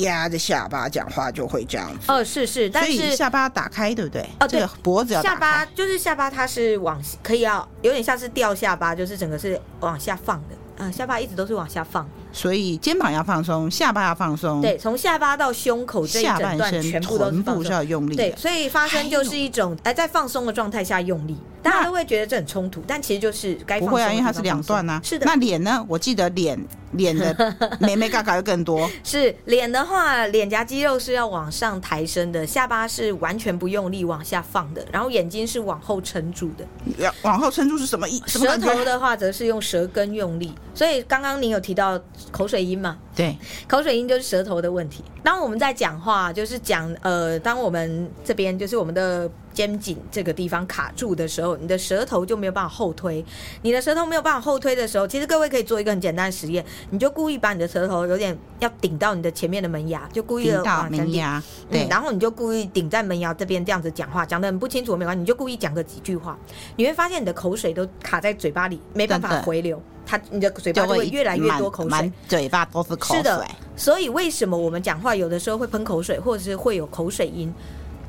[SPEAKER 1] 压着下巴讲话就会这样子。
[SPEAKER 2] 哦，是是，但
[SPEAKER 1] 所以
[SPEAKER 2] 是
[SPEAKER 1] 下巴打开，对不对？
[SPEAKER 2] 哦
[SPEAKER 1] 这
[SPEAKER 2] 对
[SPEAKER 1] 个脖子要
[SPEAKER 2] 下
[SPEAKER 1] 打
[SPEAKER 2] 巴
[SPEAKER 1] 开。
[SPEAKER 2] 就是下巴，它是往可以要有点像是掉下巴，就是整个是往下放的。嗯、下巴一直都是往下放。
[SPEAKER 1] 所以肩膀要放松，下巴要放松，
[SPEAKER 2] 对，，从下巴到胸口这一
[SPEAKER 1] 下
[SPEAKER 2] 整
[SPEAKER 1] 半
[SPEAKER 2] 段
[SPEAKER 1] 身、
[SPEAKER 2] 全部都是
[SPEAKER 1] 臀
[SPEAKER 2] 放
[SPEAKER 1] 部是
[SPEAKER 2] 松。
[SPEAKER 1] 要用力
[SPEAKER 2] 对，
[SPEAKER 1] 的。
[SPEAKER 2] 所以发声就是一种哎，在放松的状态下用力，大家
[SPEAKER 1] 那
[SPEAKER 2] 都会觉得这很冲突，但其实就是该
[SPEAKER 1] 不
[SPEAKER 2] 放松
[SPEAKER 1] 会啊，
[SPEAKER 2] 的地方放松。
[SPEAKER 1] 因为它是两段呐、啊。
[SPEAKER 2] 是的，
[SPEAKER 1] 那脸呢？我记得脸脸 的眉眉嘎嘎又更多，
[SPEAKER 2] 是脸的话，脸颊肌肉是要往上抬升的，下巴是完全不用力往下放的，然后眼睛是往后撑住的。
[SPEAKER 1] 要往后撑住是什么意？什么
[SPEAKER 2] 舌
[SPEAKER 1] 感
[SPEAKER 2] 头
[SPEAKER 1] 觉？
[SPEAKER 2] 的话，则是用舌根用力。所以刚刚您有提到口水音嘛？
[SPEAKER 1] 对，
[SPEAKER 2] 口水音就是舌头的问题。当我们在讲话，就是讲呃，当我们这边就是我们的肩颈这个地方卡住的时候，你的舌头就没有办法后推。你的舌头没有办法后推的时候，其实各位可以做一个很简单的实验，你就故意把你的舌头有点要顶到你的前面的门牙，就故意
[SPEAKER 1] 顶
[SPEAKER 2] 的
[SPEAKER 1] 到
[SPEAKER 2] 往前
[SPEAKER 1] 门
[SPEAKER 2] 顶。
[SPEAKER 1] 牙，对
[SPEAKER 2] 嗯，，然后你就故意顶在门牙这边这样子讲话，讲的很不清楚没关系，你就故意讲个几句话，你会发现你的口水都卡在嘴巴里，没办
[SPEAKER 1] 真
[SPEAKER 2] 法
[SPEAKER 1] 的
[SPEAKER 2] 回流。它你的嘴巴就会越来越多口
[SPEAKER 1] 满
[SPEAKER 2] 水
[SPEAKER 1] 满。嘴巴都是口
[SPEAKER 2] 是的
[SPEAKER 1] 水。
[SPEAKER 2] 所以为什么我们讲话有的时候会喷口水，或者是会有口水音？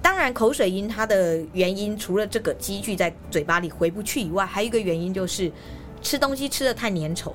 [SPEAKER 2] 当然，口水音它的原因除了这个积聚在嘴巴里回不去以外，还有一个原因就是吃东西吃的太粘稠，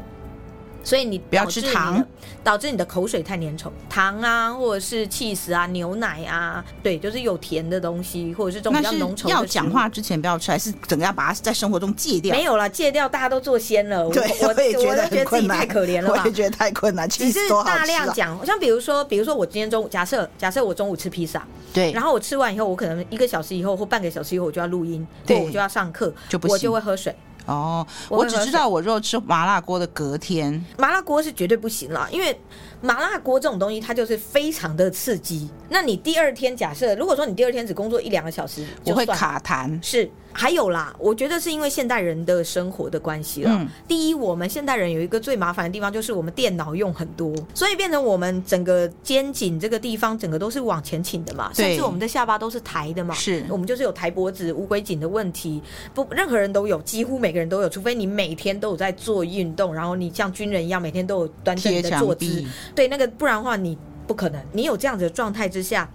[SPEAKER 2] 所以你
[SPEAKER 1] 不要吃
[SPEAKER 2] 导致你的
[SPEAKER 1] 糖，
[SPEAKER 2] 导致你的口水太粘稠，糖啊，或者是 cheese 啊、牛奶啊，对，就是有甜的东西，或者是这种
[SPEAKER 1] 那
[SPEAKER 2] 比较浓稠
[SPEAKER 1] 是
[SPEAKER 2] 的
[SPEAKER 1] 要
[SPEAKER 2] 食
[SPEAKER 1] 讲
[SPEAKER 2] 物
[SPEAKER 1] 话之前不要吃，还是整个要把它在生活中戒掉？
[SPEAKER 2] 没有了，戒掉大家都做仙了，我
[SPEAKER 1] 对，
[SPEAKER 2] 我
[SPEAKER 1] 也觉
[SPEAKER 2] 都
[SPEAKER 1] 得
[SPEAKER 2] 觉
[SPEAKER 1] 很
[SPEAKER 2] 得自
[SPEAKER 1] 困
[SPEAKER 2] 己
[SPEAKER 1] 难，
[SPEAKER 2] 太可怜了吧
[SPEAKER 1] 我也。觉得太困难。
[SPEAKER 2] 只
[SPEAKER 1] 其
[SPEAKER 2] 是
[SPEAKER 1] 实多好吃
[SPEAKER 2] 大
[SPEAKER 1] 啊
[SPEAKER 2] 量讲，像比如说，比如说我今天中午假设假设我中午吃披萨，
[SPEAKER 1] 对，
[SPEAKER 2] 然后我吃完以后，我可能一个小时以后或半个小时以后我就要录音，或
[SPEAKER 1] 对
[SPEAKER 2] 我就要上课，
[SPEAKER 1] 就不
[SPEAKER 2] 我
[SPEAKER 1] 行
[SPEAKER 2] 就会喝水。
[SPEAKER 1] 哦，
[SPEAKER 2] 我会
[SPEAKER 1] 我
[SPEAKER 2] 喝
[SPEAKER 1] 只知道我若吃麻辣锅的隔天，
[SPEAKER 2] 麻辣锅是绝对不行了，因为麻辣锅这种东西它就是非常的刺激。那你第二天假设，如果说你第二天只工作一两个小时，
[SPEAKER 1] 我会
[SPEAKER 2] 就算
[SPEAKER 1] 卡
[SPEAKER 2] 了
[SPEAKER 1] 痰。
[SPEAKER 2] 是，还有啦，我觉得是因为现代人的生活的关系了。
[SPEAKER 1] 嗯
[SPEAKER 2] 第一，我们现代人有一个最麻烦的地方，就是我们电脑用很多，所以变成我们整个肩颈这个地方，整个都是往前倾的嘛，甚
[SPEAKER 1] 对
[SPEAKER 2] 至我们的下巴都是抬的嘛。
[SPEAKER 1] 是
[SPEAKER 2] 我们就是有抬脖子、乌龟颈的问题，不，任何人都有，几乎每个人都有，除非你每天都有在做运动，然后你像军人一样每天都有端正你
[SPEAKER 1] 贴
[SPEAKER 2] 的
[SPEAKER 1] 墙
[SPEAKER 2] 坐姿
[SPEAKER 1] 壁，，
[SPEAKER 2] 对，那个不然的话你不可能。你有这样子的状态之下，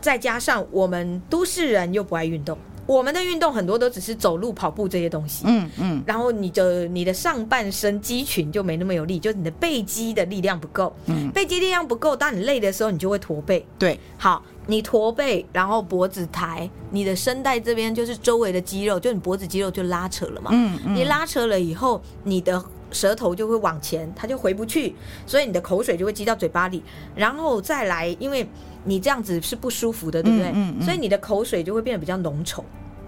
[SPEAKER 2] 再加上我们都市人又不爱运动，我们的运动很多都只是走路、跑步这些东西。
[SPEAKER 1] 嗯嗯，
[SPEAKER 2] 然后你的你的上半身肌群就没那么有力，就是你的背肌的力量不够。
[SPEAKER 1] 嗯
[SPEAKER 2] 背肌力量不够，当你累的时候，你就会驼背。
[SPEAKER 1] 对，
[SPEAKER 2] 好，你驼背，然后脖子抬，你的声带这边就是周围的肌肉，就你脖子肌肉就拉扯了嘛。
[SPEAKER 1] 嗯
[SPEAKER 2] 你
[SPEAKER 1] 嗯，
[SPEAKER 2] 拉扯了以后，你的舌头就会往前，它就回不去，所以你的口水就会积到嘴巴里，然后再来，因为你这样子是不舒服的，对不对？
[SPEAKER 1] 嗯嗯嗯
[SPEAKER 2] 所以你的口水就会变得比较浓稠，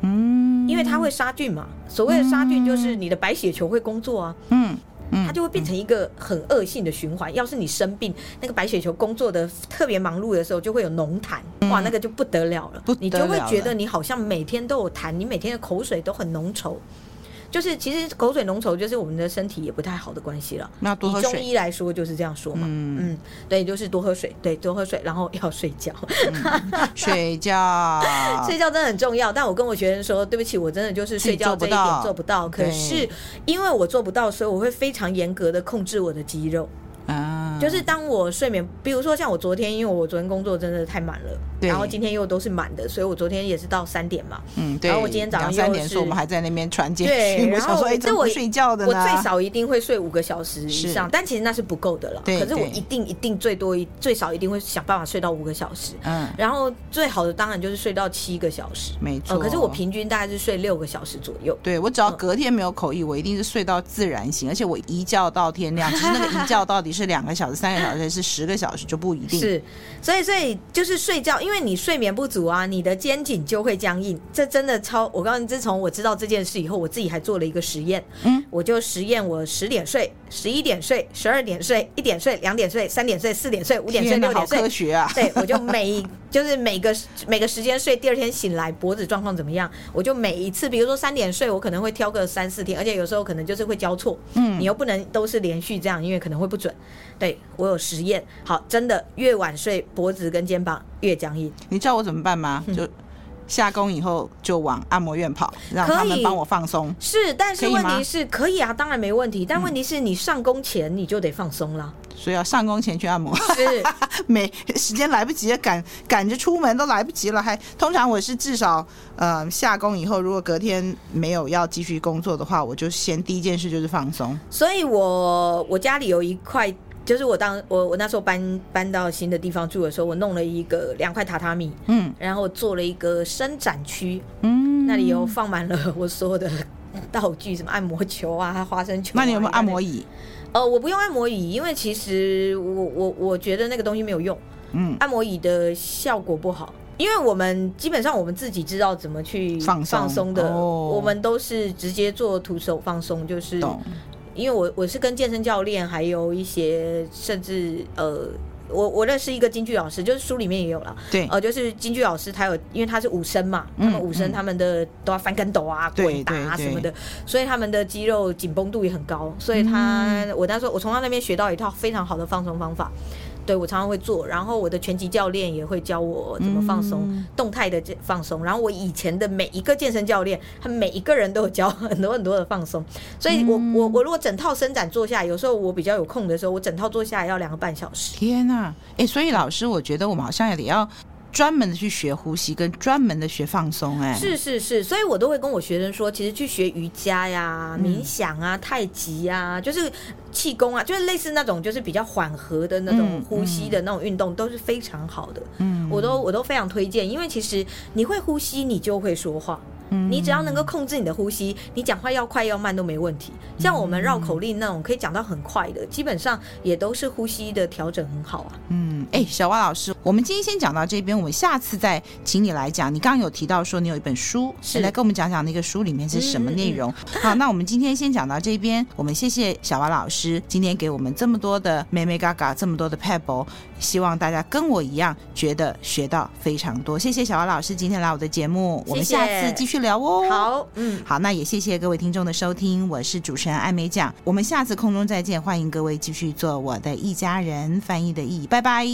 [SPEAKER 1] 嗯，
[SPEAKER 2] 因为它会杀菌嘛。所谓的杀菌就是你的白血球会工作啊，
[SPEAKER 1] 嗯嗯，
[SPEAKER 2] 它就会变成一个很恶性的循环。要是你生病，那个白血球工作的特别忙碌的时候，就会有浓痰，哇，那个就不得了了，
[SPEAKER 1] 嗯不得
[SPEAKER 2] 你就会
[SPEAKER 1] 了
[SPEAKER 2] 觉
[SPEAKER 1] 了
[SPEAKER 2] 得你好像每天都有痰，你每天的口水都很浓稠。就是其实口水浓稠，就是我们的身体也不太好的关系了。
[SPEAKER 1] 那多
[SPEAKER 2] 以
[SPEAKER 1] 喝
[SPEAKER 2] 中
[SPEAKER 1] 水。
[SPEAKER 2] 医来说就是这样说嘛，
[SPEAKER 1] 嗯，
[SPEAKER 2] 嗯，对，就是多喝水，对，多喝水，然后要睡觉。，
[SPEAKER 1] 睡觉
[SPEAKER 2] 睡觉真的很重要，但我跟我学生说，对不起，我真的就是睡觉这
[SPEAKER 1] 啊自己做不
[SPEAKER 2] 一点
[SPEAKER 1] 到
[SPEAKER 2] 做不到。可
[SPEAKER 1] 对
[SPEAKER 2] 是因为我做不到，所以我会非常严格的控制我的肌肉。
[SPEAKER 1] 啊，
[SPEAKER 2] 就是当我睡眠，比如说像我昨天，因为我昨天工作真的太满了，
[SPEAKER 1] 对
[SPEAKER 2] 然后今天又都是满的，所以我昨天也是到 三点嘛。
[SPEAKER 1] 嗯，对。
[SPEAKER 2] 然后我今天早上
[SPEAKER 1] 两三
[SPEAKER 2] 又
[SPEAKER 1] 点的时
[SPEAKER 2] 是
[SPEAKER 1] 候我们还在那边传简
[SPEAKER 2] 对
[SPEAKER 1] 讯，
[SPEAKER 2] 然
[SPEAKER 1] 我想
[SPEAKER 2] 后
[SPEAKER 1] 说，哎，怎
[SPEAKER 2] 这
[SPEAKER 1] 么
[SPEAKER 2] 我
[SPEAKER 1] 不睡觉的
[SPEAKER 2] 我
[SPEAKER 1] 呢？
[SPEAKER 2] 最少一定会睡五个小时以
[SPEAKER 1] 是
[SPEAKER 2] 上，但其实那是不够的了。
[SPEAKER 1] 对
[SPEAKER 2] 可是我
[SPEAKER 1] 对
[SPEAKER 2] 一定一定最多一最少一定会想办法睡到五个小时，
[SPEAKER 1] 嗯，
[SPEAKER 2] 然后最好的当然就是睡到七个小时。
[SPEAKER 1] 没错。
[SPEAKER 2] 呃，可是我平均大概是睡六个小时左右。
[SPEAKER 1] 对我只要
[SPEAKER 2] 嗯
[SPEAKER 1] 隔天没有口译，我一定是睡到自然醒，而且我一觉到天亮。其实那个一觉到底是两个小时、三个小时，还是十个小时就不一定。
[SPEAKER 2] 是，所以所以就是睡觉，因为你睡眠不足啊，你的肩颈就会僵硬。这真的超，我告诉你，自从我知道这件事以后，我自己还做了一个实验。
[SPEAKER 1] 嗯，
[SPEAKER 2] 我就实验我十点睡、十一点睡、十二点睡、一点睡、两点睡、三点睡、四点睡、五点睡、
[SPEAKER 1] 天哪，
[SPEAKER 2] 六
[SPEAKER 1] 好
[SPEAKER 2] 点
[SPEAKER 1] 科
[SPEAKER 2] 睡。
[SPEAKER 1] 学啊！
[SPEAKER 2] 对，我就每就是每个每个时间睡，第二天醒来脖子状况怎么样，我就每一次，比如说三点睡，我可能会挑个三四天，而且有时候可能就是会交错，
[SPEAKER 1] 嗯
[SPEAKER 2] 你又不能都是连续这样，因为可能会不准。对我有实验，好，真的越晚睡，脖子跟肩膀越僵硬。
[SPEAKER 1] 你知道我怎么办吗？就下工以后就往按摩院跑，让他
[SPEAKER 2] 可
[SPEAKER 1] 们
[SPEAKER 2] 以
[SPEAKER 1] 帮我放松。
[SPEAKER 2] 是，但是
[SPEAKER 1] 可以
[SPEAKER 2] 问
[SPEAKER 1] 吗嗯
[SPEAKER 2] 题是可以啊，当然没问题，但问题是你上工前你就得放松 了。
[SPEAKER 1] 所以要上工前去按摩，
[SPEAKER 2] 是，
[SPEAKER 1] 没时间来不及了，赶赶着出门都来不及了。还通常我是至少呃下工以后，如果隔天没有要继续工作的话，我就先第一件事就是放松。
[SPEAKER 2] 所以我我家里有一块，就是我当我我那时候搬搬到新的地方住的时候，我弄了一个两块榻榻米，
[SPEAKER 1] 嗯
[SPEAKER 2] 然后做了一个伸展区，
[SPEAKER 1] 嗯，
[SPEAKER 2] 那里有放满了我所有的道具，什么按摩球啊、花生球、
[SPEAKER 1] 那你有没有按摩？椅？
[SPEAKER 2] 呃，我不用按摩椅，因为其实我我我觉得那个东西没有用，
[SPEAKER 1] 嗯，
[SPEAKER 2] 按摩椅的效果不好。因为我们基本上我们自己知道怎么去
[SPEAKER 1] 放松
[SPEAKER 2] 放松的，
[SPEAKER 1] 哦
[SPEAKER 2] 我们都是直接做徒手放松，就是
[SPEAKER 1] 懂。
[SPEAKER 2] 因为我我是跟健身教练，还有一些甚至呃，我我认识一个京剧老师，就是书里面也有了，
[SPEAKER 1] 对
[SPEAKER 2] 呃，就是京剧老师他有，因为他是武生嘛，他们
[SPEAKER 1] 嗯
[SPEAKER 2] 武生
[SPEAKER 1] 嗯
[SPEAKER 2] 他们的都要翻跟斗啊、
[SPEAKER 1] 对
[SPEAKER 2] 滚打啊
[SPEAKER 1] 对
[SPEAKER 2] 什么的，所以他们的肌
[SPEAKER 1] 嗯
[SPEAKER 2] 肉紧绷度也很高，所以他、我那时候我从他那边学到一套非常好的放松方法，对我常常会做，然后我的拳击教练也会教我怎么放松，
[SPEAKER 1] 嗯
[SPEAKER 2] 动态的这放松。然后我以前的每一个健身教练，他每一个人都有教很多很多的放松。所以我、我
[SPEAKER 1] 嗯
[SPEAKER 2] 我如果整套伸展做下来，有时候我比较有空的时候，我整套做下来要两个半小时。
[SPEAKER 1] 天呐、哎，所以老师，我觉得我们好像也得要专门的去学呼吸，跟专门的学放松、哎，
[SPEAKER 2] 是是是，所以我都会跟我学生说，其实去学瑜伽呀、
[SPEAKER 1] 嗯
[SPEAKER 2] 冥想啊、太极啊，就是气功啊，就是类似那种就是比较缓和的那种
[SPEAKER 1] 嗯
[SPEAKER 2] 呼吸的那种运动，都是非常好的。
[SPEAKER 1] 嗯，
[SPEAKER 2] 我都我都非常推荐，因为其实你会呼吸，你就会说话。
[SPEAKER 1] 嗯
[SPEAKER 2] 你只要能够控制你的呼吸，你讲话要快要慢都没问题。
[SPEAKER 1] 嗯
[SPEAKER 2] 像我们绕口令那种可以讲到很快的，基本上也都是呼吸的调整很好啊。
[SPEAKER 1] 嗯，哎，小蛙老师，我们今天先讲到这边，我们下次再请你来讲。你刚刚有提到说你有一本书，
[SPEAKER 2] 是嗯
[SPEAKER 1] 你来跟我们讲讲那个书里面是什么内容。 好，那我们今天先讲到这边，我们谢谢小蛙老师今天给我们这么多的妹妹嘎嘎，这么多的 pebble，希望大家跟我一样觉得学到非常多。谢谢小蛙老师今天来我的节目，我们
[SPEAKER 2] 谢
[SPEAKER 1] 下
[SPEAKER 2] 谢
[SPEAKER 1] 次继续聊哦。。
[SPEAKER 2] 好，嗯。
[SPEAKER 1] 好，那也谢谢各位听众的收听，我是主持人艾美奖，我们下次空中再见，欢迎各位继续做我的一家人翻译的译，拜拜。